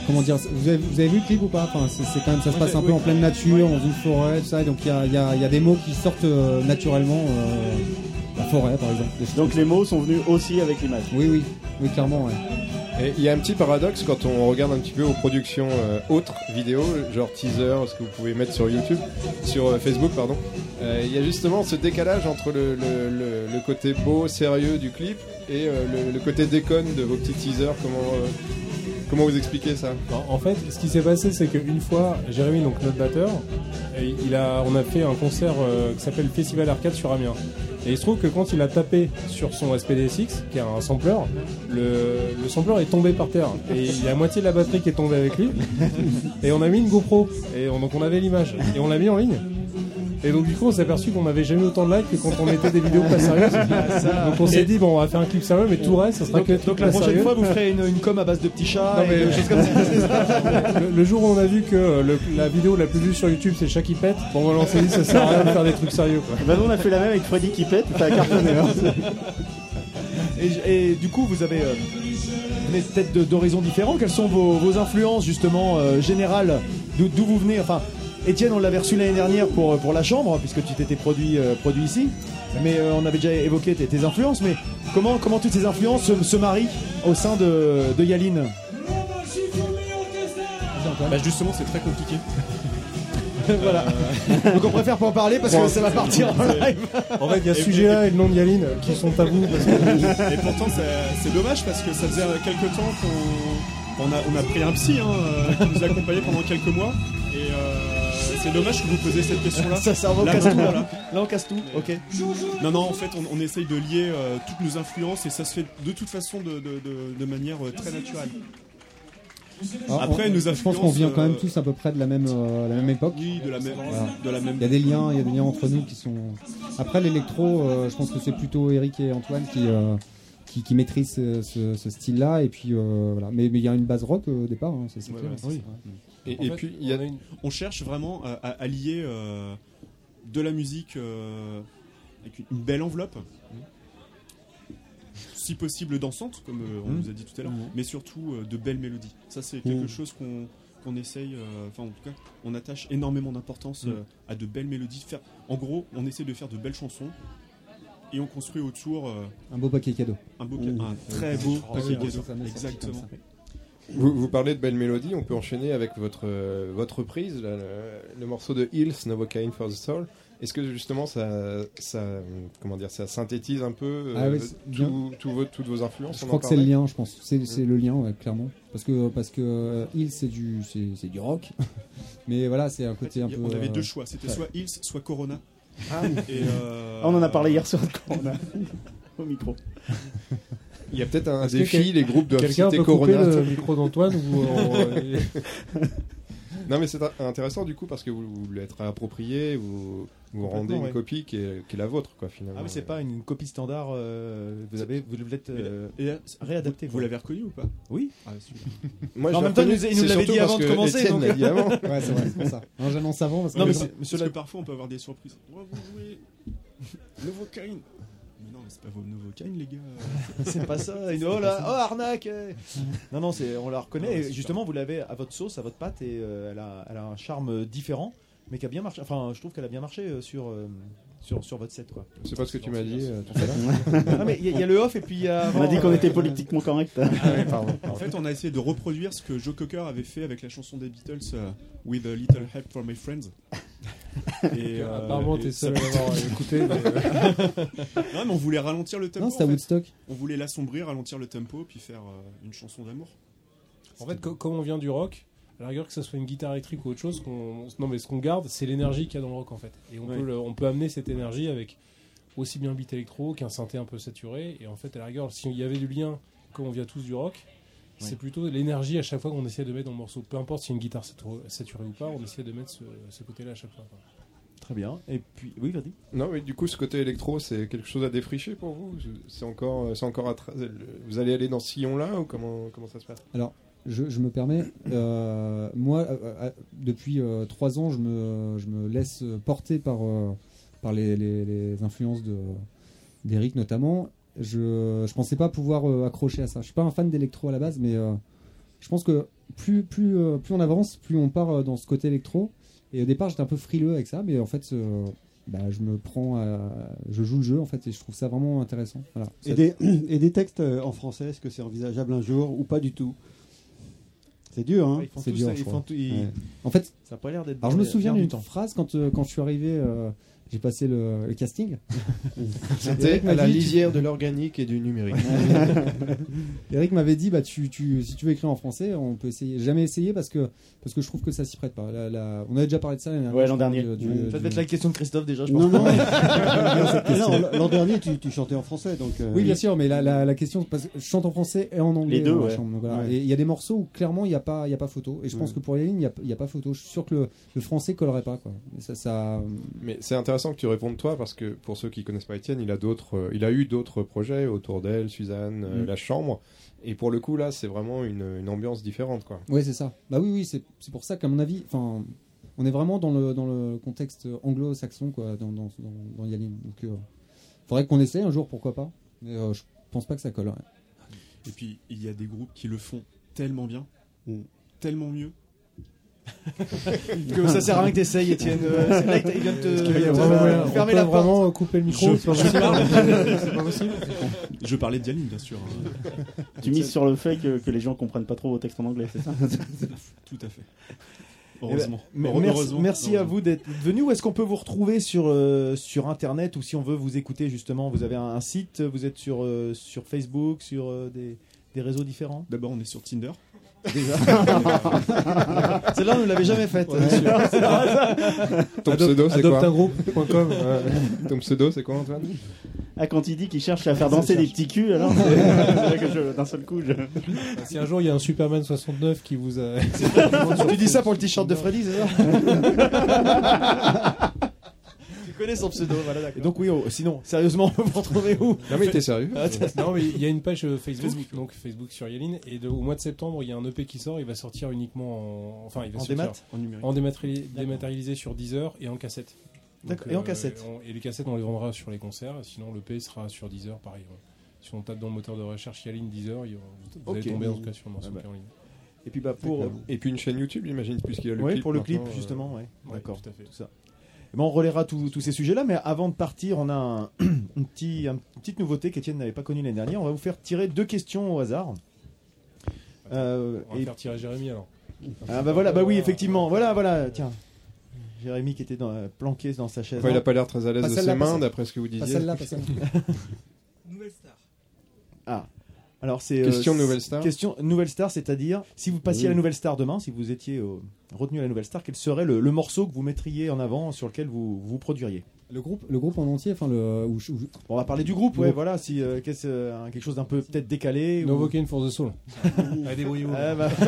Speaker 15: Comment dire vous avez, vous avez vu le clip ou pas Enfin, c'est c'est quand même, ça se passe un peu en pleine nature, dans une forêt, tout ça. et Donc il y a, il y a- il y a des mots qui sortent euh, naturellement, euh, la forêt par exemple.
Speaker 3: Donc les mots sont venus aussi avec l'image.
Speaker 15: Oui, oui, oui, clairement. ouais.
Speaker 13: Et il y a un petit paradoxe quand on regarde un petit peu aux productions euh, autres vidéos, genre teaser, ce que vous pouvez mettre sur YouTube, sur euh, Facebook, pardon. Euh, Il y a justement ce décalage entre le, le- le- le côté beau, sérieux du clip et euh, le, le côté déconne de vos petits teasers. Comment, euh, comment vous expliquez ça
Speaker 16: Bah,
Speaker 14: En- En fait, ce qui s'est passé, c'est qu'une fois, Jérémy, donc notre batteur, et il a, on a fait un concert euh, qui s'appelle Festival Arcade sur Amiens. Et il se trouve que quand il a tapé sur son SPDSX, qui est un sampler, le, le sampler est tombé par terre. Et il y a la moitié de la batterie qui est tombée avec lui. Et on a mis une GoPro. Et on- donc on avait l'image. Et on l'a mis en ligne. Et donc du coup, on s'est aperçu qu'on n'avait jamais autant de likes que quand on mettait des vidéos pas sérieuses.
Speaker 4: Ah, ça.
Speaker 14: Donc on s'est
Speaker 4: Et-
Speaker 14: dit, bon, on va faire un clip sérieux, mais tout le reste, ça sera
Speaker 4: Donc,
Speaker 14: que des trucs
Speaker 4: donc la
Speaker 14: pas
Speaker 4: prochaine
Speaker 14: sérieux.
Speaker 4: fois, vous ferez une, une com à base de petits chats
Speaker 14: Non,
Speaker 4: et
Speaker 14: mais-
Speaker 4: de choses comme ça.
Speaker 14: le, le jour où on a vu que le- la vidéo la plus vue sur YouTube c'est le chat qui pète, bon voilà on s'est dit ça sert à rien de faire des trucs sérieux quoi.
Speaker 3: Bah, nous, on a fait la même avec Freddy qui pète, ça a cartonné. hein.
Speaker 4: Et, j- et du coup, vous avez euh, venez peut-être de- d'horizons différents. Quelles sont vos, vos influences, justement, euh, générales D'où d'où vous venez Enfin, Étienne, on l'avait reçu l'année dernière pour, euh, pour La Chambre, puisque tu t'étais produit, euh, produit ici. Mais euh, on avait déjà évoqué tes, tes influences. Mais Comment, comment toutes ces influences se, se marient au sein de, de Yaline
Speaker 16: Bah justement, c'est très compliqué. Euh,
Speaker 4: Voilà. Donc on préfère pas en parler parce que ça va partir en live.
Speaker 14: En fait, il y a ce sujet-là et le nom de Yaline qui sont tabous. parce que-
Speaker 16: Et pourtant, ça- c'est dommage parce que ça faisait euh, quelques temps qu'on on a, on a pris un psy hein, euh, qui nous accompagnait pendant quelques mois. Et euh, c'est dommage que vous posiez cette
Speaker 15: <laughs>
Speaker 16: question-là.
Speaker 4: Ça, ça va, on
Speaker 16: Là,
Speaker 4: casse
Speaker 16: non,
Speaker 4: tout,
Speaker 16: voilà.
Speaker 4: là. Là, on casse tout. Ok.
Speaker 16: Non, non, en fait, on, on essaye de lier euh, toutes nos influences et ça se fait de toute façon de, de- de- de manière euh, très naturelle.
Speaker 15: Alors,
Speaker 16: Après,
Speaker 15: Ah,
Speaker 16: euh,
Speaker 15: on-
Speaker 16: nous
Speaker 15: je pense qu'on vient quand même
Speaker 16: tous
Speaker 15: tous à peu près de la même, euh, la même époque.
Speaker 16: Oui, de la même- de la même-
Speaker 15: Il y a des liens, il y a des liens entre nous qui sont. Après l'électro, euh, je pense que c'est plutôt Eric et Antoine qui euh, qui, qui maîtrisent ce, ce- ce style-là. Et puis euh, voilà. Mais mais il y a une base rock euh, au départ, hein, ça c'est
Speaker 16: Ouais,
Speaker 15: clair.
Speaker 16: ouais, c'est ça.
Speaker 13: Et-
Speaker 16: En
Speaker 13: et
Speaker 16: fait,
Speaker 13: puis, il y a
Speaker 16: on, on cherche vraiment à, à- à lier euh, de la musique euh, avec une, une belle enveloppe,
Speaker 15: Mm.
Speaker 16: si possible dansante, comme euh, on
Speaker 15: Mhm.
Speaker 16: nous a dit tout à l'heure,
Speaker 15: Mhm.
Speaker 16: mais surtout euh, de belles mélodies. Ça, c'est quelque
Speaker 15: Mhm.
Speaker 16: chose qu'on qu'on essaye, euh, enfin en tout cas, on attache énormément d'importance
Speaker 15: Mhm.
Speaker 16: euh, à de belles mélodies. Faire, en gros, on essaie de faire de belles chansons et on construit autour euh,
Speaker 15: Un beau paquet cadeau.
Speaker 16: un, beau ca-
Speaker 15: Mmh.
Speaker 16: un très beau
Speaker 15: Oh,
Speaker 16: paquet
Speaker 15: oui,
Speaker 16: cadeau.
Speaker 15: ça, ça m'est sorti comme
Speaker 16: Exactement.
Speaker 15: ça.
Speaker 13: Vous, vous parlez de belles mélodies, on peut enchaîner avec votre, euh, votre reprise, là, le, le morceau de Hills, Novocaine for the Soul. Est-ce que justement ça, ça, euh, comment dire, ça synthétise un peu euh,
Speaker 15: Ah ouais, c'est bien.
Speaker 13: tout- tout vos- toutes vos influences
Speaker 15: Je
Speaker 13: on en
Speaker 15: crois que c'est le
Speaker 13: parlait
Speaker 15: lien, je pense. C'est c'est le lien, ouais, clairement. Parce que parce que euh, Hill, c'est du c'est c'est du rock. <laughs> Mais voilà, c'est un côté un peu.
Speaker 16: On avait
Speaker 15: euh,
Speaker 16: deux choix, c'était
Speaker 15: ouais.
Speaker 16: soit Hills, soit Corona.
Speaker 15: Ah oui.
Speaker 16: Et, euh,
Speaker 3: Ah, on en a parlé hier soir
Speaker 16: <laughs>
Speaker 3: quand on a au micro.
Speaker 13: <laughs> Il y a peut-être un
Speaker 14: Est-ce que
Speaker 13: défi,
Speaker 14: quel-
Speaker 13: les groupes doivent
Speaker 14: quelqu'un
Speaker 13: citer
Speaker 14: peut couper
Speaker 13: Corona.
Speaker 14: le micro d'Antoine ou, euh,
Speaker 13: <laughs> non mais c'est un- intéressant du coup parce que vous, vous l'êtes approprié, vous vous rendez une
Speaker 4: ouais.
Speaker 13: copie qui est, qui est la vôtre quoi finalement.
Speaker 4: Ah mais c'est pas une copie standard. euh, vous avez, vous l'êtes euh,
Speaker 16: Et là,
Speaker 4: réadapté.
Speaker 16: Vous l'avez reconnu ou pas
Speaker 4: Oui. <laughs> Mais
Speaker 13: Moi, je
Speaker 4: en
Speaker 13: l'ai
Speaker 4: même temps, il
Speaker 13: reconnu,
Speaker 4: nous, il nous
Speaker 13: c'est
Speaker 4: l'avait
Speaker 13: surtout
Speaker 4: dit
Speaker 13: parce
Speaker 4: avant de
Speaker 13: que
Speaker 4: commencer.
Speaker 13: Étienne
Speaker 4: donc-
Speaker 13: l'a
Speaker 16: <laughs>
Speaker 4: <laughs>
Speaker 13: dit avant.
Speaker 15: Ouais, c'est vrai, c'est pour ça. Non, j'annonce avant parce que-
Speaker 4: Non, mais
Speaker 15: Parce
Speaker 4: c'est- monsieur
Speaker 16: Parce
Speaker 4: l'a-
Speaker 16: que parfois on peut avoir des surprises. Oh, vous jouez Nouveau Kain. Mais non, mais c'est pas vos nouveaux Kain, les gars.
Speaker 4: <laughs> c'est pas ça.
Speaker 16: <laughs>
Speaker 4: une- oh là, oh arnaque. eh. Non non, c'est on la reconnaît.
Speaker 16: Non,
Speaker 4: et
Speaker 16: c'est
Speaker 4: justement, vous l'avez à votre sauce, à votre pâte et euh, elle, a, elle a un charme différent, mais qui a bien marché. Enfin, je trouve qu'elle a bien marché euh, sur. euh, sur, sur votre set quoi.
Speaker 13: C'est pas ce que tu m'as dit euh, tout à
Speaker 4: <laughs> Non, mais il y, a- il y a le off et puis il y a.
Speaker 3: On a dit qu'on
Speaker 4: euh, Ah
Speaker 3: était politiquement correct.
Speaker 16: En fait, on a essayé de reproduire ce que Joe Cocker avait fait avec la chanson des Beatles euh, With a Little Help for My
Speaker 14: <laughs>
Speaker 16: Friends. Et, euh,
Speaker 14: Apparemment,
Speaker 16: et
Speaker 14: t'es
Speaker 16: ça-
Speaker 14: seul à l'avoir écouté, mais, euh.
Speaker 16: <laughs> non, mais on voulait ralentir le tempo.
Speaker 15: Non, c'était à
Speaker 16: en fait.
Speaker 15: Woodstock.
Speaker 16: On voulait l'assombrir, ralentir le tempo, puis faire euh, une chanson d'amour.
Speaker 14: En fait, co- comme on vient du rock, à la rigueur que ce soit une guitare électrique ou autre chose, qu'on- non mais ce qu'on garde, c'est l'énergie qu'il y a dans le rock en fait. Et on,
Speaker 16: Ouais.
Speaker 14: peut, le- on peut amener cette énergie avec aussi bien un beat électro qu'un synthé un peu saturé. Et en fait, à la rigueur, s'il y avait du lien, comme on vient tous du rock, c'est
Speaker 16: Ouais.
Speaker 14: plutôt l'énergie à chaque fois qu'on essaie de mettre dans le morceau. Peu importe si une guitare satur- saturée ou pas, on essaie de mettre ce, ce côté-là à chaque fois. quoi.
Speaker 4: Très bien. Et puis oui, vas-y.
Speaker 13: Non, mais du coup, ce côté électro, c'est quelque chose à défricher pour vous C'est encore, c'est encore à tra- euh, vous allez aller dans ce sillon-là ou comment, comment ça se passe
Speaker 15: Alors, je, je me permets, euh, moi, euh, euh, depuis euh, trois ans, je me, je me laisse porter par, euh, par les, les- les influences de- d'Eric notamment. Je je pensais pas pouvoir euh, accrocher à ça. Je suis pas un fan d'électro à la base, mais euh, je pense que plus, plus, euh, plus on avance, plus on part euh, dans ce côté électro. Et au départ, j'étais un peu frileux avec ça, mais en fait, euh, bah, je me prends, à- je joue le jeu en fait, et je trouve ça vraiment intéressant. Voilà.
Speaker 5: Et des, <clears throat> et des textes euh, en français, est-ce que c'est envisageable un jour ou pas du tout C'est dur, hein
Speaker 4: Ah, Ils font tous ça, ils font tout- ils-
Speaker 5: Ouais.
Speaker 15: En fait,
Speaker 4: ça a pas l'air d'être.
Speaker 15: Alors je me
Speaker 4: dans l'air
Speaker 15: souviens
Speaker 4: du
Speaker 15: d'une
Speaker 4: temps.
Speaker 15: phrase quand, euh, quand je suis arrivé, euh, j'ai passé le, le casting.
Speaker 13: <laughs> C'était
Speaker 15: Eric m'a
Speaker 13: à la
Speaker 15: dit-
Speaker 13: lisière de l'organique et du numérique. <laughs>
Speaker 15: Eric m'avait dit bah tu, tu- si tu veux écrire en français, on peut essayer. Jamais essayer parce que parce que je trouve que ça s'y prête pas. La- la- on avait déjà parlé de ça l'année
Speaker 3: Ouais, l'an
Speaker 15: dernière, je
Speaker 3: dernier.
Speaker 15: crois, du-
Speaker 4: Ça
Speaker 15: du-
Speaker 4: devait être la question de Christophe déjà, je pense.
Speaker 15: <laughs>
Speaker 4: <laughs>
Speaker 5: Non, non.
Speaker 15: question.
Speaker 5: Non, L'an dernier, tu, tu chantais en français, donc. euh,
Speaker 15: Oui, bien sûr, mais la, la, la question, parce que je chante en français et en anglais.
Speaker 5: Les deux,
Speaker 15: dans la
Speaker 5: ouais.
Speaker 15: chambre, donc voilà.
Speaker 5: Ouais.
Speaker 15: Et il y a des morceaux où clairement il n'y a, pas- il y a pas photo. Et je pense
Speaker 13: Ouais.
Speaker 15: que pour Yaline, il n'y a, il y a pas photo. Je suis sûr que le, le français collerait pas. Quoi. Et Ça, ça,
Speaker 13: Euh, Mais c'est intéressant que tu répondes toi parce que pour ceux qui connaissent pas Étienne, il a d'autres, euh, il a eu d'autres projets autour d'elle, Suzanne, euh,
Speaker 15: Mm.
Speaker 13: la chambre. Et pour le coup, là, c'est vraiment une, une ambiance différente, <laughs> quoi.
Speaker 15: Ouais, c'est ça. Bah oui, oui, c'est c'est pour ça qu'à mon avis, enfin, on est vraiment dans le, dans le contexte anglo-saxon, quoi, dans, dans, dans- dans Yaline. Donc, euh, faudrait qu'on essaye un jour, pourquoi pas. Mais euh, je pense pas que ça colle. ouais.
Speaker 16: Et puis, il y a des groupes qui le font tellement bien, tellement mieux.
Speaker 4: que ça sert à rien que t'essayes,
Speaker 14: <laughs>
Speaker 4: Étienne. Euh, c'est là que t'as- il vient de te-
Speaker 14: Parce qu'il va
Speaker 4: il
Speaker 14: y
Speaker 4: vient de te-
Speaker 14: avoir-
Speaker 4: euh,
Speaker 14: on
Speaker 4: fermer
Speaker 14: peut
Speaker 4: la porte.
Speaker 14: vraiment couper le micro, c'est pas
Speaker 16: je,
Speaker 4: <laughs>
Speaker 14: possible.
Speaker 16: parle-
Speaker 14: C'est pas possible.
Speaker 16: Je parlais de Yaline, bien sûr.
Speaker 3: <laughs> Tu mises sur le fait que, que les gens comprennent pas trop vos textes en anglais, c'est
Speaker 13: <laughs>
Speaker 3: ça
Speaker 16: Tout à fait.
Speaker 4: Eh ben,
Speaker 16: Heureusement.
Speaker 4: mais
Speaker 16: Heure-
Speaker 4: merci-
Speaker 16: heureusement.
Speaker 4: Merci à vous d'être venu. Où est-ce qu'on peut vous retrouver sur, euh, sur Internet ou si on veut vous écouter justement Vous avez un, un site, vous êtes sur, euh, sur Facebook, sur euh, des, des réseaux différents
Speaker 16: D'abord, on est sur Tinder.
Speaker 4: Déjà.
Speaker 16: <laughs>
Speaker 4: Celle-là, on ne l'avait jamais faite.
Speaker 13: Ouais, bien sûr.
Speaker 4: C'est pas ça.
Speaker 13: Ton pseudo, c'est quoi
Speaker 14: Adopteungroupe.com,
Speaker 13: ouais. Ton pseudo, c'est quoi, Antoine
Speaker 3: Ah, quand il dit qu'il cherche à faire danser des petits culs,
Speaker 13: <laughs>
Speaker 4: <laughs>
Speaker 3: alors c'est c'est vrai que je- d'un seul coup, je.
Speaker 14: Bah, Si un jour il y a un Superman 69 qui
Speaker 3: <laughs>
Speaker 14: vous a.
Speaker 4: tu dis ça pour le t-shirt de Freddy,
Speaker 3: <laughs>
Speaker 4: c'est ça Tu connais son pseudo, voilà d'accord. Et donc oui, oh, sinon, sérieusement, <laughs> vous retrouvez où Ah, t'as-
Speaker 14: Non, mais il y a une page euh, Facebook, donc Facebook sur Yaline. Et de- au mois de septembre, il y a un EP qui sort. Il va sortir uniquement en. Enfin, il va
Speaker 4: En
Speaker 14: sortir
Speaker 4: démat
Speaker 14: en,
Speaker 4: En numérique.
Speaker 14: dématéri- dématérialisé sur Deezer et en cassette. Donc, euh,
Speaker 4: D'accord, et en cassette.
Speaker 14: on- et les cassettes, on les vendra sur les concerts. Sinon, l'EP sera sur Deezer, pareil. ouais. Si on tape dans le moteur de recherche Yaline Deezer, il y aura- vous, vous
Speaker 4: Ok.
Speaker 14: allez tomber en tout cas sur le morceau
Speaker 4: Ah bah.
Speaker 14: qui est en ligne.
Speaker 4: Et puis bah pour
Speaker 13: Et puis une chaîne YouTube, j'imagine, puisqu'il y a le
Speaker 4: oui,
Speaker 13: clip
Speaker 4: pour le clip
Speaker 13: maintenant, euh,
Speaker 4: justement, ouais.
Speaker 14: ouais,
Speaker 4: D'accord.
Speaker 14: tout à fait.
Speaker 4: Tout ça. Eh ben, on relaiera tous tous ces sujets-là, mais avant de partir, on a un, <clears throat> un petit, un- une petite nouveauté qu'Étienne n'avait pas connue l'année dernière. On va vous faire tirer deux questions au hasard. Euh,
Speaker 14: On va
Speaker 4: et-
Speaker 14: faire tirer Jérémy alors.
Speaker 4: Ah bah voilà, bah oui, effectivement. Voilà, voilà, tiens. Jérémy qui était dans, euh, planqué dans sa chaise.
Speaker 13: Enfin, il a pas l'air très à l'aise
Speaker 4: Pas
Speaker 13: de
Speaker 4: celle-là,
Speaker 13: ses
Speaker 4: pas
Speaker 13: mains,
Speaker 4: celle-
Speaker 13: d'après ce que vous disiez.
Speaker 4: pas Ah. Alors c'est
Speaker 13: Question
Speaker 4: c'est-
Speaker 13: nouvelle star.
Speaker 4: Question nouvelle star, c'est-à-dire si vous passiez
Speaker 13: Oui.
Speaker 4: à la nouvelle star demain, si vous étiez euh, retenu à la nouvelle star, quel serait le, le morceau que vous mettriez en avant sur lequel vous vous produiriez
Speaker 15: Le groupe, le groupe en entier, enfin le. où je- où je-
Speaker 4: On va parler du groupe,
Speaker 15: Le
Speaker 4: ouais, voilà, si euh, qu'est-ce, euh, un- quelque chose d'un peu peut-être décalé.
Speaker 14: No
Speaker 4: ou- <laughs>
Speaker 14: Vocation for the Soul. Ah, débrouillez-vous.
Speaker 4: Ah, bah. <laughs>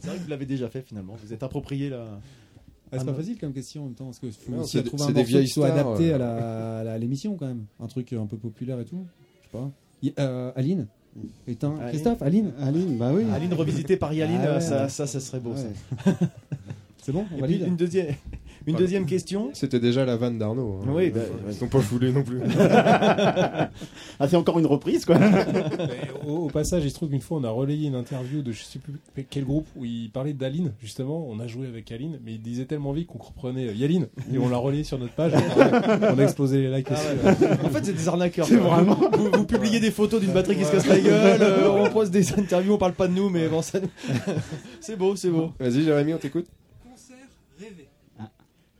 Speaker 4: c'est vrai que vous l'avez déjà fait finalement. Vous êtes approprié là.
Speaker 15: Ah, c'est pas facile comme question en même temps, parce que faut
Speaker 4: Non,
Speaker 15: aussi
Speaker 4: c'est
Speaker 15: trouver
Speaker 4: des-
Speaker 15: un
Speaker 4: c'est des
Speaker 15: morceau
Speaker 4: vieilles
Speaker 15: qui soit
Speaker 4: stars,
Speaker 15: adapté
Speaker 4: euh.
Speaker 15: à la- à la- à l'émission quand même. Un truc un peu populaire et tout. Je sais pas. Y- euh, Aline Putain,
Speaker 4: Aline.
Speaker 15: Christophe, Aline
Speaker 5: Aline, bah oui.
Speaker 4: Aline revisitée par Yaline,
Speaker 15: Ah ouais.
Speaker 4: ça, ça, ça serait beau. ça.
Speaker 15: <laughs> C'est bon, on
Speaker 4: Et puis,
Speaker 15: valide
Speaker 4: une deuxième, une
Speaker 13: Voilà.
Speaker 4: deuxième question.
Speaker 13: C'était déjà la vanne d'Arnaud. hein.
Speaker 4: Oui, bah,
Speaker 13: Ils sont pas foulés non plus.
Speaker 3: Ah, c'est encore une reprise, quoi.
Speaker 14: <laughs> Mais au, au passage, il se trouve qu'une fois, on a relayé une interview de je sais plus quel groupe où il parlait d'Aline, justement. On a joué avec Aline, mais il disait tellement vite qu'on comprenait euh, Yaline. Et on l'a relayé sur notre page.
Speaker 4: <laughs>
Speaker 14: on a explosé les likes
Speaker 4: Ah
Speaker 14: aussi.
Speaker 4: ouais. En fait, c'est des arnaqueurs.
Speaker 14: C'est
Speaker 4: Vous-
Speaker 14: vraiment-
Speaker 4: Vous, vous publiez des photos d'une batterie qui se casse la gueule, euh, on pose des interviews, on parle pas de nous, mais bon, ça nous- <laughs> c'est beau, c'est beau.
Speaker 13: Vas-y, Jérémy, on t'écoute.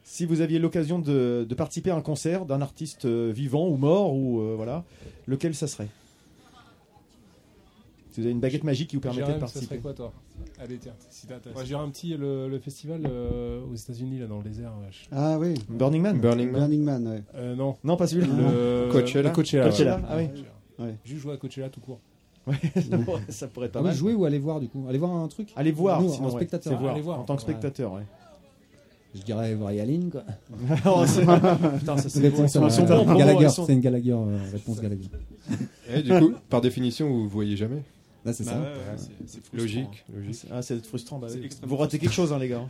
Speaker 4: Si vous aviez l'occasion de, de participer à un concert d'un artiste euh, vivant ou mort, ou euh, voilà, lequel ça serait Si vous avez une baguette magique qui vous permettait de
Speaker 14: Jérém, ça
Speaker 4: participer.
Speaker 14: serait quoi, toi Allez, tiens. Si t'as- t'as- Moi, j'ai un petit le, le festival euh, aux États-Unis, là, dans le désert. ouais, je-
Speaker 5: Ah oui.
Speaker 4: Burning Man
Speaker 13: Burning Man.
Speaker 5: Burning Man, ouais.
Speaker 14: Euh, non.
Speaker 4: Non, pas celui-là.
Speaker 14: Le...
Speaker 13: Coachella.
Speaker 14: le Coachella.
Speaker 4: Coachella,
Speaker 14: ouais.
Speaker 4: ah oui.
Speaker 14: Coachella.
Speaker 5: Ouais.
Speaker 14: Juste jouer à Coachella tout court.
Speaker 4: <laughs> ça pourrait être
Speaker 5: Ah
Speaker 4: pas
Speaker 5: oui,
Speaker 4: mal.
Speaker 5: jouer ou aller voir du coup Aller voir un truc
Speaker 4: Allez voir,
Speaker 5: Nous,
Speaker 4: sinon,
Speaker 5: en
Speaker 4: ouais.
Speaker 5: spectateur.
Speaker 4: C'est voir,
Speaker 14: Allez voir.
Speaker 4: en tant que
Speaker 14: Ouais.
Speaker 4: spectateur, ouais.
Speaker 15: Je dirais aller voir Yaline quoi.
Speaker 4: <laughs> Oh,
Speaker 15: <laughs>
Speaker 4: c'est- Putain, ça, c'est bon, ils
Speaker 15: Réponse
Speaker 4: sont-
Speaker 15: à-
Speaker 4: ils sont bons en promo,
Speaker 15: Gallagher,
Speaker 4: ils sont-
Speaker 15: c'est une Gallagher, euh, réponse Gallagher.
Speaker 13: Et eh, du coup, par définition, vous voyez jamais.
Speaker 15: Là, c'est
Speaker 16: Bah
Speaker 15: ça.
Speaker 16: ouais, ouais, c'est- c'est frustrant.
Speaker 13: Logique, logique.
Speaker 4: Ah, c'est frustrant. bah
Speaker 16: C'est
Speaker 4: oui.
Speaker 16: extrêmement
Speaker 4: Vous ratez quelque chose, hein, les <laughs> gars.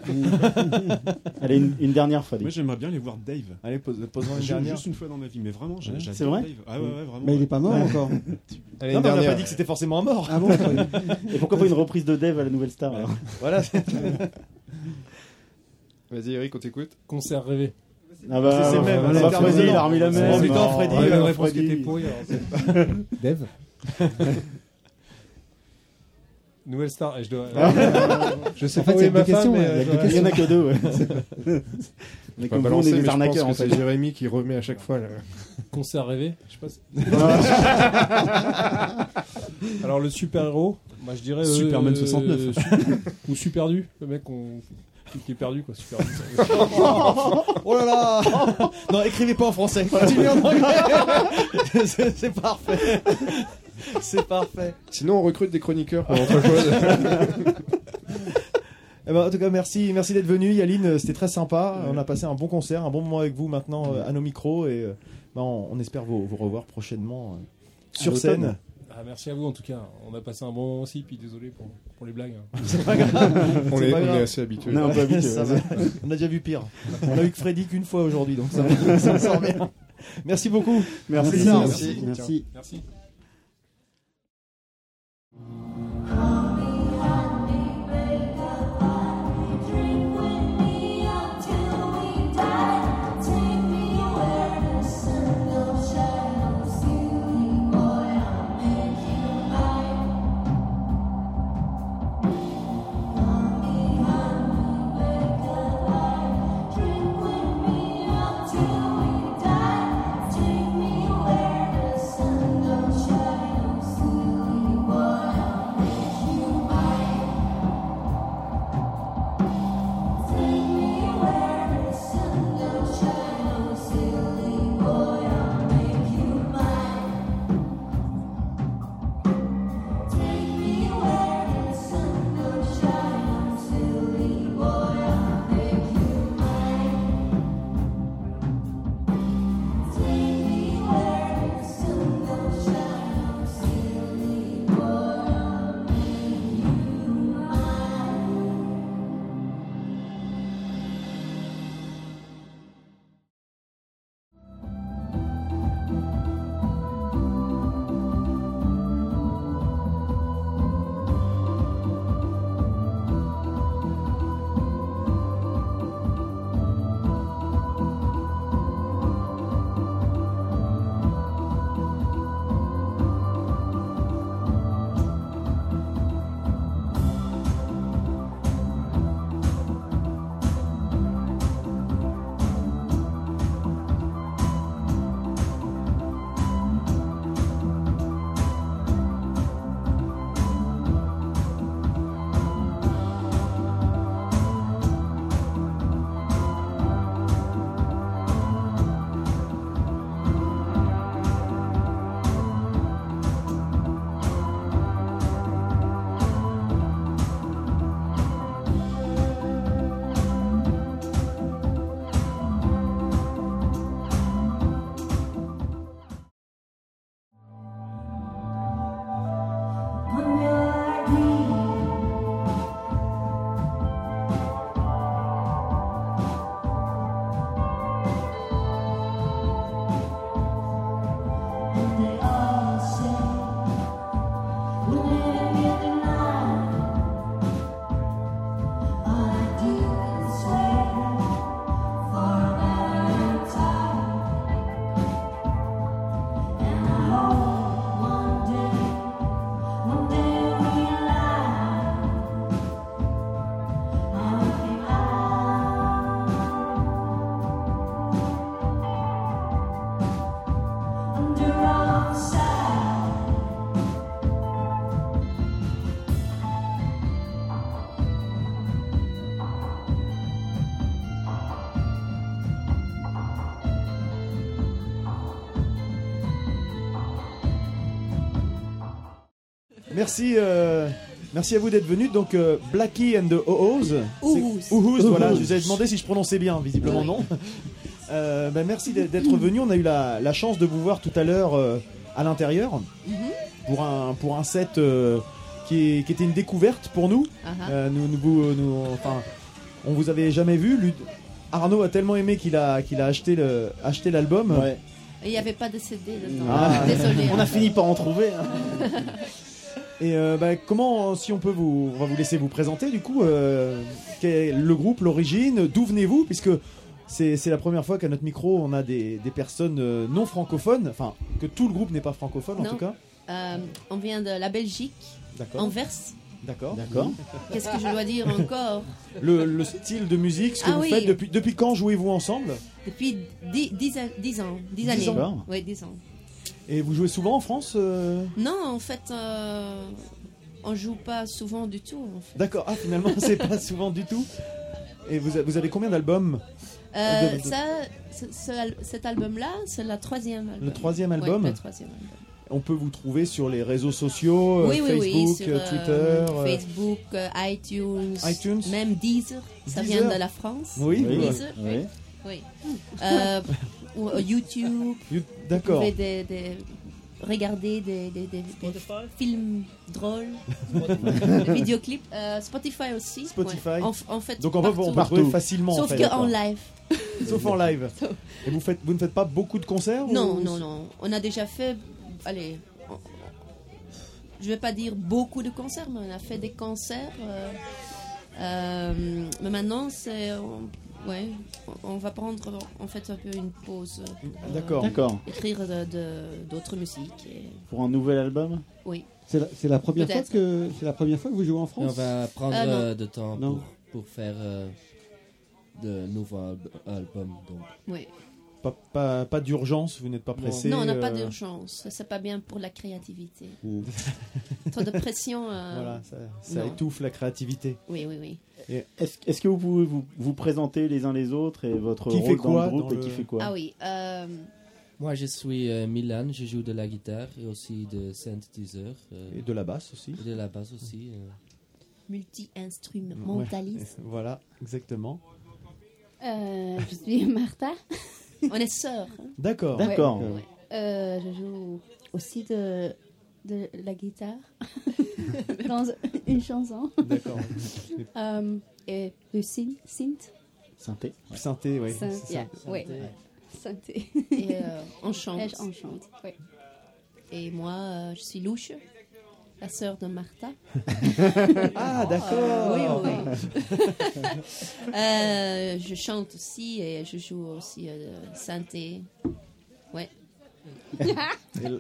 Speaker 3: Allez, une, une dernière fois, dis.
Speaker 16: Moi, j'aimerais bien les voir Dave.
Speaker 4: Allez, pose- posons une
Speaker 16: Je-
Speaker 4: dernière.
Speaker 16: Juste une fois dans ma vie, mais vraiment, j'a-
Speaker 4: Ouais.
Speaker 16: j'adore
Speaker 4: C'est vrai
Speaker 16: Dave. Ah ouais, ouais, vraiment.
Speaker 5: Mais il est pas mort
Speaker 16: Ouais.
Speaker 5: encore.
Speaker 4: <laughs>
Speaker 16: <laughs>
Speaker 13: Allez,
Speaker 4: non, mais on n'a
Speaker 13: une dernière.
Speaker 4: pas dit que c'était forcément mort.
Speaker 5: Ah bon
Speaker 4: <laughs>
Speaker 3: Et pourquoi pas une reprise de Dave à la nouvelle star alors
Speaker 4: Voilà.
Speaker 13: <laughs> Vas-y, Eric, on t'écoute.
Speaker 14: Concert rêvé.
Speaker 3: Ah bah,
Speaker 4: C'est- c'est
Speaker 3: bah,
Speaker 4: même,
Speaker 3: bah,
Speaker 4: c'est
Speaker 3: bah,
Speaker 4: terminé.
Speaker 3: Freddy, il a remis la
Speaker 4: C'est
Speaker 3: même.
Speaker 4: en même temps,
Speaker 3: Oh,
Speaker 4: Freddy,
Speaker 3: ouais,
Speaker 4: euh,
Speaker 3: non,
Speaker 14: réponse
Speaker 3: Freddy.
Speaker 14: qui était pourrie, alors
Speaker 4: <laughs>
Speaker 14: <laughs>
Speaker 15: Dev
Speaker 14: Nouvelle star, et je dois.
Speaker 4: Ah.
Speaker 15: Je sais En pas fait, où il y a est que ma des femme, questions, mais, ouais. euh, Il y a que des
Speaker 3: Il y en a que deux,
Speaker 15: <laughs>
Speaker 3: ouais.
Speaker 13: <laughs> Je
Speaker 3: Mais que
Speaker 13: vais pas
Speaker 3: vous, on
Speaker 13: balancer,
Speaker 3: est
Speaker 13: mais
Speaker 3: des
Speaker 13: je pense
Speaker 3: arnaqueurs
Speaker 13: que
Speaker 3: en
Speaker 13: c'est
Speaker 3: fait.
Speaker 13: Jérémy qui remet à chaque fois. là.
Speaker 14: Concert rêvé, je sais pas.
Speaker 4: <laughs>
Speaker 14: si- Alors le super héros, moi je dirais euh,
Speaker 16: Superman 69.
Speaker 14: euh, su- <laughs> ou super du, le mec qu'on- qui- qui est perdu quoi, super du.
Speaker 4: <laughs> Oh là là <laughs> Non, écrivez pas en français. Continuez en anglais. c'est <laughs> c'est parfait. C'est parfait.
Speaker 13: Sinon, on recrute des <laughs> chroniqueurs pour autre chose.
Speaker 4: Eh ben, en tout cas, merci, merci d'être venu, Yaline. euh, C'était très sympa. On a passé un bon concert, un bon moment avec vous maintenant euh, à nos micros et euh, ben, on, on espère vous, vous revoir prochainement euh, sur
Speaker 14: l'automne.
Speaker 4: scène.
Speaker 14: Ah, merci à vous en tout cas, on a passé un bon moment aussi, puis désolé pour, pour les blagues. hein.
Speaker 4: <laughs> C'est pas grave.
Speaker 13: On
Speaker 4: C'est
Speaker 13: est-
Speaker 4: pas
Speaker 13: on
Speaker 4: grave.
Speaker 13: est assez habitué.
Speaker 3: On est un peu habitué,
Speaker 4: Ça va.
Speaker 3: ouais.
Speaker 4: On a déjà vu pire. On a eu que Freddy qu'une fois aujourd'hui, donc ça, va, ça sort bien. Merci beaucoup.
Speaker 3: Merci.
Speaker 4: Merci.
Speaker 3: Merci.
Speaker 5: Merci.
Speaker 14: Merci.
Speaker 11: I'll
Speaker 4: Merci, euh, merci à vous d'être venus. Donc, euh, Blackie and the Ohos.
Speaker 17: Ouhous.
Speaker 4: C'est- Ouhous, voilà.
Speaker 17: Ouhous.
Speaker 4: Je vous avais demandé si je prononçais bien, visiblement non. <laughs> Euh, ben, merci d'être- d'être venus. On a eu la, la chance de vous voir tout à l'heure euh, à l'intérieur
Speaker 11: Mm-hmm.
Speaker 4: pour un, pour un set euh, qui, est- qui était une découverte pour nous.
Speaker 17: Ah-ha.
Speaker 4: Euh, nous, nous, vous- nous- enfin, on vous avait jamais vu. Lud- Arnaud a tellement aimé qu'il a, qu'il a acheté le- acheté l'album.
Speaker 18: Et Il n'y avait pas de CD dedans.
Speaker 4: Ah.
Speaker 18: Désolé.
Speaker 4: On a fini par en trouver. hein. Et euh, bah, comment, si on peut vous, on va vous laisser vous présenter du coup, euh, quel est le groupe, l'origine, d'où venez-vous, puisque c'est c'est la première fois qu'à notre micro on a des, des personnes euh, non francophones, enfin que tout le groupe n'est pas francophone en
Speaker 18: Non.
Speaker 4: tout cas.
Speaker 18: Euh, on vient de la Belgique.
Speaker 4: D'accord.
Speaker 18: Anvers.
Speaker 4: D'accord.
Speaker 18: Qu'est-ce que je dois
Speaker 4: <laughs>
Speaker 18: dire encore
Speaker 4: Le, le style de musique, ce que
Speaker 18: Ah
Speaker 4: vous
Speaker 18: oui.
Speaker 4: faites depuis depuis quand jouez-vous ensemble
Speaker 18: Depuis 10 ans. 10
Speaker 4: Dix
Speaker 18: années.
Speaker 4: ans.
Speaker 18: Oui, 10 ans.
Speaker 4: Et vous jouez souvent en France euh
Speaker 18: Non, en fait, euh, on joue pas souvent du tout. en fait.
Speaker 4: D'accord. Ah finalement <laughs> c'est pas souvent du tout. Et vous, a- vous avez combien d'albums
Speaker 18: Euh,
Speaker 4: Ah, De- de-
Speaker 18: ça, ce- ce al- cet album-là, c'est la troisième album.
Speaker 4: Le troisième
Speaker 18: Ouais,
Speaker 4: album
Speaker 18: le troisième album.
Speaker 4: On peut vous trouver sur les réseaux sociaux, euh,
Speaker 18: oui, oui, oui,
Speaker 4: Facebook,
Speaker 18: sur,
Speaker 4: euh,
Speaker 18: euh,
Speaker 4: Twitter. euh,
Speaker 18: Facebook, euh, iTunes,
Speaker 4: iTunes.
Speaker 18: même Deezer. Ça
Speaker 4: Deezer.
Speaker 18: vient de la France.
Speaker 4: Oui, oui.
Speaker 18: Deezer, oui.
Speaker 4: Oui.
Speaker 18: oui. Euh, ou, euh, YouTube.
Speaker 4: You- d'accord.
Speaker 18: Vous pouvez des- des- regarder des, des- des- des films drôles,
Speaker 4: Spotify.
Speaker 18: des vidéoclips. Euh, Spotify aussi.
Speaker 4: Spotify.
Speaker 18: ouais. En, f- en fait,
Speaker 4: Donc on peut vous
Speaker 18: partout.
Speaker 4: retrouver facilement. en
Speaker 18: Sauf
Speaker 4: fait,
Speaker 18: que
Speaker 4: d'accord.
Speaker 18: en live.
Speaker 4: Sauf en
Speaker 18: <laughs>
Speaker 4: live. Et vous, faites, vous ne faites pas beaucoup de concerts ou-
Speaker 18: Non, non, non. On a déjà fait. Allez. Je vais pas dire beaucoup de concerts, mais on a fait des concerts. euh, euh, mais maintenant, c'est. on- ouais. on- On va prendre en fait un peu une pause. pour,
Speaker 3: D'accord. D'accord.
Speaker 18: Écrire de- de- d'autres musiques. et-
Speaker 3: Pour un nouvel album
Speaker 18: Oui.
Speaker 5: C'est la, c'est la première fois
Speaker 18: Peut-être.
Speaker 5: que c'est la première fois que vous jouez en France.
Speaker 17: On va prendre
Speaker 18: Ah, non.
Speaker 17: euh, de temps
Speaker 5: Non.
Speaker 17: pour, pour faire euh, de nouveaux al- albums. Donc.
Speaker 18: Oui.
Speaker 4: Pas, pas, pas d'urgence, vous n'êtes pas pressé.
Speaker 18: non, on n'a pas
Speaker 4: euh, Mm.
Speaker 18: d'urgence. C'est pas bien pour la créativité. Trop de pression. euh,
Speaker 4: <laughs> Voilà, ça, ça
Speaker 18: non.
Speaker 4: étouffe la créativité.
Speaker 18: Oui, oui, oui.
Speaker 3: Est-ce est-ce que vous pouvez vous, vous présenter les uns les autres et votre
Speaker 17: Qui
Speaker 3: rôle
Speaker 17: fait
Speaker 3: dans
Speaker 17: quoi
Speaker 3: le groupe
Speaker 17: dans
Speaker 3: et qui
Speaker 17: le-
Speaker 3: fait quoi
Speaker 18: Ah oui. euh,
Speaker 17: Moi, je suis euh, Milan, je joue de la guitare et aussi de synthétiseur. euh,
Speaker 4: Et de la basse aussi.
Speaker 17: Et de la basse aussi. euh.
Speaker 18: multi-instrumentaliste.
Speaker 4: Ouais. <laughs> Voilà, exactement.
Speaker 19: Euh, je suis <laughs> Martha.
Speaker 18: On est sœurs. hein.
Speaker 4: D'accord.
Speaker 19: Ouais.
Speaker 4: D'accord.
Speaker 19: Ouais. Euh, je joue aussi de, de la guitare
Speaker 4: <laughs>
Speaker 19: dans une chanson.
Speaker 4: D'accord.
Speaker 19: Euh, et le synth. synth.
Speaker 3: Synthé.
Speaker 4: Synthé, oui.
Speaker 19: Synth,
Speaker 4: c'est
Speaker 19: yeah,
Speaker 4: ça.
Speaker 19: ouais. Synthé. <laughs>
Speaker 18: Et euh, on chante.
Speaker 19: Et on chante, ouais.
Speaker 18: Et moi, euh, je suis Louche, la sœur de Martha.
Speaker 4: <laughs> Ah,
Speaker 18: Oh,
Speaker 4: d'accord.
Speaker 18: euh, oui, oui, oui. <laughs> Euh, je chante aussi et je joue aussi euh, synthé. Ouais.
Speaker 4: <laughs> Et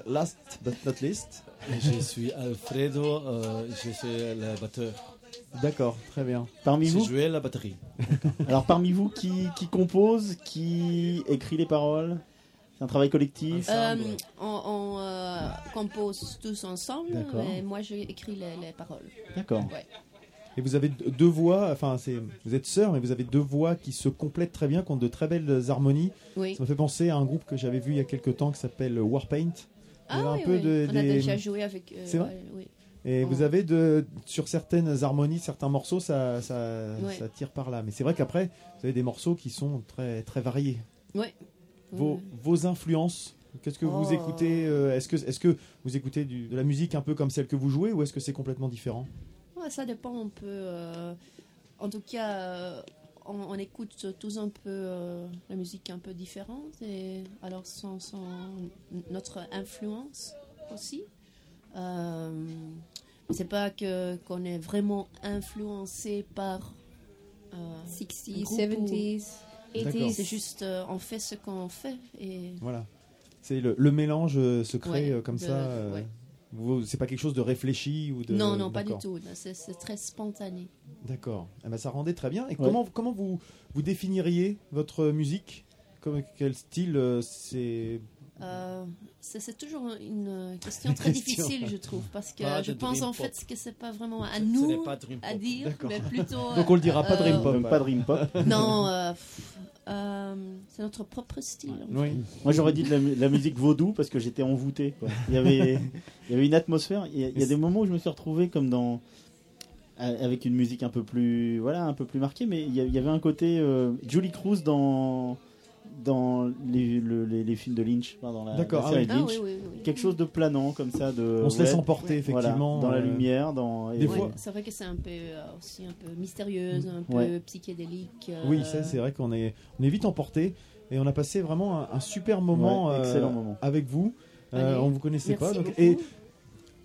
Speaker 4: last but not least.
Speaker 20: Je suis Alfredo, euh, je suis le batteur.
Speaker 4: D'accord, très bien.
Speaker 3: Parmi
Speaker 20: je
Speaker 3: vous
Speaker 20: jouais la batterie.
Speaker 3: Alors parmi vous, qui, qui compose, qui écrit les paroles C'est un travail collectif
Speaker 18: Euh, on on, euh, compose tous ensemble
Speaker 3: D'accord.
Speaker 18: et moi j'écris les, les paroles.
Speaker 3: D'accord.
Speaker 18: Ouais.
Speaker 4: Et vous avez d- deux voix, enfin, c'est, vous êtes sœurs, mais vous avez deux voix qui se complètent très bien, qui ont de très belles harmonies.
Speaker 18: Oui.
Speaker 4: Ça me fait penser à un groupe que j'avais vu il y a quelques temps qui s'appelle Warpaint. Il y
Speaker 18: Ah
Speaker 4: avait
Speaker 18: oui, oui. On a déjà joué avec, euh,
Speaker 4: C'est vrai.
Speaker 18: ouais, oui.
Speaker 4: Et
Speaker 18: On-
Speaker 4: vous avez de, sur certaines harmonies, certains morceaux, ça, ça,
Speaker 18: Ouais.
Speaker 4: ça tire par là. Mais c'est vrai qu'après, vous avez des morceaux qui sont très, très variés.
Speaker 18: Ouais.
Speaker 4: Vos, vos influences Qu'est-ce que
Speaker 18: Mm. Oh.
Speaker 4: vous écoutez euh, Est-ce que, est que vous écoutez du- de la musique un peu comme celle que vous jouez ou est-ce que c'est complètement différent
Speaker 18: Mm. Ouais, ça dépend un peu. euh, en tout cas, euh, on, on écoute tous un peu euh, la musique un peu différente et alors sans, sans notre influence aussi. Euh, c'est pas que qu'on est vraiment influencé par euh,
Speaker 19: 60s,
Speaker 18: un groupe ou-
Speaker 19: 70s,
Speaker 4: D'accord.
Speaker 18: C'est juste euh, on fait ce qu'on fait et
Speaker 4: Voilà. C'est le, le mélange euh, se crée
Speaker 18: Ouais,
Speaker 4: euh, comme
Speaker 18: de-
Speaker 4: ça. euh,
Speaker 18: ouais.
Speaker 4: vous- C'est pas quelque chose de réfléchi ou de.
Speaker 18: non non pas du
Speaker 4: D'accord.
Speaker 18: tout. C'est c'est très spontané.
Speaker 4: D'accord. Eh ben, ça rendait très bien. Et
Speaker 18: Ouais.
Speaker 4: comment, comment vous, vous définiriez votre musique Comme, Quel style euh, c'est
Speaker 18: Euh, c'est c'est toujours une euh, question très
Speaker 4: question.
Speaker 18: difficile, je trouve, parce que
Speaker 4: Pas
Speaker 18: je
Speaker 4: de
Speaker 18: pense
Speaker 4: dream
Speaker 18: en
Speaker 4: pop.
Speaker 18: fait que c'est pas vraiment à
Speaker 4: Ce- ce
Speaker 18: nous
Speaker 4: n'est pas dream
Speaker 18: à
Speaker 4: pop.
Speaker 18: dire,
Speaker 4: D'accord.
Speaker 18: mais plutôt.
Speaker 4: Donc on le dira pas
Speaker 18: euh,
Speaker 4: dream pop.
Speaker 3: Même pas dream pop.
Speaker 18: <laughs> Non, euh, pff, euh, c'est notre propre style.
Speaker 4: Euh,
Speaker 18: en fait.
Speaker 3: Moi j'aurais dit de la, mu- de la musique vaudou parce que j'étais envoûté. quoi. Il, y avait, il y avait une atmosphère. Il y, a, il y a des moments où je me suis retrouvé comme dans a- avec une musique un peu plus voilà un peu plus marquée, mais il y, a- il y avait un côté euh, Julie Cruz dans dans les, le- les- les films de Lynch, enfin, dans la,
Speaker 4: D'accord,
Speaker 3: la
Speaker 4: ah
Speaker 3: série
Speaker 4: oui.
Speaker 3: de
Speaker 4: Ah oui,
Speaker 3: Lynch.
Speaker 4: oui, oui.
Speaker 3: quelque chose de planant comme ça. De,
Speaker 4: On se laisse emporter,
Speaker 3: voilà,
Speaker 4: effectivement,
Speaker 3: dans la
Speaker 4: euh,
Speaker 3: lumière, dans et-
Speaker 4: Des
Speaker 18: Ouais,
Speaker 4: fois-
Speaker 18: C'est vrai que c'est un peu euh, aussi un peu mystérieuse, un peu
Speaker 4: Ouais.
Speaker 18: psychédélique.
Speaker 4: Oui,
Speaker 18: euh,
Speaker 4: ça, c'est vrai qu'on est, on est vite emporté et on a passé vraiment un, un super moment,
Speaker 3: Ouais, excellent
Speaker 4: euh,
Speaker 3: moment.
Speaker 4: avec vous. Euh,
Speaker 3: Allez,
Speaker 4: on vous connaissait
Speaker 3: merci
Speaker 4: pas. donc-
Speaker 3: beaucoup.
Speaker 4: et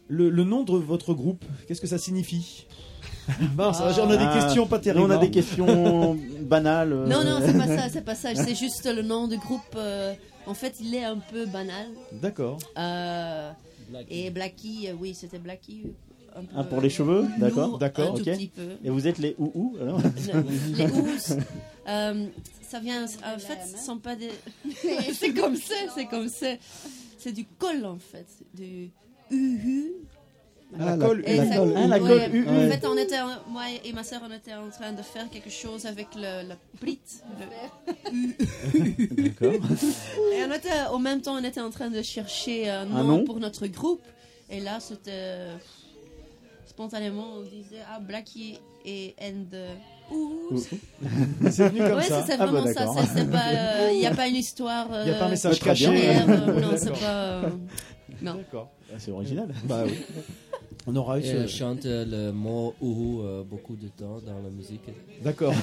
Speaker 4: le, le nom de votre groupe, qu'est-ce que
Speaker 18: <laughs>
Speaker 4: ça signifie Mince, on a des
Speaker 3: Ah,
Speaker 4: questions pas
Speaker 3: nous,
Speaker 4: terribles.
Speaker 3: On a des
Speaker 4: hein.
Speaker 3: questions banales. euh.
Speaker 18: Non, non, c'est pas ça, c'est pas ça. C'est juste le nom du groupe. euh, en fait, il est un peu banal.
Speaker 4: D'accord.
Speaker 18: Euh,
Speaker 4: Blackie.
Speaker 18: et Blackie, euh, oui, c'était Blackie. un peu-
Speaker 3: Ah, pour les cheveux,
Speaker 18: Nous,
Speaker 3: d'accord,
Speaker 18: un
Speaker 3: d'accord,
Speaker 18: tout
Speaker 3: ok.
Speaker 18: petit peu.
Speaker 3: Et vous êtes les ouhou alors
Speaker 18: Le- <laughs> les housses, euh, ça vient. En fait, ce sont pas des. c'est comme ça, c'est comme ça. C'est du col en fait, du uhu.
Speaker 4: Ah, la colle,
Speaker 18: Et
Speaker 4: la
Speaker 18: ça-
Speaker 4: colle, ah, la
Speaker 18: ouais,
Speaker 4: colle,
Speaker 3: Euh,
Speaker 4: uhu.
Speaker 18: En
Speaker 4: Ouais.
Speaker 11: <laughs>
Speaker 18: fait, on était, en- moi et ma sœur, on était en train de faire quelque chose avec le, la brite. D'accord.
Speaker 4: <laughs>
Speaker 18: Et on était, en même temps, on était en train de chercher un nom,
Speaker 3: Un nom
Speaker 18: pour notre groupe. Et là, c'était. Spontanément, on disait Ah, Blackie et and. euh, Ouhou.
Speaker 4: <laughs> C'est venu comme
Speaker 18: ouais,
Speaker 4: ça.
Speaker 18: c'est
Speaker 4: Ah bah
Speaker 18: vraiment ça.
Speaker 4: d'accord.
Speaker 18: c'est- c'est pas,
Speaker 4: <laughs>
Speaker 18: euh, Il n'y a pas une histoire.
Speaker 4: Il y a pas un
Speaker 18: euh,
Speaker 4: message
Speaker 18: très
Speaker 4: caché. hein.
Speaker 18: derrière, <laughs>
Speaker 4: <laughs>
Speaker 18: euh, non, c'est
Speaker 4: D'accord.
Speaker 18: pas. euh, non.
Speaker 4: D'accord.
Speaker 3: Ah, C'est original. <laughs>
Speaker 4: Bah oui. On aura eu
Speaker 17: Et
Speaker 4: ce-
Speaker 17: elle chante euh, le mot Ouhou euh, beaucoup de temps dans la musique. <laughs>
Speaker 4: D'accord.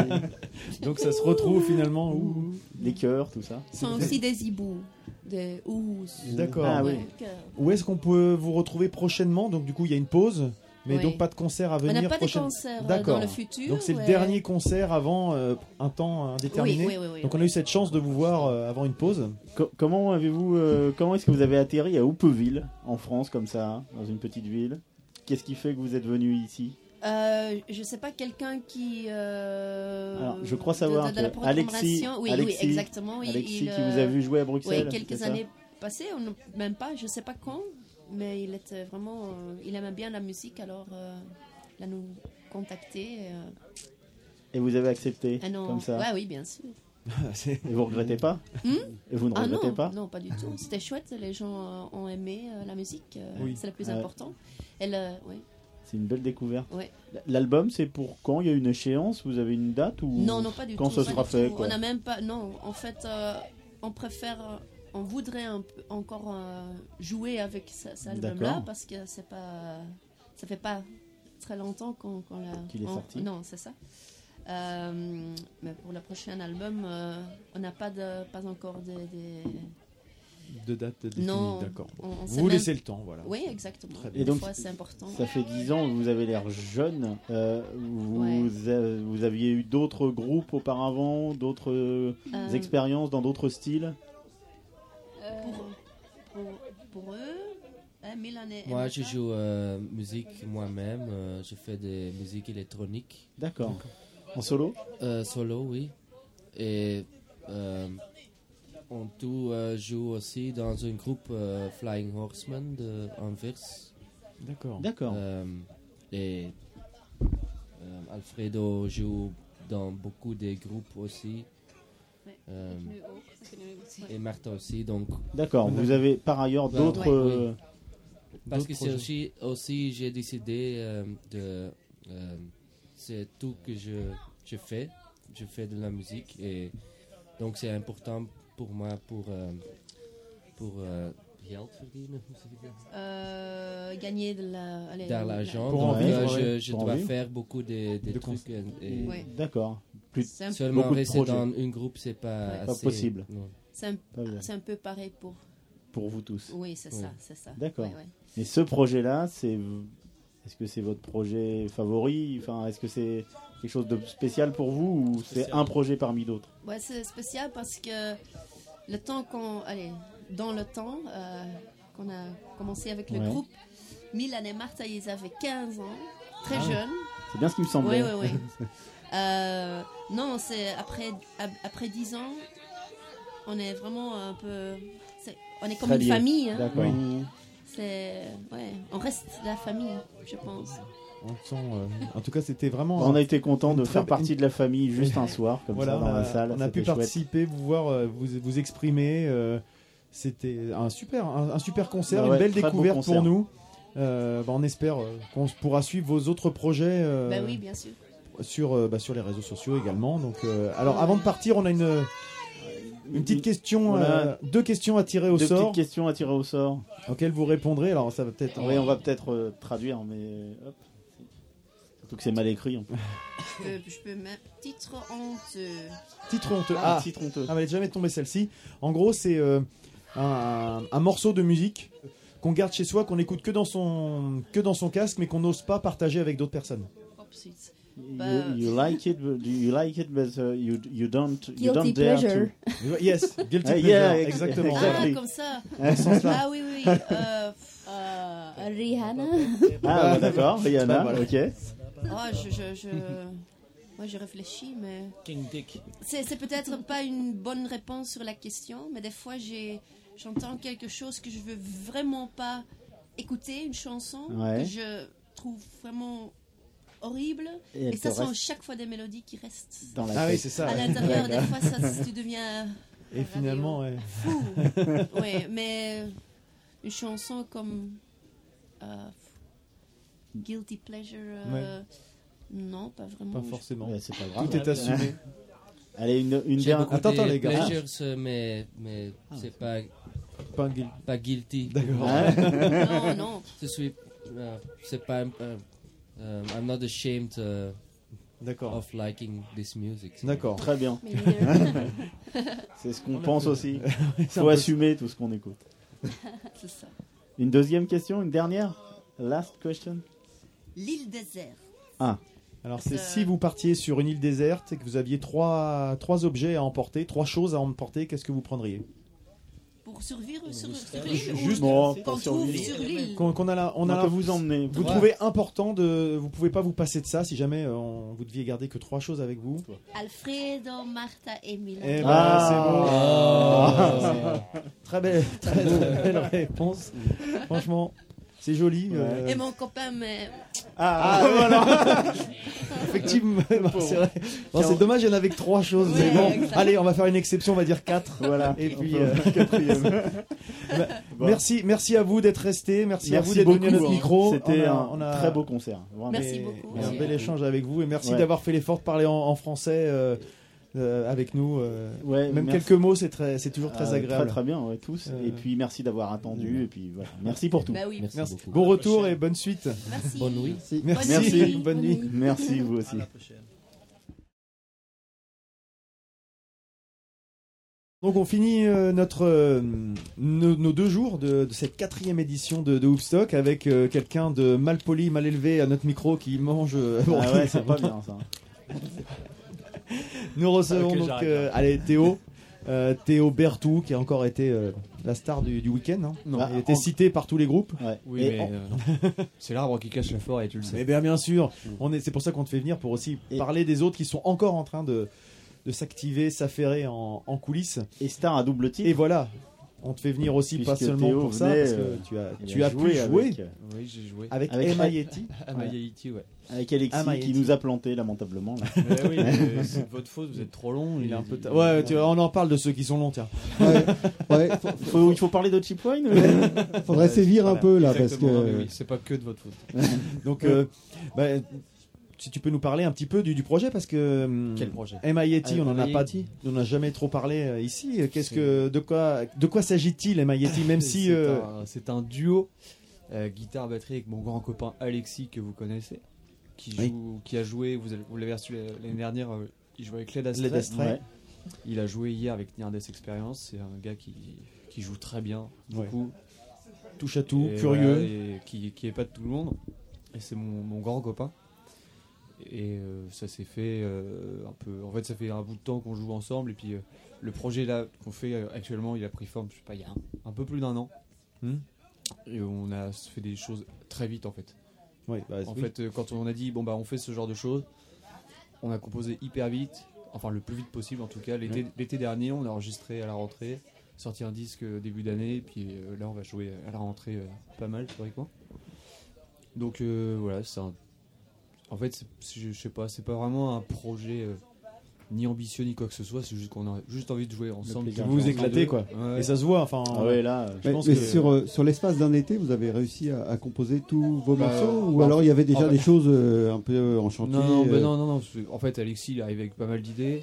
Speaker 4: <laughs> Donc ça se retrouve finalement. ouh.
Speaker 3: Les cœurs, tout ça.
Speaker 18: Ce sont aussi des hiboux, des ouhous.
Speaker 4: D'accord.
Speaker 18: Ouais, donc, euh,
Speaker 4: ah Où est-ce qu'on peut vous retrouver prochainement Donc du coup, il y a une pause, mais
Speaker 18: Oui.
Speaker 4: donc pas de concert à
Speaker 18: On n'a
Speaker 4: venir.
Speaker 18: pas de
Speaker 4: prochaine-
Speaker 18: concert, euh,
Speaker 4: D'accord.
Speaker 18: dans le futur,
Speaker 4: Donc c'est
Speaker 18: ouais.
Speaker 4: le dernier concert avant euh, un temps indéterminé.
Speaker 18: Oui, oui, oui, oui,
Speaker 4: donc on a
Speaker 18: oui.
Speaker 4: eu cette chance de vous voir euh, avant une pause.
Speaker 3: Co- comment avez-vous, euh, comment est-ce que vous avez atterri à Houppeville, en France, comme ça, hein, dans une petite ville Qu'est-ce qui fait que vous êtes venu ici
Speaker 18: Euh, je sais pas, quelqu'un qui. euh,
Speaker 3: Alors, je crois
Speaker 18: de-
Speaker 3: savoir
Speaker 18: de- de la
Speaker 3: que Alexis,
Speaker 18: programmation- oui,
Speaker 3: Alexis-
Speaker 18: oui, exactement. oui,
Speaker 3: Alexis
Speaker 18: il,
Speaker 3: qui
Speaker 18: euh,
Speaker 3: vous a vu jouer à
Speaker 18: Oui,
Speaker 3: Bruxelles, c'est
Speaker 18: quelques
Speaker 3: ça
Speaker 18: années passées, ou non, même pas, je sais pas quand, mais il était vraiment. euh, il aimait bien la musique, alors euh, il a nous contacté. euh,
Speaker 3: Et vous avez accepté,
Speaker 18: ah non,
Speaker 3: comme ça
Speaker 18: ouais,
Speaker 4: <laughs>
Speaker 18: oui, bien sûr.
Speaker 3: Et vous regrettez pas
Speaker 18: Hmm
Speaker 3: Et vous ne
Speaker 18: ah
Speaker 3: regrettez
Speaker 18: non,
Speaker 3: pas
Speaker 18: Non, pas du tout. C'était chouette, les gens euh, ont aimé euh, la musique, euh,
Speaker 3: Oui.
Speaker 18: c'est le plus
Speaker 3: Ouais.
Speaker 18: important. Elle, euh, oui.
Speaker 3: C'est une belle découverte.
Speaker 18: Ouais.
Speaker 3: L- L'album, c'est pour quand Il y a une échéance Vous avez une date ou
Speaker 18: Non, non, pas du
Speaker 3: quand
Speaker 18: tout.
Speaker 3: Quand
Speaker 18: pas
Speaker 3: ça sera
Speaker 18: du
Speaker 3: fait
Speaker 18: tout.
Speaker 3: quoi.
Speaker 18: On n'a même pas. Non, en fait, euh, on préfère. euh, On voudrait un peu- encore euh, jouer avec ce- cet album-là
Speaker 3: D'accord.
Speaker 18: parce que c'est pas. Ça fait pas très longtemps qu'on qu'on l'a.
Speaker 3: Qu'il est
Speaker 18: on-
Speaker 3: sorti.
Speaker 18: Non, c'est ça. Euh, mais pour le prochain album, euh, on n'a pas de, pas encore des.
Speaker 4: De date définie,
Speaker 18: Non.
Speaker 4: d'accord.
Speaker 18: on- on sait
Speaker 4: Vous
Speaker 18: même-
Speaker 4: laissez le temps, voilà.
Speaker 18: Oui, exactement.
Speaker 4: Très bien.
Speaker 18: Des
Speaker 3: Et donc,
Speaker 18: fois, c'est important.
Speaker 3: ça fait 10 ans, vous avez l'air jeune. Euh, vous, a- vous aviez eu d'autres groupes auparavant, d'autres euh,
Speaker 18: Euh.
Speaker 3: expériences dans d'autres styles
Speaker 18: Pour, Euh, pour, pour eux, hein, Milan et- et
Speaker 17: Moi,
Speaker 18: Martin,
Speaker 17: je joue euh, musique moi-même. euh, je fais des musiques électroniques.
Speaker 3: D'accord. En solo
Speaker 17: Euh, Solo, oui. Et euh, on tout euh, joue aussi dans un groupe euh, Flying Horseman de Anvers.
Speaker 4: D'accord.
Speaker 3: D'accord.
Speaker 17: Euh, et euh, Alfredo joue dans beaucoup de groupes aussi. Euh, et Martha aussi, donc.
Speaker 3: D'accord, vous avez par ailleurs
Speaker 17: Ouais.
Speaker 3: d'autres.
Speaker 17: Ouais, oui.
Speaker 3: euh,
Speaker 17: Parce
Speaker 3: d'autres
Speaker 17: que c'est
Speaker 3: projets.
Speaker 17: aussi, aussi j'ai décidé euh, de. euh, c'est tout que je, je fais. Je fais de la musique et donc c'est important pour moi pour euh, voor eh, geld verdienen? Hoe zeg je dat?
Speaker 18: Euh, gagner de la- allez,
Speaker 17: Dans l'argent.
Speaker 18: Pour
Speaker 17: Donc
Speaker 18: en vivre,
Speaker 17: là,
Speaker 18: ouais,
Speaker 17: je, je
Speaker 18: pour en
Speaker 17: dois
Speaker 18: vivre.
Speaker 17: faire beaucoup de, de
Speaker 18: De
Speaker 17: trucs. et- et-
Speaker 18: Ouais.
Speaker 3: D'accord. Plus- C'est un-
Speaker 17: Seulement
Speaker 3: beaucoup de
Speaker 17: rester
Speaker 3: projets.
Speaker 17: dans un groupe, c'est pas
Speaker 3: Ouais.
Speaker 17: assez.
Speaker 3: Pas possible.
Speaker 17: Non.
Speaker 18: C'est un,
Speaker 3: Pas bien.
Speaker 18: c'est un peu pareil pour.
Speaker 3: Pour vous tous.
Speaker 18: Oui, c'est ça, c'est ça.
Speaker 3: D'accord.
Speaker 18: Ouais, ouais.
Speaker 3: Et ce projet-là, c'est. Est-ce que c'est votre projet favori Enfin, est-ce que c'est quelque chose de spécial pour vous ou c'est
Speaker 18: Spécial.
Speaker 3: un projet parmi d'autres
Speaker 18: Ouais, c'est spécial parce que le temps qu'on. Allez, dans le temps euh, qu'on a commencé avec le
Speaker 3: Ouais.
Speaker 18: groupe, Milan et Martha, ils avaient 15 ans, très
Speaker 3: Ah ouais.
Speaker 18: jeunes.
Speaker 3: C'est bien ce qui me semblait.
Speaker 18: Oui, oui,
Speaker 3: <laughs>
Speaker 18: oui. Euh, non, c'est après, ab- après 10 ans, on est vraiment un peu. c'est- On est comme
Speaker 3: Alliés.
Speaker 18: une famille. hein.
Speaker 3: D'accord. Mhm.
Speaker 18: C'est. Ouais, on reste la famille, je pense.
Speaker 4: On sent, euh, en tout cas, c'était vraiment.
Speaker 3: On a été content de
Speaker 4: Oh. Très
Speaker 3: faire
Speaker 4: be-
Speaker 3: partie de la famille
Speaker 4: <laughs>
Speaker 3: juste un soir, comme
Speaker 4: Voilà,
Speaker 3: ça, dans
Speaker 4: on a-
Speaker 3: la salle.
Speaker 4: On a
Speaker 3: C'était
Speaker 4: pu
Speaker 3: chouette.
Speaker 4: participer, vous voir, euh, vous, vous exprimer. euh, C'était un super, un, un super concert,
Speaker 3: Bah
Speaker 4: une
Speaker 3: ouais,
Speaker 4: belle
Speaker 3: très beau
Speaker 4: découverte
Speaker 3: concert.
Speaker 4: pour nous. Euh, bah, on espère euh, qu'on s- pourra suivre vos autres projets euh,
Speaker 18: Bah oui, bien sûr.
Speaker 11: Ah,
Speaker 4: sur, euh, bah, sur les réseaux sociaux également. Donc, euh, alors, avant de partir, on a une, euh, une petite question,
Speaker 3: On a
Speaker 4: euh, deux questions à tirer au
Speaker 3: deux
Speaker 4: sort.
Speaker 3: petites questions à tirer au sort.
Speaker 4: Auxquelles vous répondrez. Alors, ça va peut-être.
Speaker 3: Oui, on va peut-être euh, traduire, mais hop. Surtout que c'est mal
Speaker 18: <laughs>
Speaker 3: écrit. en plus.
Speaker 18: Je peux, je peux mettre titre honteux.
Speaker 4: Titre honteux.
Speaker 3: Ah,
Speaker 4: Ah,
Speaker 3: titre honteux.
Speaker 4: Ah, mais elle est jamais tombée celle-ci. En gros, c'est euh, un, un morceau de musique qu'on garde chez soi, qu'on écoute que dans son, que dans son casque, mais qu'on n'ose pas partager avec d'autres personnes.
Speaker 18: Opsies. Bah,
Speaker 3: You, you like it, but do you like it, but uh, you you don't you
Speaker 18: Guilty
Speaker 3: don't dare
Speaker 18: pleasure.
Speaker 3: to.
Speaker 4: Yes, guilty
Speaker 3: Ah,
Speaker 4: pleasure,
Speaker 3: yeah, ex-
Speaker 4: exactement.
Speaker 3: exactly.
Speaker 18: Ah, comme ça.
Speaker 3: <laughs> Dans ce sens-là.
Speaker 18: Ah oui, oui. euh, euh, <laughs>
Speaker 19: Rihanna.
Speaker 3: Ah, bah,
Speaker 4: <laughs>
Speaker 3: d'accord, Rihanna,
Speaker 4: Bah, voilà.
Speaker 3: ok.
Speaker 18: Oh, je, je, <laughs> je... Moi, je réfléchis, mais...
Speaker 20: King Dick.
Speaker 18: C'est, c'est peut-être pas une bonne réponse sur la question, mais des fois, j'ai, j'entends quelque chose que je veux vraiment pas écouter, une chanson
Speaker 3: Ouais.
Speaker 18: que je trouve vraiment horrible.
Speaker 3: Et
Speaker 18: Et,
Speaker 3: elle
Speaker 18: ça
Speaker 3: te
Speaker 18: sont
Speaker 3: reste-
Speaker 18: chaque fois des mélodies qui restent
Speaker 3: Dans la
Speaker 4: Ah oui,
Speaker 3: tête.
Speaker 4: c'est ça,
Speaker 18: à
Speaker 4: ouais.
Speaker 18: l'intérieur. des
Speaker 4: <laughs> D'accord.
Speaker 18: fois, ça, tu deviens...
Speaker 4: Et finalement, ouais. <laughs>
Speaker 18: Fou. ouais, mais une chanson comme euh, Guilty Pleasure, euh, non, pas vraiment.
Speaker 4: Pas forcément.
Speaker 3: Ouais, c'est pas grave.
Speaker 4: Tout est assumé.
Speaker 3: Allez, une, une
Speaker 17: J'ai
Speaker 3: dernière.
Speaker 17: beaucoup de
Speaker 3: Hein,
Speaker 17: pleasures, euh, mais, mais
Speaker 3: Ah,
Speaker 17: c'est pas,
Speaker 4: pas,
Speaker 17: guilty.
Speaker 4: D'accord.
Speaker 18: Non,
Speaker 3: <laughs>
Speaker 18: non.
Speaker 17: Je suis. euh, c'est pas. euh, euh, I'm not ashamed euh, of liking this music.
Speaker 4: D'accord.
Speaker 3: Très bien.
Speaker 17: Mais bien.
Speaker 18: euh,
Speaker 3: <laughs>
Speaker 18: <laughs>
Speaker 3: c'est ce qu'on
Speaker 17: On a
Speaker 3: pense
Speaker 4: <laughs>
Speaker 17: tout.
Speaker 3: aussi.
Speaker 4: C'est
Speaker 3: Il
Speaker 4: un
Speaker 3: faut
Speaker 4: peu
Speaker 3: assumer tout ce qu'on écoute.
Speaker 18: <laughs> C'est ça.
Speaker 3: Une deuxième question, une dernière Last question
Speaker 18: L'île déserte.
Speaker 4: <laughs>
Speaker 3: Ah.
Speaker 4: Alors c'est si vous partiez sur une île déserte et que vous aviez trois, trois objets à emporter, trois choses à emporter, qu'est-ce que vous prendriez
Speaker 18: Pour survivre sur, sur l'île
Speaker 4: Juste
Speaker 18: ou
Speaker 4: bon,
Speaker 18: qu'on trouve sur l'île.
Speaker 4: Qu'on qu'on a la- on a
Speaker 3: On
Speaker 4: la-
Speaker 3: peut vous emmener.
Speaker 4: Vous
Speaker 3: Ouais.
Speaker 4: trouvez important de, vous pouvez pas vous passer de ça si jamais euh, on- vous deviez garder que trois choses avec vous.
Speaker 18: Alfredo, Marta et Milan.
Speaker 4: Eh ben,
Speaker 3: Ah.
Speaker 4: c'est bon.
Speaker 3: Ah.
Speaker 4: <laughs> Très belle, très, très
Speaker 3: <laughs>
Speaker 4: belle réponse. Franchement, c'est joli. euh,
Speaker 18: Et mon copain, mais.
Speaker 4: Ah,
Speaker 3: <laughs>
Speaker 4: voilà. <laughs> Effectivement, c'est vrai. Non, c'est dommage, il y en avait que trois choses. mais bon, allez, on va faire une exception, on va dire quatre. Voilà. Et puis, euh,
Speaker 3: peut en faire quatrième.
Speaker 4: <laughs> Bah,
Speaker 3: Bon.
Speaker 4: Merci, merci à vous d'être resté. Merci, à vous d'être venu à notre
Speaker 3: hein.
Speaker 4: micro.
Speaker 3: C'était
Speaker 4: On a-
Speaker 3: un
Speaker 4: on a-
Speaker 3: très beau concert. vraiment.
Speaker 4: Merci
Speaker 3: beaucoup.
Speaker 4: un bel échange avec vous et merci
Speaker 3: Ouais.
Speaker 4: d'avoir fait l'effort de parler en, en français euh, euh, avec nous. euh, même
Speaker 3: merci.
Speaker 4: quelques mots, c'est très, c'est toujours très
Speaker 3: Ah,
Speaker 4: agréable.
Speaker 3: Très très bien, ouais, tous.
Speaker 4: Euh,
Speaker 3: Et puis merci d'avoir attendu. Et puis voilà. Merci pour tout.
Speaker 4: Bah oui. Merci
Speaker 3: Merci.
Speaker 4: beaucoup. Bon retour et bonne suite.
Speaker 18: Merci.
Speaker 4: Bonne nuit.
Speaker 3: Merci.
Speaker 4: Merci.
Speaker 3: Bonne
Speaker 4: Bonne
Speaker 3: nuit.
Speaker 4: nuit.
Speaker 3: Merci vous aussi.
Speaker 4: Donc on finit euh, notre euh, nos, nos deux jours de, de cette quatrième édition de, de Hoopstock avec euh, quelqu'un de mal poli, mal élevé à notre micro qui mange. euh,
Speaker 3: Ah ouais, c'est pas bien ça.
Speaker 4: <laughs>
Speaker 3: Ah,
Speaker 4: Nous recevons
Speaker 3: Ok,
Speaker 4: donc
Speaker 3: j'arrête,
Speaker 4: euh, allez Théo. euh, Théo Bertou qui a encore été euh, la star du, du week-end. hein.
Speaker 3: Non.
Speaker 4: Il a été
Speaker 3: Ah, en-
Speaker 4: cité par tous les groupes.
Speaker 3: Oui, Et mais, euh, en-
Speaker 21: euh,
Speaker 4: <laughs> c'est l'arbre qui cache
Speaker 21: <laughs>
Speaker 4: la forêt, tu le sais. Mais Eh bien, bien sûr, on est, c'est pour ça qu'on te fait venir pour aussi parler des autres qui sont encore en train de, de s'activer, s'affairer en, en coulisses.
Speaker 3: Et star à double titre.
Speaker 4: Et voilà, on te fait venir aussi pas
Speaker 3: Puisque
Speaker 4: seulement
Speaker 3: Théo
Speaker 4: pour ça,
Speaker 3: venait,
Speaker 4: parce
Speaker 3: euh,
Speaker 4: que tu as,
Speaker 3: il
Speaker 4: tu
Speaker 3: a
Speaker 4: as
Speaker 3: joué
Speaker 4: pu
Speaker 3: avec,
Speaker 4: jouer.
Speaker 3: euh,
Speaker 20: Oui, j'ai joué.
Speaker 4: Avec, E
Speaker 3: Avec
Speaker 4: Emma
Speaker 20: <laughs>
Speaker 3: Al-
Speaker 4: Yeti.
Speaker 20: Ama Yeti, ouais.
Speaker 3: Avec Alexis
Speaker 4: E
Speaker 20: Ama
Speaker 3: qui
Speaker 20: Yeti.
Speaker 3: nous a planté lamentablement. Là.
Speaker 20: Mais oui,
Speaker 4: <laughs>
Speaker 20: mais c'est de votre faute, vous êtes trop long.
Speaker 4: Il est un peu tard. Ouais, tu vois, on en parle de ceux qui sont longs, tiens. <laughs>
Speaker 3: Faut- il faut parler de cheap wine.
Speaker 5: Faudrait sévir un peu là parce
Speaker 20: Exactement,
Speaker 5: que.
Speaker 4: <laughs>
Speaker 20: mais oui, c'est pas que de votre faute.
Speaker 4: Donc, euh, bah, si tu peux nous parler un petit peu du, du projet parce que hum,
Speaker 17: Quel projet
Speaker 4: MIT, on n'en a
Speaker 17: MIT.
Speaker 4: pas dit, on n'a jamais trop parlé euh, ici. Euh, Qu'est-ce que de quoi de quoi s'agit-il MIT
Speaker 21: <laughs>
Speaker 4: même si
Speaker 21: C'est
Speaker 4: euh,
Speaker 21: un- c'est un, duo euh, guitare batterie avec mon grand copain Alexis que vous connaissez, qui joue,
Speaker 4: Oui.
Speaker 21: qui a joué. Vous avez- vous l'avez reçu l'année dernière. euh, il jouait avec Led Astray.
Speaker 4: Led Astray. Ouais.
Speaker 21: Il a joué hier avec Near Death Experience. C'est un gars qui, qui joue très bien,
Speaker 4: Ouais.
Speaker 21: beaucoup.
Speaker 4: Touche à tout,
Speaker 21: Et
Speaker 4: curieux.
Speaker 21: voilà, et qui, qui est pas de tout le monde. Et c'est mon, mon grand copain. Et euh, ça s'est fait euh, un peu. En fait, ça fait un bout de temps qu'on joue ensemble. Et puis euh, le projet là qu'on fait euh, actuellement, il a pris forme, je sais pas, il y a un, un peu plus d'un an.
Speaker 4: Hmm.
Speaker 21: Et on a fait des choses très vite en fait.
Speaker 4: Ouais, bah,
Speaker 21: en
Speaker 4: oui.
Speaker 21: fait, euh, quand on a dit bon bah on fait ce genre de choses, on a composé hyper vite, enfin le plus vite possible en tout cas. L'été
Speaker 4: Ouais.
Speaker 21: l'été dernier, on a enregistré à la rentrée, sorti un disque euh, début d'année, et puis euh, là on va jouer à la rentrée euh, pas mal historiquement. Donc euh, voilà, c'est un- en fait c'est- c'est- je sais pas, c'est pas vraiment un projet. euh, ni ambitieux ni quoi que ce soit, c'est juste qu'on a juste envie de jouer ensemble.
Speaker 4: plaisir. Vous vous éclatez, quoi. Et ça se voit, enfin, Ah ouais, là, je
Speaker 5: Mais,
Speaker 21: pense
Speaker 5: mais
Speaker 21: que-
Speaker 5: sur, euh, sur l'espace d'un été, vous avez réussi à, à composer tous vos
Speaker 21: Bah,
Speaker 5: morceaux Ou
Speaker 21: bah,
Speaker 5: alors il y avait déjà
Speaker 21: en fait-
Speaker 5: des choses euh, un peu euh, en chantier
Speaker 21: Non, non, bah
Speaker 5: euh,
Speaker 21: non, non, non, parce que, En fait, Alexis, il arrive avec pas mal d'idées.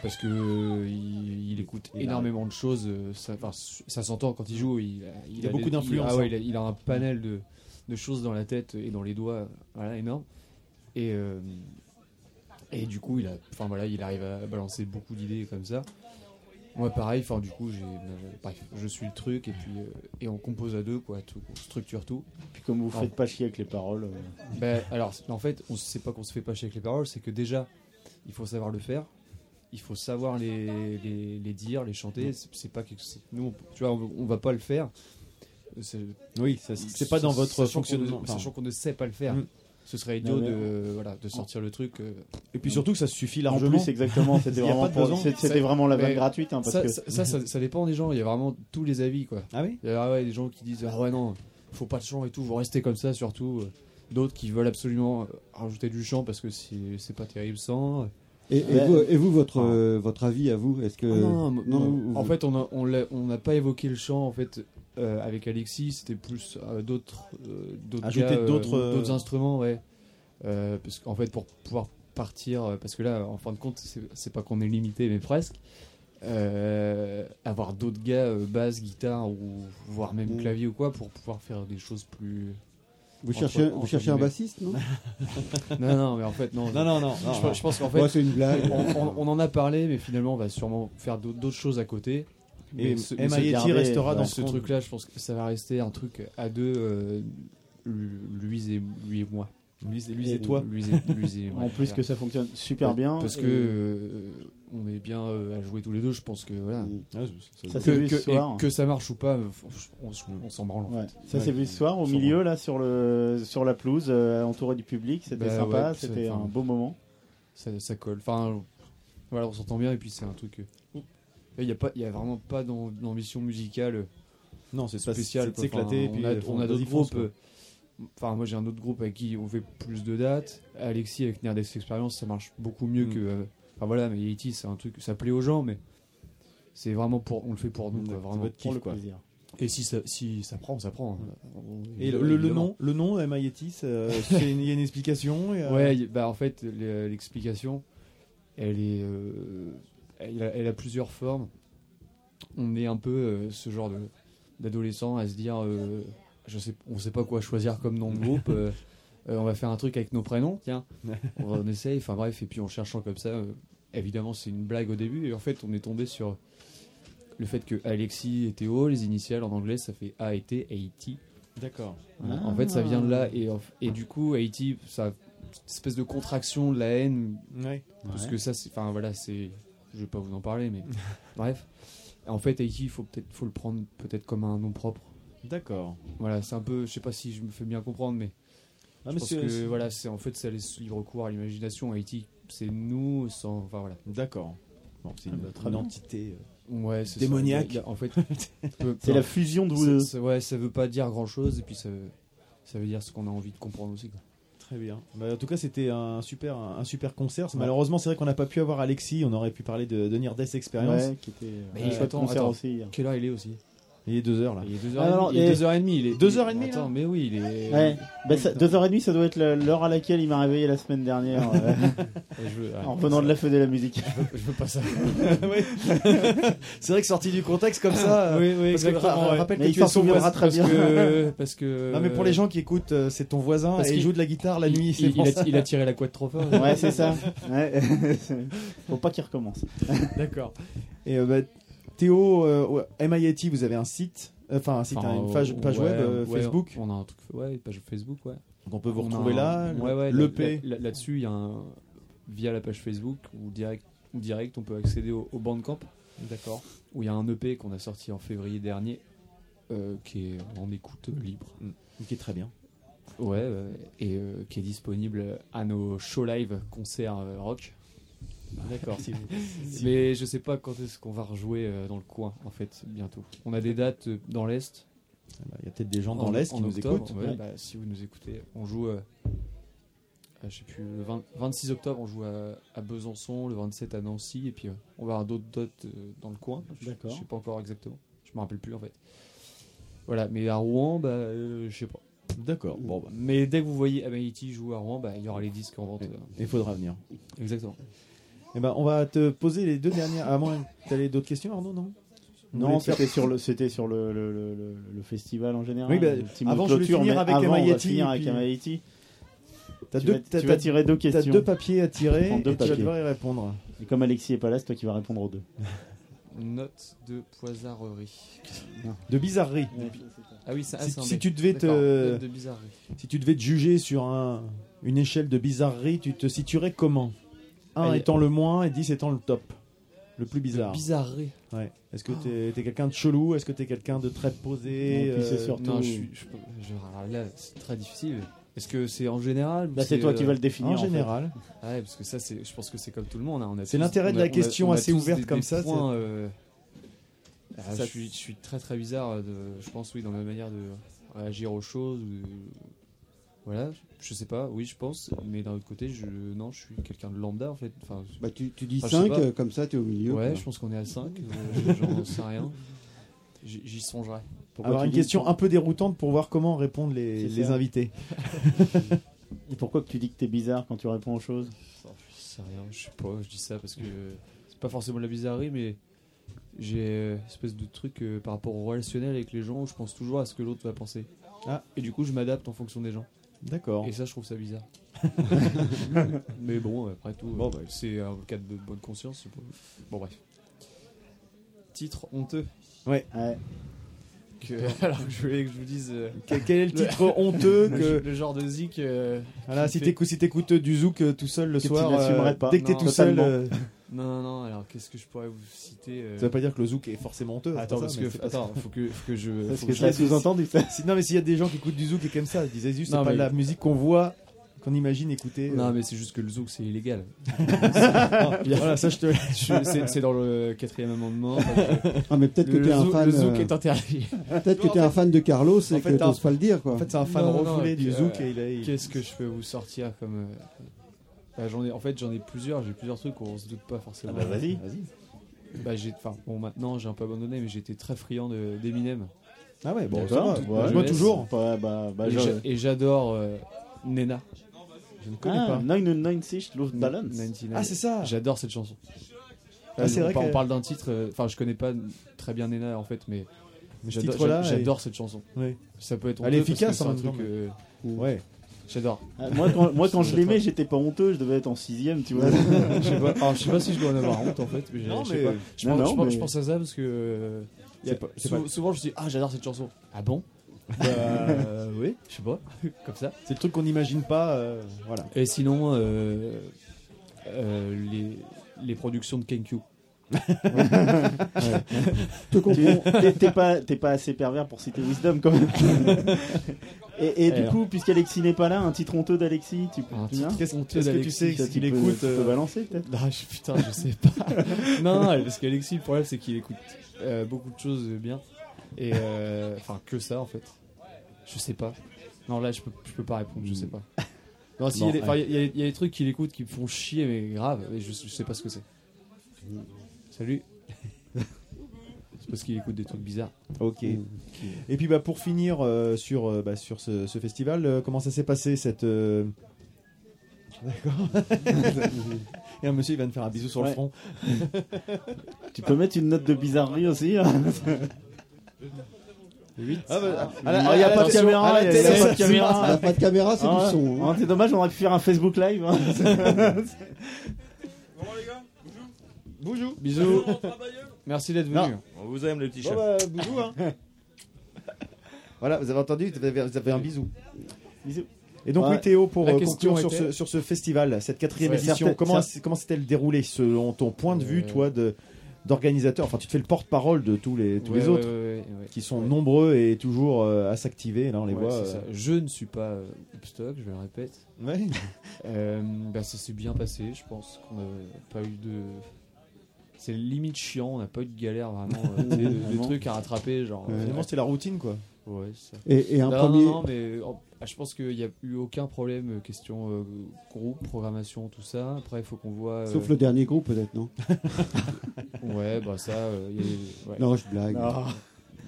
Speaker 21: Parce que euh, il, il écoute
Speaker 4: Il a-
Speaker 21: énormément de choses. euh, Ça, enfin, ça s'entend quand il joue. Il, a,
Speaker 4: Il y a beaucoup
Speaker 21: des-
Speaker 4: d'influence,
Speaker 21: Ah ouais,
Speaker 4: hein.
Speaker 21: il, a, il a un panel de, de choses dans la tête et dans les doigts, voilà, énorme. Et euh, et du coup, il a, enfin voilà, il arrive à balancer beaucoup d'idées comme ça. Moi, pareil. Enfin, du coup, j'ai, euh, bref, je suis le truc et puis euh, et on compose à deux, quoi. Tout, on structure tout.
Speaker 3: Puis comme vous
Speaker 21: Ah.
Speaker 3: faites pas chier avec les paroles. euh,
Speaker 21: Ben, alors, c'est- en fait, on sait pas qu'on se fait pas chier avec les paroles, c'est que déjà, il faut savoir le faire, il faut savoir les, les, les dire, les chanter. C'est c'est pas quelque c'est- Nous, on- tu vois, on, on va pas le faire. C'est-
Speaker 4: Oui, ça- c'est pas dans votre
Speaker 21: sachant qu'on
Speaker 4: fonctionnement,
Speaker 21: ne-
Speaker 4: enfin.
Speaker 21: sachant qu'on ne sait pas le faire.
Speaker 4: Mm.
Speaker 21: Ce serait idiot
Speaker 4: Non, mais-
Speaker 21: de, voilà, de sortir le truc. euh,
Speaker 4: Et puis surtout que ça suffit
Speaker 21: en
Speaker 4: largement.
Speaker 21: plus, <laughs>
Speaker 4: exactement, <laughs> c'était
Speaker 21: Il y a
Speaker 4: vraiment
Speaker 21: pas de
Speaker 4: pour-
Speaker 21: besoin.
Speaker 4: c'était- c'était
Speaker 21: Ça-
Speaker 4: vraiment la vanne
Speaker 21: mais
Speaker 4: gratuite, hein, parce
Speaker 21: ça,
Speaker 4: que-
Speaker 21: ça, ça, ça- ça dépend des gens. Il y a vraiment tous les avis, quoi.
Speaker 4: Ah oui.
Speaker 21: Il y a ah ouais, des gens qui disent ah ouais non, faut pas de chant et tout, vous restez comme ça surtout. D'autres qui veulent absolument euh, rajouter du chant parce que c'est c'est pas terrible sans.
Speaker 5: Et, et
Speaker 4: Bah,
Speaker 21: Ouais.
Speaker 5: vous, et vous,
Speaker 4: ah.
Speaker 5: votre, euh, votre avis à vous Est-ce que.
Speaker 21: Ah non, non,
Speaker 5: Non,
Speaker 21: non,
Speaker 5: vous-
Speaker 21: en fait, on a- on l'a- on n'a pas évoqué le chant en fait euh, avec Alexis. C'était plus euh, d'autres, euh, d'autres
Speaker 4: Ajouter
Speaker 21: gars, euh,
Speaker 4: d'autres, euh,
Speaker 21: d'autres instruments, ouais. Euh, parce qu'en fait, pour pouvoir partir, euh, parce que là, en fin de compte, c'est c'est pas qu'on est limité, mais presque. euh, avoir d'autres gars, euh, basse, guitare ou voire même clavier ou quoi, pour pouvoir faire des choses plus.
Speaker 5: Mm. Vous
Speaker 21: entre-
Speaker 5: cherchez- vous
Speaker 21: entre
Speaker 5: cherchez un
Speaker 21: guillemets.
Speaker 5: bassiste, non
Speaker 21: <laughs> Non, non, mais en fait, non.
Speaker 4: Non, non, non,
Speaker 21: Je-
Speaker 4: non,
Speaker 21: je,
Speaker 4: non.
Speaker 21: je pense qu'en fait.
Speaker 5: Ouais, c'est une blague.
Speaker 21: On, on- on en a parlé, mais finalement, on va sûrement faire d'aut- d'autres choses à côté.
Speaker 4: Et
Speaker 21: ce-
Speaker 4: M.I.T.
Speaker 21: ce garder,
Speaker 4: restera dans
Speaker 21: ce
Speaker 4: son-
Speaker 21: truc-là. Je pense que ça va rester un truc à deux, euh, lui, lui et, lui et moi. Lui,
Speaker 3: et toi.
Speaker 21: Lui et, lui
Speaker 3: <laughs>
Speaker 21: et moi.
Speaker 3: En plus que ça fonctionne super bien.
Speaker 21: Parce que
Speaker 3: Et-
Speaker 21: euh, on est bien euh, à jouer tous les deux. Je pense que voilà.
Speaker 3: Mm. Ça, c'est
Speaker 21: que,
Speaker 3: vu ce
Speaker 21: que- et
Speaker 3: soir.
Speaker 21: que ça marche ou pas, on, on- on s'en branle. en
Speaker 3: Ouais.
Speaker 21: fait.
Speaker 3: Ça
Speaker 21: Ouais.
Speaker 3: c'est vu ce soir au milieu là sur le sur la pelouse euh, entouré du public, c'était
Speaker 21: Bah
Speaker 3: sympa,
Speaker 21: ouais, puis ça-
Speaker 3: c'était un
Speaker 21: enfin,
Speaker 3: beau moment.
Speaker 21: Ça, ça colle. Enfin, voilà, on s'entend bien et puis c'est un truc. euh, Il n'y a, pas- il y a vraiment pas d'am- d'ambition musicale. euh,
Speaker 4: Non, c'est pas-
Speaker 21: spécial.
Speaker 4: c'est de s'éclater,
Speaker 21: On
Speaker 4: puis,
Speaker 21: a,
Speaker 4: euh,
Speaker 21: on a
Speaker 4: vas-y,
Speaker 21: d'autres
Speaker 4: fonce,
Speaker 21: groupes. euh, Enfin, moi j'ai un autre groupe avec qui on fait plus de dates. Alexis avec Nerdex Experience, ça marche beaucoup mieux
Speaker 4: Mm.
Speaker 21: que. euh, Enfin voilà, mais E.T. c'est un truc, ça plaît aux gens, mais c'est vraiment pour. On le fait pour nous, quoi, vraiment.
Speaker 4: votre kiff, Pour le quoi. plaisir.
Speaker 21: plaisir. Et si ça, si ça prend, ça prend. hein.
Speaker 4: Et le, le- le nom, le nom MIT,
Speaker 21: <laughs>
Speaker 4: euh, c'est une- il y a une explication. et, euh,
Speaker 21: Ouais, y- bah en fait, le- l'explication, elle est, euh, elle, a, elle a plusieurs formes. On est un peu euh, ce genre de d'adolescent à se dire, euh, je sais, on sait pas quoi choisir comme nom de groupe. euh, euh, on va faire un truc avec nos prénoms, tiens. on, on essaye, enfin bref, et puis en cherchant comme ça, euh, évidemment c'est une blague au début, et en fait on est tombé sur le fait que Alexis et Théo, les initiales en anglais, ça fait A et T, AT.
Speaker 4: D'accord.
Speaker 21: Voilà.
Speaker 4: Ah.
Speaker 21: En fait, ça vient de là. Et, en- et du coup, Haïti, ça, cette espèce de contraction de la haine.
Speaker 4: Ouais.
Speaker 21: Parce
Speaker 4: Ouais.
Speaker 21: que ça, c'est. Enfin, voilà, c'est. Je vais pas vous en parler,
Speaker 4: <laughs>
Speaker 21: mais. bref. En fait, Haïti, il faut peut-être faut le prendre peut-être comme un nom propre.
Speaker 4: D'accord.
Speaker 21: Voilà, c'est un peu. Je sais pas si je me fais bien comprendre, mais. je
Speaker 4: Ah, mais
Speaker 21: pense
Speaker 4: c'est-
Speaker 21: que
Speaker 4: c'est-
Speaker 21: voilà, c'est en fait, ça laisse libre cours à l'imagination. Haïti, c'est nous sans. Enfin, voilà.
Speaker 4: D'accord. Bon, c'est une,
Speaker 21: Ah, bah, Très
Speaker 4: une
Speaker 21: bien.
Speaker 4: entité euh,
Speaker 21: Ouais, c'est ça.
Speaker 4: démoniaque.
Speaker 21: Il y a- en
Speaker 4: <laughs>
Speaker 21: fait,
Speaker 4: C'est la fusion de vous
Speaker 21: Ça-
Speaker 4: deux.
Speaker 21: ça- Ouais, ça veut pas dire grand chose, et puis ça, veut- ça veut dire ce qu'on a envie de comprendre aussi. quoi.
Speaker 4: Très bien. Bah, en tout cas, c'était un super, un super concert.
Speaker 21: Ouais.
Speaker 4: Malheureusement, c'est vrai qu'on n'a pas pu avoir Alexis. On aurait pu parler de, de Near Death Experience.
Speaker 3: Ouais, qui était, euh,
Speaker 21: Mais il- attends, attends, quelle heure il est aussi Il est 2h là. Il est
Speaker 4: Ah, non,
Speaker 21: 2h30. Il est
Speaker 4: et-
Speaker 21: 2h30. Il est
Speaker 4: 2h30,
Speaker 21: Attends, mais oui, il est.
Speaker 4: Ouais. Bah, ça- deux heures et demie, ça doit être le- l'heure à laquelle il m'a réveillé la semaine <laughs> dernière. euh,
Speaker 21: Et je veux-
Speaker 4: en revenant de la feu de la musique.
Speaker 21: Je veux pas
Speaker 4: <laughs>
Speaker 21: ça.
Speaker 4: C'est vrai que sorti du contexte comme ça, euh,
Speaker 21: Oui, oui,
Speaker 4: parce que
Speaker 21: exactement,
Speaker 4: ra- ra-
Speaker 21: ouais.
Speaker 4: rappelle
Speaker 21: Mais
Speaker 4: que
Speaker 21: il
Speaker 4: tu es
Speaker 21: s'en
Speaker 4: son
Speaker 21: souviendra
Speaker 4: voisin.
Speaker 21: très bien.
Speaker 4: Parce
Speaker 3: <laughs>
Speaker 4: que-
Speaker 21: parce que.
Speaker 4: Non, mais pour les gens qui écoutent, euh, c'est ton voisin
Speaker 21: Parce
Speaker 4: et il
Speaker 21: qu'il-
Speaker 4: joue de la guitare la nuit, c'est
Speaker 21: Il,
Speaker 4: pour
Speaker 21: il a,
Speaker 4: ça.
Speaker 21: il a tiré la couette trop fort.
Speaker 4: Ouais, c'est ça. Ouais. <laughs> Faut pas qu'il recommence.
Speaker 21: D'accord.
Speaker 4: Et euh, bah, Théo, euh, ouais, MIT, vous avez un site, euh, enfin un site,
Speaker 21: Enfin,
Speaker 4: hein, une page,
Speaker 21: euh,
Speaker 4: page
Speaker 21: ouais,
Speaker 4: web, euh,
Speaker 21: ouais,
Speaker 4: Facebook.
Speaker 21: On a un truc, ouais, une page Facebook, ouais.
Speaker 4: Donc on peut vous
Speaker 21: a
Speaker 4: retrouver là,
Speaker 21: ouais, ouais,
Speaker 4: le
Speaker 21: là-
Speaker 4: P.
Speaker 21: là- là- Là-dessus, il y a un, via la page Facebook ou direct, ou direct, on peut accéder au, au Bandcamp.
Speaker 4: D'accord.
Speaker 21: Où il y a un EP qu'on a sorti en février dernier, euh, qui est en écoute libre.
Speaker 4: Mm. Qui est très bien.
Speaker 21: Ouais, ouais, et euh, qui est disponible à nos show live concerts euh, rock.
Speaker 4: D'accord.
Speaker 21: Si vous- Mais je sais pas quand est-ce qu'on va rejouer euh, dans le coin, en fait, bientôt. On a des dates euh, dans l'Est.
Speaker 4: Ah bah, Il y a peut-être des gens
Speaker 21: En-
Speaker 4: dans l'Est
Speaker 21: en
Speaker 4: qui nous
Speaker 21: octobre,
Speaker 4: écoutent.
Speaker 21: ouais,
Speaker 4: Ouais.
Speaker 21: bah, si vous nous écoutez, on joue, euh, euh, je sais plus, le 20 26 octobre, on joue à, à Besançon, le 27 à Nancy, et puis euh, on va avoir d'autres dates euh, dans le coin. Je-
Speaker 4: D'accord.
Speaker 21: Je sais pas encore exactement. Je me rappelle plus, en fait. Voilà, mais à Rouen, bah, euh, je sais pas.
Speaker 4: D'accord.
Speaker 21: Bon, bah, mais dès que vous voyez Amity jouer à Rouen, bah, il y aura les disques en vente. euh.
Speaker 4: Il faudra venir.
Speaker 21: Exactement.
Speaker 4: Eh ben, on va te poser les deux dernières. Avant, t'as les- d'autres questions, Arnaud, non
Speaker 21: voulez
Speaker 4: Non,
Speaker 21: faire-
Speaker 4: c'était sur le c'était sur le, le, le, le- le festival en général.
Speaker 21: Oui, bah,
Speaker 4: le petit mot de
Speaker 21: avant, je voulais
Speaker 4: clôture,
Speaker 21: finir
Speaker 4: mais
Speaker 21: avec
Speaker 4: avant, on va
Speaker 21: Amaïti,
Speaker 4: finir
Speaker 21: et
Speaker 4: avec
Speaker 21: puis-
Speaker 4: Amaïti.
Speaker 21: T'as
Speaker 4: tu
Speaker 21: deux-
Speaker 4: vas,
Speaker 21: t'as-
Speaker 4: tu vas
Speaker 21: t'as-
Speaker 4: tirer deux
Speaker 21: t'as
Speaker 4: questions.
Speaker 21: deux papiers à tirer
Speaker 4: En deux
Speaker 21: et tu vas
Speaker 4: papiers.
Speaker 21: devoir y répondre.
Speaker 4: Et comme Alexis est pas là, c'est toi qui vas répondre aux deux.
Speaker 21: Note de poisarrerie.
Speaker 4: De bizarrerie.
Speaker 21: Ah oui, ça, ah,
Speaker 4: si,
Speaker 21: c'est un
Speaker 4: si
Speaker 21: B.
Speaker 4: tu devais
Speaker 21: D'accord,
Speaker 4: te
Speaker 21: note de bizarrerie.
Speaker 4: si tu devais te juger sur un, une échelle de bizarrerie, tu te situerais comment 1
Speaker 21: Allez.
Speaker 4: étant le moins et 10 étant le top. Le plus bizarre.
Speaker 21: bizarrerie. Oh.
Speaker 4: Ouais. Est-ce que t'es es quelqu'un de chelou Est-ce que t'es quelqu'un de très posé euh,
Speaker 21: Non, je suis. je- je- alors là, c'est très difficile. Est-ce que c'est en général ou
Speaker 4: Bah, c'est toi qui vas le définir,
Speaker 21: En
Speaker 4: en fait.
Speaker 21: général. Ouais, parce que ça, c'est. Je pense que c'est comme tout le monde. hein, on a
Speaker 4: C'est
Speaker 21: tous-
Speaker 4: l'intérêt
Speaker 21: on
Speaker 4: de
Speaker 21: a-
Speaker 4: la
Speaker 21: on a-
Speaker 4: question
Speaker 21: on a
Speaker 4: assez
Speaker 21: tous
Speaker 4: ouverte
Speaker 21: des-
Speaker 4: comme
Speaker 21: des
Speaker 4: ça,
Speaker 21: points,
Speaker 4: c'est-
Speaker 21: euh, ah,
Speaker 4: Ça-
Speaker 21: je, suis, je suis très très bizarre, euh, de- je pense, oui, dans ma manière de réagir aux choses. ou de- Voilà, je sais pas, oui, je pense, mais d'un autre côté, je, non, je suis quelqu'un de lambda en fait. Enfin, je-
Speaker 5: Bah, tu- tu
Speaker 21: je
Speaker 5: dis
Speaker 21: sais
Speaker 5: cinq,
Speaker 21: pas.
Speaker 5: euh, comme ça, t'es au milieu,
Speaker 21: Ouais,
Speaker 5: quoi.
Speaker 21: je pense qu'on est à 5, j'en sais rien. J'y j'y songerai.
Speaker 4: avoir une question un peu déroutante pour voir comment répondent les,
Speaker 21: C'est
Speaker 4: les
Speaker 21: ça.
Speaker 4: invités. Et pourquoi que tu dis que t'es bizarre quand tu réponds aux choses
Speaker 21: Oh, Je sais rien, je sais pas, je dis ça parce que c'est pas forcément de la bizarrerie, mais j'ai euh, une espèce de truc euh, par rapport au relationnel avec les gens où je pense toujours à ce que l'autre va penser.
Speaker 4: Ah.
Speaker 21: Et du coup, je m'adapte en fonction des gens.
Speaker 4: D'accord.
Speaker 21: Et ça, je trouve ça
Speaker 4: <laughs>
Speaker 21: bizarre. mais bon, après tout, euh,
Speaker 4: bah,
Speaker 21: c'est un cadre de bonne conscience. c'est pas- Bon, bref. Titre honteux.
Speaker 4: Ouais.
Speaker 21: Que- <laughs> alors que je voulais que je vous dise. euh,
Speaker 4: Quel- quel est le titre honteux
Speaker 21: <laughs> le-
Speaker 4: que-
Speaker 21: Le genre de zik. euh,
Speaker 4: Voilà,
Speaker 21: qui
Speaker 4: si
Speaker 21: fait-
Speaker 4: t'écou- si t'écoutes euh, du zouk euh, tout seul le
Speaker 21: euh, Que tu
Speaker 4: soir,
Speaker 21: n'assumerais pas.
Speaker 4: dès que t'es
Speaker 21: Non,
Speaker 4: tout seul,
Speaker 21: totalement.
Speaker 4: euh,
Speaker 21: <laughs> Non, non, non, alors qu'est-ce que je pourrais vous citer euh,
Speaker 4: ça veut pas dire que le zouk est forcément honteux. c'est
Speaker 21: Attends,
Speaker 4: pas
Speaker 21: parce
Speaker 4: ça,
Speaker 21: que.
Speaker 4: mais c'est pas
Speaker 21: Attends,
Speaker 4: ça.
Speaker 21: faut que, faut que je.
Speaker 4: C'est
Speaker 21: faut
Speaker 4: ce
Speaker 21: que
Speaker 4: que
Speaker 21: je
Speaker 4: ça
Speaker 21: laisse-
Speaker 4: sous-entendu.
Speaker 21: <laughs>
Speaker 4: Si- Non, mais s'il y a des gens qui écoutent du zouk et comme ça, ils disent juste, c'est
Speaker 21: Non,
Speaker 4: pas
Speaker 21: mais-
Speaker 4: la musique qu'on voit, qu'on imagine écouter. euh.
Speaker 21: Non, mais c'est juste que le zouk, c'est
Speaker 4: <laughs>
Speaker 21: illégal. <laughs>
Speaker 4: Voilà, ça, je te-
Speaker 21: Je- c'est- C'est dans le quatrième amendement. euh,
Speaker 5: Ah, mais peut-être que
Speaker 21: Le
Speaker 5: t'es un
Speaker 21: zouk-
Speaker 5: fan.
Speaker 21: Le zouk
Speaker 5: euh,
Speaker 21: est interdit.
Speaker 5: Peut-être que t'es un fan de Carlos et que
Speaker 21: t'as un-
Speaker 5: t'oses pas le dire, quoi.
Speaker 21: Non, non,
Speaker 4: refoulé
Speaker 21: et
Speaker 4: du
Speaker 21: puis, euh,
Speaker 4: zouk et il a- il-
Speaker 21: Qu'est-ce que je peux vous sortir comme. euh, bah, j'en ai, en fait, j'en ai plusieurs. J'ai plusieurs trucs qu'on se doute pas forcément.
Speaker 4: Ah bah, vas-y.
Speaker 21: Bah, j'ai, enfin, bon, maintenant j'ai un peu abandonné, mais j'étais très friand de- d'Eminem.
Speaker 4: Ah ouais, bon,
Speaker 21: D'accord.
Speaker 4: ça va,
Speaker 21: Toute
Speaker 4: ouais,
Speaker 21: ma
Speaker 4: moi
Speaker 21: jeunesse.
Speaker 4: toujours. Bah, bah, bah,
Speaker 21: et,
Speaker 4: je-
Speaker 21: j'a- et j'adore euh, Nena. Je ne connais
Speaker 4: Ah,
Speaker 21: pas.
Speaker 4: 996 Luftbalance.
Speaker 21: 99.
Speaker 4: Ah, c'est ça.
Speaker 21: J'adore cette chanson.
Speaker 4: Ah,
Speaker 21: Euh,
Speaker 4: c'est
Speaker 21: on,
Speaker 4: vrai
Speaker 21: par-
Speaker 4: que-
Speaker 21: on parle d'un titre. euh, Enfin, je connais pas très bien Nena en fait, mais
Speaker 4: Mais ce
Speaker 21: j'adore,
Speaker 4: titre-là,
Speaker 21: j'a- j'adore
Speaker 4: elle-
Speaker 21: cette chanson.
Speaker 4: Ouais.
Speaker 21: Ça peut être.
Speaker 4: Elle est
Speaker 21: honteux parce que
Speaker 4: efficace,
Speaker 21: c'est
Speaker 4: en
Speaker 21: un
Speaker 4: même temps,
Speaker 21: truc.
Speaker 4: mais-
Speaker 21: euh,
Speaker 4: Ouais.
Speaker 21: J'adore.
Speaker 4: Ah, moi, quand, moi, quand je l'aimais, j'étais pas honteux, je devais être en 6ème, tu vois. <laughs>
Speaker 21: je sais pas. <laughs> Alors, je sais pas si je dois en avoir honte en fait, mais, j'ai-
Speaker 4: Non,
Speaker 21: je sais
Speaker 4: mais-
Speaker 21: pas. Je,
Speaker 4: non,
Speaker 21: pense,
Speaker 4: non,
Speaker 21: je pense-
Speaker 4: mais-
Speaker 21: je pense à ça parce que euh,
Speaker 4: C'est
Speaker 21: y a-
Speaker 4: pas- c'est
Speaker 21: sou-
Speaker 4: pas-
Speaker 21: souvent je me dis ah j'adore cette chanson. Ah bon <laughs>
Speaker 4: Bah, euh, oui.
Speaker 21: Je sais pas. <laughs> Comme ça.
Speaker 4: C'est le truc qu'on n'imagine pas. euh, voilà.
Speaker 21: Et sinon euh, euh, les les productions de <laughs> Kenkyu. <laughs>
Speaker 4: Tu- t'es- T'es pas, t'es pas assez pervers pour citer Wisdom quand même. Et, et du
Speaker 21: Alors.
Speaker 4: coup, puisqu'Alexis n'est pas là, un titre honteux d'Alexis, tu peux.
Speaker 21: Un
Speaker 4: tu
Speaker 21: titre
Speaker 4: viens
Speaker 21: honteux
Speaker 4: Qu'est-ce qu'est-ce que tu
Speaker 21: d'Alexis,
Speaker 4: sais
Speaker 21: ça,
Speaker 4: ce qu'il
Speaker 21: tu peux-
Speaker 4: écoute
Speaker 21: tu peux
Speaker 4: euh,
Speaker 21: balancer, peut-être Non, Ah, je- putain, je sais <laughs> pas. non, non, parce qu'Alexis, le problème, c'est qu'il écoute euh, beaucoup de choses euh, bien. Et. euh, Enfin, que ça, en fait. Je sais pas. Non, là, je peux, je peux pas répondre, je sais pas. Non, si, il
Speaker 4: Bon,
Speaker 21: y, a des- enfin,
Speaker 4: allez.
Speaker 21: il y a- il y a des trucs qu'il écoute qui me font chier, <laughs> mais grave, et je, je sais pas ce que c'est. Salut. parce qu'il écoute des trucs bizarres. Mm.
Speaker 4: Ok. Et puis bah, pour finir euh, sur, euh, bah, sur ce, ce festival, euh, comment ça s'est passé cette. euh, <laughs>
Speaker 21: <laughs>
Speaker 4: D'accord. Et un monsieur il vient de faire un bisou sur le
Speaker 3: Ouais.
Speaker 4: front.
Speaker 3: tu peux mettre une note de bizarrerie aussi hein
Speaker 4: <laughs> 8. Ah, bah,
Speaker 3: Ah, Il n'y a pas de caméra, il n'y a pas de caméra.
Speaker 4: Il y
Speaker 3: Ah,
Speaker 4: hein.
Speaker 3: ah, C'est dommage, on aurait pu faire un Facebook Live. <laughs> hein.
Speaker 4: Bonjour.
Speaker 21: Bisous. Merci d'être venu.
Speaker 4: Non.
Speaker 1: On vous aime, les petits
Speaker 4: Bon,
Speaker 1: chefs.
Speaker 4: bah, bisous, hein. Voilà, vous avez entendu, vous avez, vous avez un bisou.
Speaker 3: Bisous.
Speaker 4: Et donc,
Speaker 3: Ouais.
Speaker 4: oui, Théo, pour
Speaker 3: La
Speaker 4: euh,
Speaker 3: question
Speaker 4: conclure sur
Speaker 3: était-
Speaker 4: ce, sur ce festival, cette quatrième
Speaker 3: Ouais.
Speaker 4: édition,
Speaker 3: Certain-
Speaker 4: comment,
Speaker 3: cer-
Speaker 4: comment s'est-elle déroulée selon ton point de vue,
Speaker 21: Euh,
Speaker 4: toi, de d'organisateur Enfin, tu te fais le porte-parole de tous les, tous
Speaker 21: Ouais,
Speaker 4: les
Speaker 21: ouais,
Speaker 4: autres,
Speaker 21: ouais, ouais, ouais.
Speaker 4: qui sont nombreux et toujours euh, à s'activer. Là, on les
Speaker 21: Ouais,
Speaker 4: voit.
Speaker 21: c'est
Speaker 4: euh,
Speaker 21: ça. Je ne suis pas euh, Hoopstock, je le répète. <laughs> Euh, bah, ça s'est bien passé, je pense qu'on n'a pas eu de. C'est limite chiant, on n'a pas eu de galère vraiment.
Speaker 5: <laughs>
Speaker 21: euh, tu sais, de, de
Speaker 4: Vraiment.
Speaker 21: trucs à rattraper. Genre, euh,
Speaker 4: Ouais. Finalement, c'était la routine, quoi.
Speaker 21: Ouais, c'est ça.
Speaker 5: Et- et un
Speaker 21: non,
Speaker 5: premier-
Speaker 21: Non, non, mais euh, en- ah, je pense qu'il n'y a eu aucun problème, euh, question euh, groupe, programmation, tout ça. Après, il faut qu'on voit. euh,
Speaker 5: Sauf le dernier groupe, peut-être, non
Speaker 21: <laughs> Ouais, bah ça. euh, y a- ouais.
Speaker 5: Non, je blague. Non.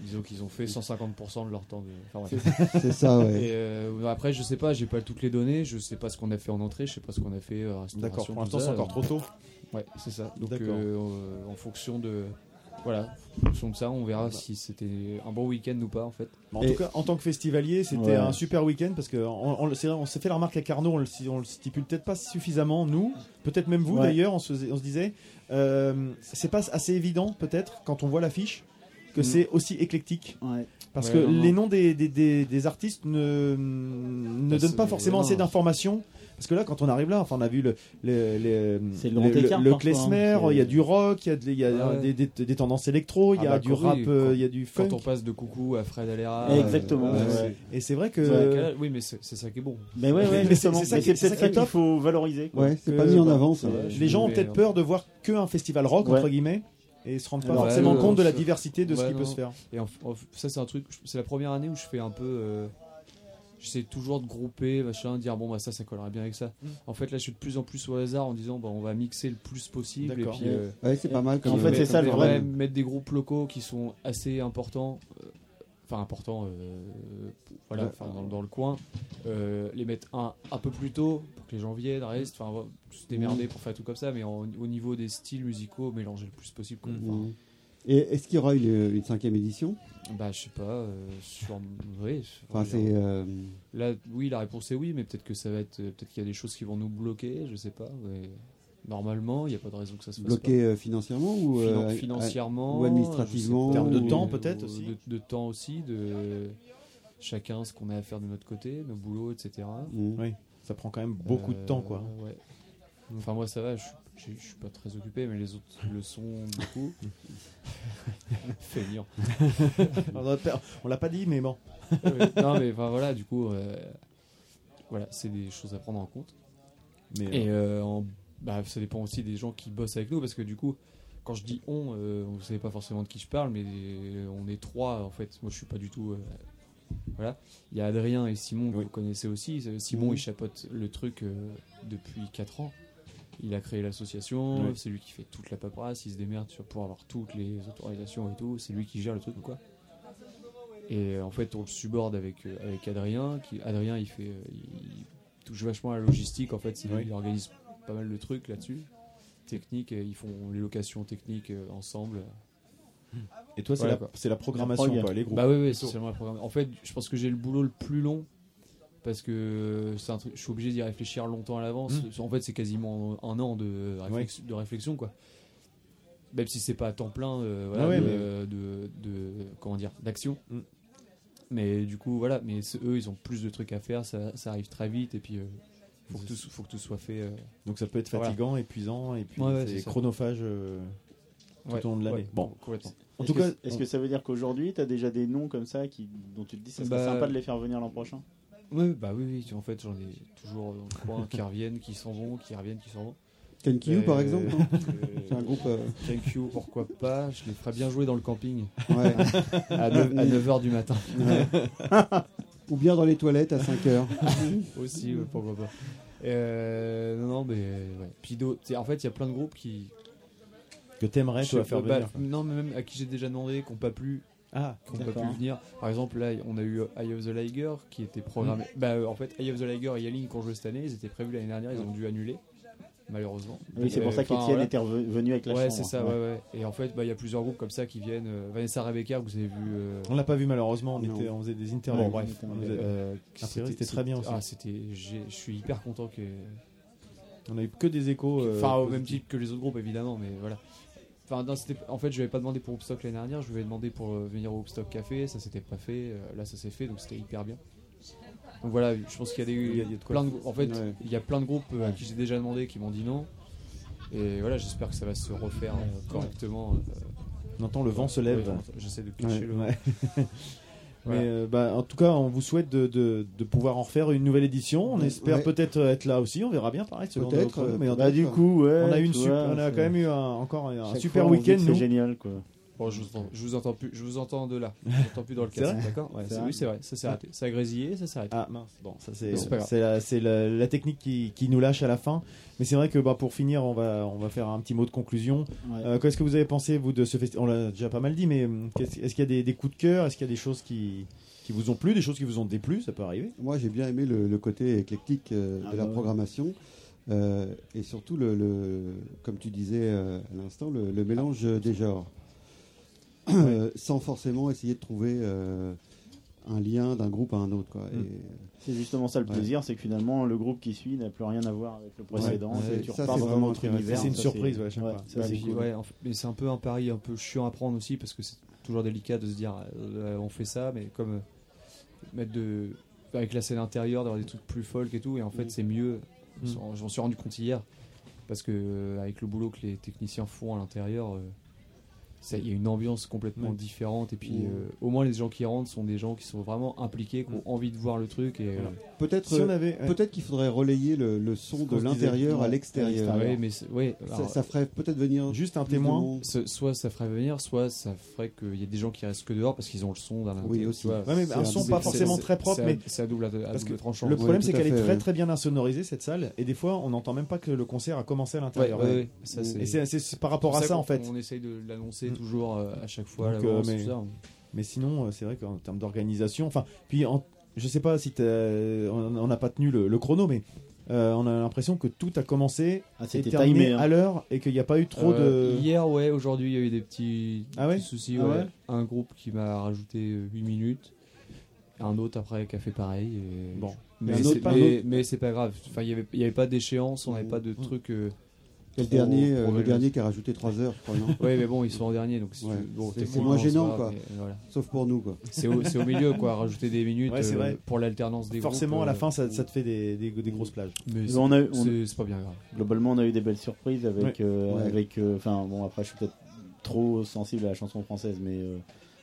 Speaker 21: Disons qu'ils ont fait 150% de leur temps. De... enfin, bref.
Speaker 5: C'est- c'est ça, ouais.
Speaker 21: Et, euh, après, je sais pas, j'ai pas toutes les données, je sais pas ce qu'on a fait en entrée, je sais pas ce qu'on a fait. euh, restauration,
Speaker 4: D'accord, pour
Speaker 21: tout
Speaker 4: l'instant,
Speaker 21: ça. euh,
Speaker 4: c'est encore trop tôt.
Speaker 21: Ouais, c'est ça. Donc,
Speaker 4: D'accord.
Speaker 21: euh, en fonction de. Voilà, en fonction de ça, on verra si c'était un bon week-end ou pas en fait.
Speaker 4: En tout cas, en tant que festivalier, c'était
Speaker 21: Ouais.
Speaker 4: un super week-end parce que on, on le- c'est vrai, on s'est fait la remarque à Carnot, on le, si- on le stipule peut-être pas suffisamment, nous, peut-être même vous
Speaker 21: Ouais.
Speaker 4: d'ailleurs, on se, faisait- on se disait, euh, c'est pas assez évident peut-être quand on voit l'affiche que
Speaker 21: Mm.
Speaker 4: c'est aussi éclectique. Parce
Speaker 21: Ouais,
Speaker 4: que
Speaker 21: non, non.
Speaker 4: les noms des, des- des- des artistes ne, ne
Speaker 21: Bah,
Speaker 4: donnent
Speaker 21: c'est-
Speaker 4: pas forcément
Speaker 21: non.
Speaker 4: assez d'informations. Parce que là, quand on arrive là, enfin, on a vu le, le, le,
Speaker 3: le grand
Speaker 4: le-
Speaker 3: écart
Speaker 4: le
Speaker 3: parfois, hein.
Speaker 4: klezmer,
Speaker 3: C'est-
Speaker 4: il y a du rock, il y a, de- il y a
Speaker 21: Ouais.
Speaker 4: des, des- des tendances électro, il y
Speaker 21: Ah
Speaker 4: a
Speaker 21: bah,
Speaker 4: du
Speaker 21: quand-
Speaker 4: rap,
Speaker 21: oui,
Speaker 4: euh,
Speaker 21: quand-
Speaker 4: il y a du funk.
Speaker 21: Quand on passe de coucou à Fred Alera.
Speaker 4: Ouais,
Speaker 21: euh,
Speaker 4: exactement,
Speaker 21: ouais,
Speaker 4: ouais,
Speaker 21: c'est-
Speaker 4: ouais. Et c'est vrai que-
Speaker 21: C'est que- Oui, mais c'est c'est ça qui est bon.
Speaker 4: <laughs> Mais ouais, ouais,
Speaker 21: Mais
Speaker 4: justement.
Speaker 21: c'est ça
Speaker 4: Mais
Speaker 21: qui-
Speaker 4: c'est peut-être
Speaker 21: qui est
Speaker 4: ça qu'il
Speaker 21: top.
Speaker 4: faut valoriser, quoi.
Speaker 5: Ouais, c'est
Speaker 4: Que,
Speaker 5: pas mis en
Speaker 4: bah,
Speaker 5: avant, ça.
Speaker 4: euh, Les gens ont
Speaker 21: hein.
Speaker 4: peut-être peur de voir que un festival rock,
Speaker 21: Ouais.
Speaker 4: entre guillemets, et se rendent pas
Speaker 21: Alors,
Speaker 4: forcément
Speaker 21: euh,
Speaker 4: compte de la
Speaker 21: je-
Speaker 4: diversité de ce
Speaker 21: Ouais,
Speaker 4: qui peut
Speaker 21: non.
Speaker 4: se faire.
Speaker 21: Et en- en- ça, c'est un truc, je- c'est la première année où je fais un peu. euh, J'essaie toujours de grouper, machin, dire bon, bah ça, ça collerait bien avec ça.
Speaker 4: Mm.
Speaker 21: En fait, là, je suis de plus en plus au hasard en disant bah, on va mixer le plus possible. Et
Speaker 5: D'accord.
Speaker 21: puis, euh,
Speaker 5: Ouais. Ouais, c'est pas mal
Speaker 21: et
Speaker 5: comme-
Speaker 21: puis
Speaker 5: En fait, c'est
Speaker 21: mettre-
Speaker 5: ça, le
Speaker 21: ouais,
Speaker 5: problème.
Speaker 21: Mettre des groupes locaux qui sont assez importants, euh, enfin importants, euh, voilà,
Speaker 5: Ouais.
Speaker 21: enfin, dans, dans le coin, euh, les mettre un, un peu plus tôt pour que les gens viennent, restent, enfin, voilà, se
Speaker 5: Mmh.
Speaker 21: démerder pour faire tout comme ça, mais en- au niveau des styles musicaux, mélanger le plus possible. quoi. Enfin,
Speaker 5: Mhm. Et est-ce qu'il y aura une, une cinquième édition
Speaker 21: bah, je sais pas. euh, sur... oui, je-
Speaker 5: Enfin, c'est, euh,
Speaker 21: Là, oui, la réponse est oui, mais peut-être que ça va être. euh, Peut-être qu'il y a des choses qui vont nous bloquer, je sais pas. mais Normalement, il n'y a pas de raison que ça se fasse.
Speaker 5: Bloqué
Speaker 21: pas.
Speaker 5: euh, financièrement ou
Speaker 21: Finan-
Speaker 5: euh,
Speaker 21: financièrement
Speaker 5: ou
Speaker 21: je
Speaker 5: administrativement
Speaker 21: sais pas,
Speaker 5: ou- euh,
Speaker 21: ou de, de temps aussi, de chacun ce qu'on a à faire de notre côté, nos boulots, etc.
Speaker 5: Mm.
Speaker 4: Oui, ça prend quand même beaucoup de temps, quoi.
Speaker 21: Euh, ouais. Enfin, moi, ça va, je, je- je suis pas très occupé, mais les autres le sont
Speaker 4: <laughs>
Speaker 21: beaucoup. Feignant.
Speaker 4: On a per- on l'a pas dit, mais bon.
Speaker 21: Ouais. non mais enfin voilà du coup euh, voilà c'est des choses à prendre en compte
Speaker 4: Mais,
Speaker 21: et euh, en- bah, ça dépend aussi des gens qui bossent avec nous parce que du coup quand je dis on euh, vous savez pas forcément de qui je parle mais euh, on est trois en fait moi je suis pas du tout euh, voilà il y a Adrien et Simon que vous connaissez aussi Euh, Simon
Speaker 4: Mhm.
Speaker 21: il chapote le truc euh, depuis 4 ans il a créé l'association,
Speaker 4: Ouais.
Speaker 21: c'est lui qui fait toute la paperasse, il se démerde sur- pour avoir toutes les autorisations et tout, c'est lui qui gère le truc quoi. Et euh, en fait, on le suborde avec, euh, avec Adrien. Qui, Adrien, il fait, euh, il touche vachement à la logistique. En fait, c'est lui,
Speaker 4: Oui.
Speaker 21: il organise pas mal de trucs là-dessus. Technique, et ils font les locations techniques euh, ensemble.
Speaker 4: Et toi, c'est la-
Speaker 21: quoi.
Speaker 4: c'est la programmation, La prog. quoi, les groupes.
Speaker 21: Bah oui, oui, c'est
Speaker 4: Plutôt.
Speaker 21: seulement la programmation. En fait, je pense que j'ai le boulot le plus long parce que euh, c'est un truc, je suis obligé d'y réfléchir longtemps à l'avance.
Speaker 4: Mmh.
Speaker 21: En fait, c'est quasiment un an de, réflex- de réflexion, quoi. Même si c'est pas à temps plein, euh, voilà,
Speaker 4: Ah ouais,
Speaker 21: de,
Speaker 4: mais- Mmh.
Speaker 21: de- de- comment dire, d'action. Mais du coup, voilà, mais c'est- eux, ils ont plus de trucs à faire, ça, ça arrive très vite, et puis euh, faut, que tout, so- faut que tout soit fait. euh,
Speaker 4: Donc ça peut être
Speaker 21: voilà.
Speaker 4: fatigant, épuisant, et puis
Speaker 21: Ouais, ouais,
Speaker 4: c'est
Speaker 21: ça.
Speaker 4: chronophage euh, tout
Speaker 21: Ouais,
Speaker 4: au long de l'année.
Speaker 21: ouais,
Speaker 4: bon,
Speaker 21: complètement.
Speaker 4: En
Speaker 3: Est-ce
Speaker 4: tout
Speaker 3: que-
Speaker 4: cas,
Speaker 3: est-ce
Speaker 4: on-
Speaker 3: que ça veut dire qu'aujourd'hui, tu as déjà des noms comme ça qui, dont tu te dis ça serait
Speaker 21: Bah,
Speaker 3: sympa de les faire venir l'an prochain
Speaker 21: Oui, bah oui, oui, tu- en fait, j'en ai toujours dans le coin qui reviennent, qui s'en vont, qui reviennent, qui s'en vont.
Speaker 5: Kenkyu,
Speaker 21: Euh,
Speaker 5: par exemple, non
Speaker 21: euh,
Speaker 5: C'est un groupe, euh,
Speaker 21: Kenkyu, pourquoi pas Je les ferais bien jouer dans le camping.
Speaker 5: Ouais.
Speaker 21: <laughs> à 9h du matin. <laughs>
Speaker 5: Ouais. ou bien dans les toilettes à 5h.
Speaker 21: Aussi, ouais, pourquoi pas. Euh, non, non, mais euh, ouais. Puis d'autres- c'est- en fait, il y a plein de groupes qui
Speaker 4: Que t'aimerais,
Speaker 21: Je-
Speaker 4: toi, faire
Speaker 21: bah,
Speaker 4: venir.
Speaker 21: Non, mais même à qui j'ai déjà demandé, qu'on pas plus.
Speaker 4: Ah,
Speaker 21: qu'on pas
Speaker 4: d'accord.
Speaker 21: pu venir. Par exemple, là, on a eu euh, Eye of the Liger qui était programmé.
Speaker 3: Mm.
Speaker 21: Bah, euh, en fait, Eye of the Liger et Yelling qui ont joué cette année, ils étaient prévus l'année dernière, ils ont dû annuler, malheureusement.
Speaker 3: Mm. Oui, c'est
Speaker 21: Euh,
Speaker 3: pour ça qu'Étienne
Speaker 21: enfin, voilà.
Speaker 3: était reve- venu avec la
Speaker 21: Ouais,
Speaker 3: chambre.
Speaker 21: c'est ça, ouais,
Speaker 3: Ouais.
Speaker 21: ouais. Et en fait, bah, il y a plusieurs groupes comme ça qui viennent. euh, Vanessa Rebecca, vous avez vu. euh,
Speaker 4: On l'a pas vu, malheureusement, on
Speaker 21: non.
Speaker 4: était- on faisait des interviews, bref,
Speaker 21: on était-
Speaker 4: on faisait-
Speaker 21: euh,
Speaker 4: Ah, c'était- c'était très bien aussi. Euh,
Speaker 21: Ah, c'était. j'ai- Je suis hyper content que.
Speaker 4: On a eu que des échos. euh,
Speaker 21: Enfin, au
Speaker 4: positifs.
Speaker 21: même titre que les autres groupes, évidemment, mais voilà. Enfin, non, c'était- en fait, je n'avais pas demandé pour Hoopstock l'année dernière, je lui avais demandé pour euh, venir au Hoopstock Café, ça s'était pas fait, euh, là ça s'est fait, donc c'était hyper bien. Donc voilà, je pense qu'il y a, des,
Speaker 4: Il y a- il y a de quoi
Speaker 21: plein de,
Speaker 4: faire.
Speaker 21: en fait,
Speaker 4: Ouais.
Speaker 21: il y a plein de groupes euh, à qui j'ai déjà demandé qui m'ont dit non. Et voilà, j'espère que ça va se refaire euh, correctement.
Speaker 4: On entend le vent se lève.
Speaker 21: Ouais, J'essaie de pitcher
Speaker 4: Ouais,
Speaker 21: le
Speaker 4: ouais. <laughs> Mais
Speaker 21: Voilà.
Speaker 4: euh, bah, en tout cas, on vous souhaite de, de- de pouvoir en refaire une nouvelle édition. On
Speaker 21: Ouais.
Speaker 4: espère
Speaker 21: Ouais.
Speaker 4: peut-être euh, être là aussi. On verra bien, pareil. selon
Speaker 3: Peut-être,
Speaker 4: notre-
Speaker 3: euh,
Speaker 4: mais on-
Speaker 3: bah, du coup, ouais,
Speaker 4: on a eu une
Speaker 3: tu
Speaker 4: super-
Speaker 3: vois,
Speaker 4: on a
Speaker 3: c'est-
Speaker 4: quand même eu un- encore un, un
Speaker 3: Chaque
Speaker 4: super
Speaker 3: fois, on dit
Speaker 4: week-end.
Speaker 3: que c'est
Speaker 4: nous.
Speaker 3: génial, quoi.
Speaker 21: Bon, je vous, entends, je vous entends plus, je vous entends de là. Je vous entends plus dans le
Speaker 4: <laughs> C'est
Speaker 21: casque,
Speaker 4: vrai
Speaker 21: d'accord Ouais,
Speaker 4: C'est
Speaker 21: c'est-
Speaker 4: vrai.
Speaker 21: Oui, c'est vrai, ça s'est
Speaker 4: Ah.
Speaker 21: arrêté. Ça a grésillé, ça s'est arrêté.
Speaker 4: Ah mince, bon, ça
Speaker 21: Mais
Speaker 4: c'est
Speaker 21: c'est pas grave.
Speaker 4: c'est la, c'est la- la technique qui, qui nous lâche à la fin. Mais c'est vrai que bah, pour finir, on va, on va faire un petit mot de conclusion.
Speaker 3: Ouais.
Speaker 4: Euh, Qu'est-ce que vous avez pensé, vous, de ce festival On l'a déjà pas mal dit, mais hum, qu'est-ce- est-ce qu'il y a des, des coups de cœur Est-ce qu'il y a des choses qui, qui vous ont plu, des choses qui vous ont déplu Ça peut arriver.
Speaker 5: Moi, j'ai bien aimé le, le côté éclectique euh,
Speaker 21: Ah bah
Speaker 5: de la programmation. euh, et surtout, le, le- comme tu disais euh, à l'instant, le, le mélange des genres. Euh, sans forcément essayer de trouver euh, un lien d'un groupe à un autre. quoi. Et-
Speaker 21: Mm.
Speaker 3: C'est justement ça le
Speaker 5: Ouais.
Speaker 3: plaisir, c'est que finalement le groupe qui suit n'a plus rien à voir avec le précédent.
Speaker 21: Ouais,
Speaker 3: c'est- tu
Speaker 21: ça,
Speaker 3: repars
Speaker 21: c'est
Speaker 3: dans un
Speaker 21: vraiment
Speaker 3: autre
Speaker 21: intéressant.
Speaker 3: univers.
Speaker 21: C'est une
Speaker 3: ça,
Speaker 21: surprise, ouais, à chaque
Speaker 3: ouais,
Speaker 21: fois.
Speaker 3: ça,
Speaker 21: Ouais,
Speaker 3: c'est
Speaker 21: puis,
Speaker 3: cool.
Speaker 21: ouais, en fait, mais c'est un peu un pari un peu chiant à prendre aussi parce que c'est toujours délicat de se dire euh, on fait ça, mais comme euh, mettre de avec la scène intérieure d'avoir des trucs plus folk et tout, et en fait
Speaker 4: Mm.
Speaker 21: c'est mieux.
Speaker 4: Mm.
Speaker 21: J'en- J'en suis rendu compte hier parce que euh, avec le boulot que les techniciens font à l'intérieur. euh, ça- il y a une ambiance complètement
Speaker 4: Ouais.
Speaker 21: différente et puis
Speaker 4: Mm.
Speaker 21: euh, au moins les gens qui rentrent sont des gens qui sont vraiment impliqués, qui ont
Speaker 3: Mm.
Speaker 21: envie de voir le truc et
Speaker 4: Voilà.
Speaker 21: euh,
Speaker 5: Peut-être
Speaker 21: Si on
Speaker 5: euh,
Speaker 21: avait- ouais.
Speaker 5: peut-être qu'il faudrait relayer le, le son de
Speaker 21: qu'on se disait,
Speaker 5: l'intérieur à
Speaker 21: ouais,
Speaker 5: l'extérieur.
Speaker 21: à l'extérieur. Ouais, mais c'est- ouais,
Speaker 5: ça,
Speaker 21: alors-
Speaker 5: ça ferait peut-être venir
Speaker 4: juste un
Speaker 21: Ce- soit ça ferait venir, soit ça ferait qu'il y ait des gens qui restent que dehors parce qu'ils ont le son d'un
Speaker 5: Oui,
Speaker 21: tu
Speaker 5: aussi.
Speaker 21: vois.
Speaker 4: Ouais, mais
Speaker 21: C'est
Speaker 4: un son pas
Speaker 21: c'est-
Speaker 4: forcément
Speaker 21: c'est-
Speaker 4: très propre,
Speaker 21: c'est à-
Speaker 4: mais
Speaker 21: c'est à double, à à
Speaker 4: parce que
Speaker 21: double tranchant.
Speaker 4: Le problème, c'est
Speaker 21: tout à
Speaker 4: qu'elle est
Speaker 21: fait,
Speaker 4: très
Speaker 21: ouais.
Speaker 4: très bien insonorisée cette salle, et des fois, on n'entend même pas que le concert a commencé à l'intérieur.
Speaker 21: Ouais, ouais, ouais. Ça,
Speaker 4: et c'est c'est par rapport
Speaker 21: pour
Speaker 4: à ça,
Speaker 21: qu'on-
Speaker 4: en fait. Mm.
Speaker 21: On essaye de l'annoncer toujours euh, à chaque fois. à
Speaker 4: Donc,
Speaker 21: l'avance,
Speaker 4: euh, mais,
Speaker 21: tout ça.
Speaker 4: mais sinon, euh, c'est vrai qu'en termes d'organisation, enfin, puis en- je sais pas si t'as- on on n'a pas tenu le, le chrono, mais euh, on a l'impression que tout a commencé
Speaker 3: Ah,
Speaker 4: et
Speaker 3: c'était
Speaker 4: terminé
Speaker 3: timé, hein.
Speaker 4: à l'heure et qu'il n'y a pas eu trop
Speaker 21: Euh,
Speaker 4: de.
Speaker 21: Hier, ouais, aujourd'hui, il y a eu des petits,
Speaker 4: Ah ouais
Speaker 21: petits soucis.
Speaker 4: Ah
Speaker 21: ouais.
Speaker 4: ouais
Speaker 21: Un groupe qui m'a rajouté 8 minutes, un autre après qui a fait pareil. et-
Speaker 4: Bon.
Speaker 21: mais
Speaker 4: Mais un
Speaker 21: c'est-
Speaker 4: autre, pas- un
Speaker 21: mais
Speaker 4: autre. Mmh.
Speaker 21: mais c'est pas grave. Enfin, il n'y avait, il y avait pas d'échéance, on n'avait pas de truc. euh,
Speaker 5: Et le
Speaker 21: trop-
Speaker 5: dernier, euh,
Speaker 21: trop
Speaker 5: le
Speaker 21: véloce.
Speaker 5: dernier qui a rajouté 3 heures, je crois. non
Speaker 21: Ouais, mais bon, ils sont en dernier, donc si tu-
Speaker 5: Ouais.
Speaker 21: bon,
Speaker 5: c'est, c'est
Speaker 21: techniquement,
Speaker 5: moins
Speaker 21: ça
Speaker 5: gênant,
Speaker 21: va,
Speaker 5: quoi.
Speaker 21: mais voilà.
Speaker 5: Sauf pour nous, quoi.
Speaker 21: C'est au, c'est au milieu, quoi. Rajouter des minutes
Speaker 4: Ouais, c'est
Speaker 21: euh,
Speaker 4: vrai.
Speaker 21: pour l'alternance des
Speaker 4: Forcément,
Speaker 21: groupes,
Speaker 4: à la
Speaker 21: euh,
Speaker 4: fin, ça, ça te fait des, des- des grosses plages.
Speaker 21: Mais
Speaker 3: Mais
Speaker 21: c'est-
Speaker 3: on a eu- on-
Speaker 21: c'est- c'est pas bien grave.
Speaker 3: Globalement, on a eu des belles surprises avec.
Speaker 21: Ouais.
Speaker 3: euh,
Speaker 21: Ouais.
Speaker 3: avec euh, enfin, bon, après, je suis peut-être trop sensible à la chanson française, mais. euh,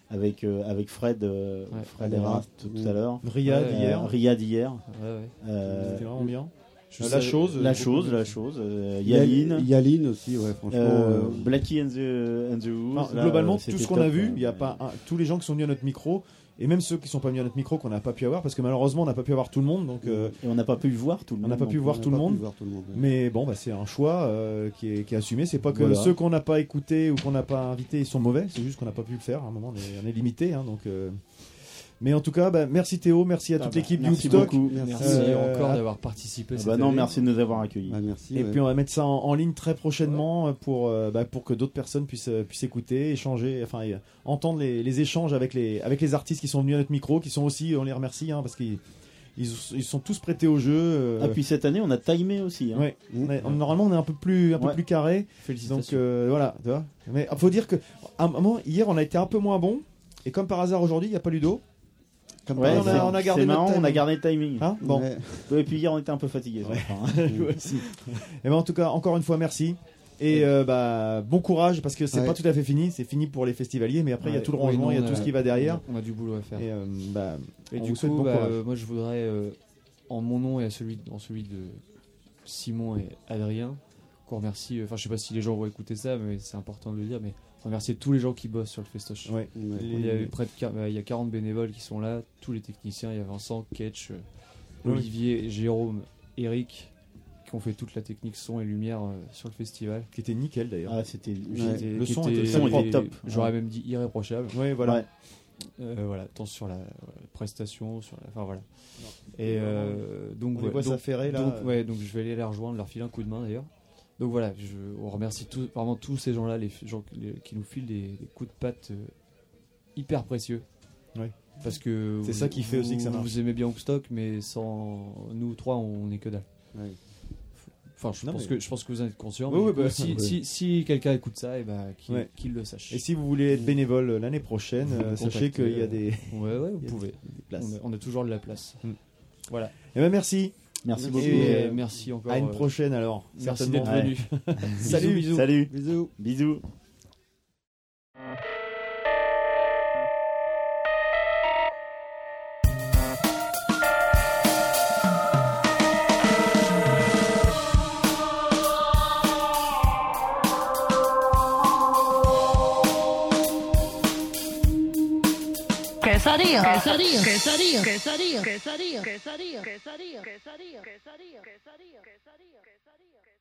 Speaker 3: avec, euh, avec Fred, euh, Fred
Speaker 4: Fred
Speaker 3: Herrard
Speaker 4: Herrard.
Speaker 3: tout,
Speaker 4: Mmh.
Speaker 3: tout à l'heure.
Speaker 4: Riyad
Speaker 3: Euh,
Speaker 4: hier.
Speaker 3: Riyad hier.
Speaker 21: Ouais, ouais.
Speaker 3: Euh,
Speaker 4: C'était vraiment bien. Je
Speaker 3: euh,
Speaker 4: sais-
Speaker 3: la chose. La
Speaker 4: beaucoup
Speaker 3: chose,
Speaker 4: de-
Speaker 3: la chose. euh,
Speaker 4: Yal-
Speaker 3: Yaline.
Speaker 5: Yaline aussi, ouais, franchement,
Speaker 3: Euh,
Speaker 5: euh,
Speaker 3: Blackie and the, and the Who's,
Speaker 4: Enfin,
Speaker 3: là,
Speaker 4: globalement,
Speaker 3: euh,
Speaker 4: tout
Speaker 3: c'était
Speaker 4: ce qu'on
Speaker 3: top,
Speaker 4: a vu,
Speaker 3: hein.
Speaker 4: il y a pas un- tous les gens qui sont venus à notre micro, et même ceux qui sont pas venus à notre micro qu'on n'a pas pu avoir, parce que malheureusement on n'a pas pu avoir tout le monde, donc euh,
Speaker 3: et on n'a pas pu voir tout le
Speaker 4: on n'a
Speaker 3: monde
Speaker 4: pas
Speaker 3: non
Speaker 4: pu
Speaker 3: plus.
Speaker 4: voir
Speaker 3: On
Speaker 4: tout
Speaker 3: n'a
Speaker 4: le
Speaker 3: pas pu
Speaker 4: monde.
Speaker 3: voir tout le monde, ouais.
Speaker 4: Mais bon, bah, c'est un choix euh, qui, est, qui est assumé. C'est pas que
Speaker 3: Voilà.
Speaker 4: ceux qu'on n'a pas écoutés ou qu'on n'a pas invités ils sont mauvais, c'est juste qu'on n'a pas pu le faire. À un moment, on est, on est limité, hein, donc. euh, Mais en tout cas, bah, merci Théo, merci à
Speaker 3: Ah
Speaker 4: toute
Speaker 3: bah,
Speaker 4: l'équipe du
Speaker 3: merci
Speaker 4: Hoopstock.
Speaker 3: beaucoup. Euh, Merci
Speaker 4: euh,
Speaker 3: encore d'avoir
Speaker 21: participé
Speaker 3: Ah bah non, merci de nous avoir accueillis.
Speaker 4: Et puis on va mettre ça en, en ligne très prochainement euh, pour, euh, bah, pour que d'autres personnes puissent, euh, puissent écouter, échanger, enfin et, euh, entendre les, les échanges avec les, avec les artistes qui sont venus à notre micro, qui sont aussi, on les remercie hein, parce qu'ils ils, ils sont tous prêtés au jeu. euh.
Speaker 3: Ah, puis cette année, on a timé aussi. hein.
Speaker 4: Ouais. On est- on- normalement, on est un peu plus, un peu
Speaker 3: Ouais.
Speaker 4: plus carré. Donc euh, voilà, tu vois. Mais ah, faut dire que à un moment, hier, on a été un peu moins bon. Et comme par hasard aujourd'hui, il n'y a pas Ludo. Comme
Speaker 3: Ouais,
Speaker 4: on,
Speaker 3: c'est-
Speaker 4: a, on a gardé
Speaker 3: c'est
Speaker 4: notre
Speaker 3: marrant, on a
Speaker 4: timing.
Speaker 3: gardé le timing.
Speaker 4: Hein bon.
Speaker 3: Ouais. Ouais, Et puis hier, on était un peu fatigué.
Speaker 4: <laughs>
Speaker 3: <laughs>
Speaker 4: Et ben en tout cas, encore une fois, merci. Et euh, bah, bon courage parce que c'est
Speaker 21: Ouais.
Speaker 4: pas tout à fait fini, c'est fini pour les festivaliers, mais après il y a
Speaker 21: Ouais,
Speaker 4: tout le
Speaker 21: oui,
Speaker 4: rangement,
Speaker 21: non,
Speaker 4: il y a
Speaker 21: on
Speaker 4: tout ce qui va derrière.
Speaker 21: On a du boulot à faire.
Speaker 4: Et, euh, bah,
Speaker 21: Et
Speaker 4: on
Speaker 21: du
Speaker 4: vous
Speaker 21: coup,
Speaker 4: souhaite bon
Speaker 21: bah,
Speaker 4: courage.
Speaker 21: euh, moi je voudrais, euh, en mon nom et à celui, en celui de Simon et Adrien, qu'on remercie. euh, Enfin, je sais pas si les gens vont écouter ça, mais c'est important de le dire. Mais remercier tous les gens qui bossent sur le festoche.
Speaker 4: Ouais.
Speaker 21: On
Speaker 4: Les-
Speaker 21: y a eu près de quar- bah, il y a 40 bénévoles qui sont là, tous les techniciens. Il y a Vincent, Ketch, euh,
Speaker 4: Oui.
Speaker 21: Olivier, Jérôme, Eric, qui ont fait toute la technique son et lumière euh, sur le festival.
Speaker 4: Qui était nickel d'ailleurs.
Speaker 3: Ah, c'était-
Speaker 21: Qui
Speaker 3: ouais.
Speaker 21: était-
Speaker 3: Le
Speaker 21: qui
Speaker 3: son était- le son était top.
Speaker 21: J'aurais
Speaker 3: Ouais.
Speaker 21: même dit irréprochable.
Speaker 4: Ouais, voilà. Ouais.
Speaker 21: Euh, voilà, tant sur la euh, prestation, sur la. Enfin voilà. Et euh, donc,
Speaker 4: On les
Speaker 21: ouais,
Speaker 4: voit
Speaker 21: donc-
Speaker 4: s'affairer, là.
Speaker 21: donc, ouais, donc je vais aller les rejoindre, leur filer un coup de main d'ailleurs. Donc voilà, je, on remercie tous- vraiment tous ces gens-là, les gens qui- les- qui nous filent des, des coups de patte euh, hyper précieux.
Speaker 4: Ouais.
Speaker 21: Parce que
Speaker 4: C'est ça qui fait aussi que ça
Speaker 21: vous-
Speaker 4: marche.
Speaker 21: Vous aimez bien Hoopstock, mais sans nous trois, on est que dalle. Enfin, je
Speaker 4: Non,
Speaker 21: pense
Speaker 4: mais-
Speaker 21: que je pense que vous en êtes conscient.
Speaker 4: Oui,
Speaker 21: mais
Speaker 4: oui,
Speaker 21: du coup,
Speaker 4: bah,
Speaker 21: <laughs> si
Speaker 4: ouais.
Speaker 21: si, si quelqu'un écoute ça, et ben qu'il
Speaker 4: Ouais.
Speaker 21: qu'il le sache.
Speaker 4: Et si vous voulez être bénévole euh, l'année prochaine, euh,
Speaker 21: Vous
Speaker 4: sachez
Speaker 21: contactez,
Speaker 4: qu'il y a
Speaker 21: euh,
Speaker 4: des.
Speaker 21: Ouais, ouais, vous
Speaker 4: <laughs> il y a
Speaker 21: pouvez.
Speaker 4: des places. Mm.
Speaker 21: On a- On a toujours de la place. Voilà.
Speaker 4: Eh ben merci.
Speaker 21: euh, Merci
Speaker 4: Et,
Speaker 21: beaucoup.
Speaker 4: euh,
Speaker 21: Merci encore,
Speaker 4: À une
Speaker 21: euh,
Speaker 4: prochaine alors.
Speaker 21: merci
Speaker 4: certainement.
Speaker 21: d'être venu. <laughs>
Speaker 4: Ouais.
Speaker 21: Bisous,
Speaker 4: <laughs> Salut.
Speaker 21: bisous.
Speaker 3: Salut.
Speaker 4: Bisous.
Speaker 3: Bisous.
Speaker 11: Quesadilla.
Speaker 1: Quesadilla. Quesadilla.
Speaker 11: Quesadilla. Quesadilla. Quesadilla. Quesadilla. Quesadilla. Quesadilla. Quesadilla. Quesadilla. Quesadilla.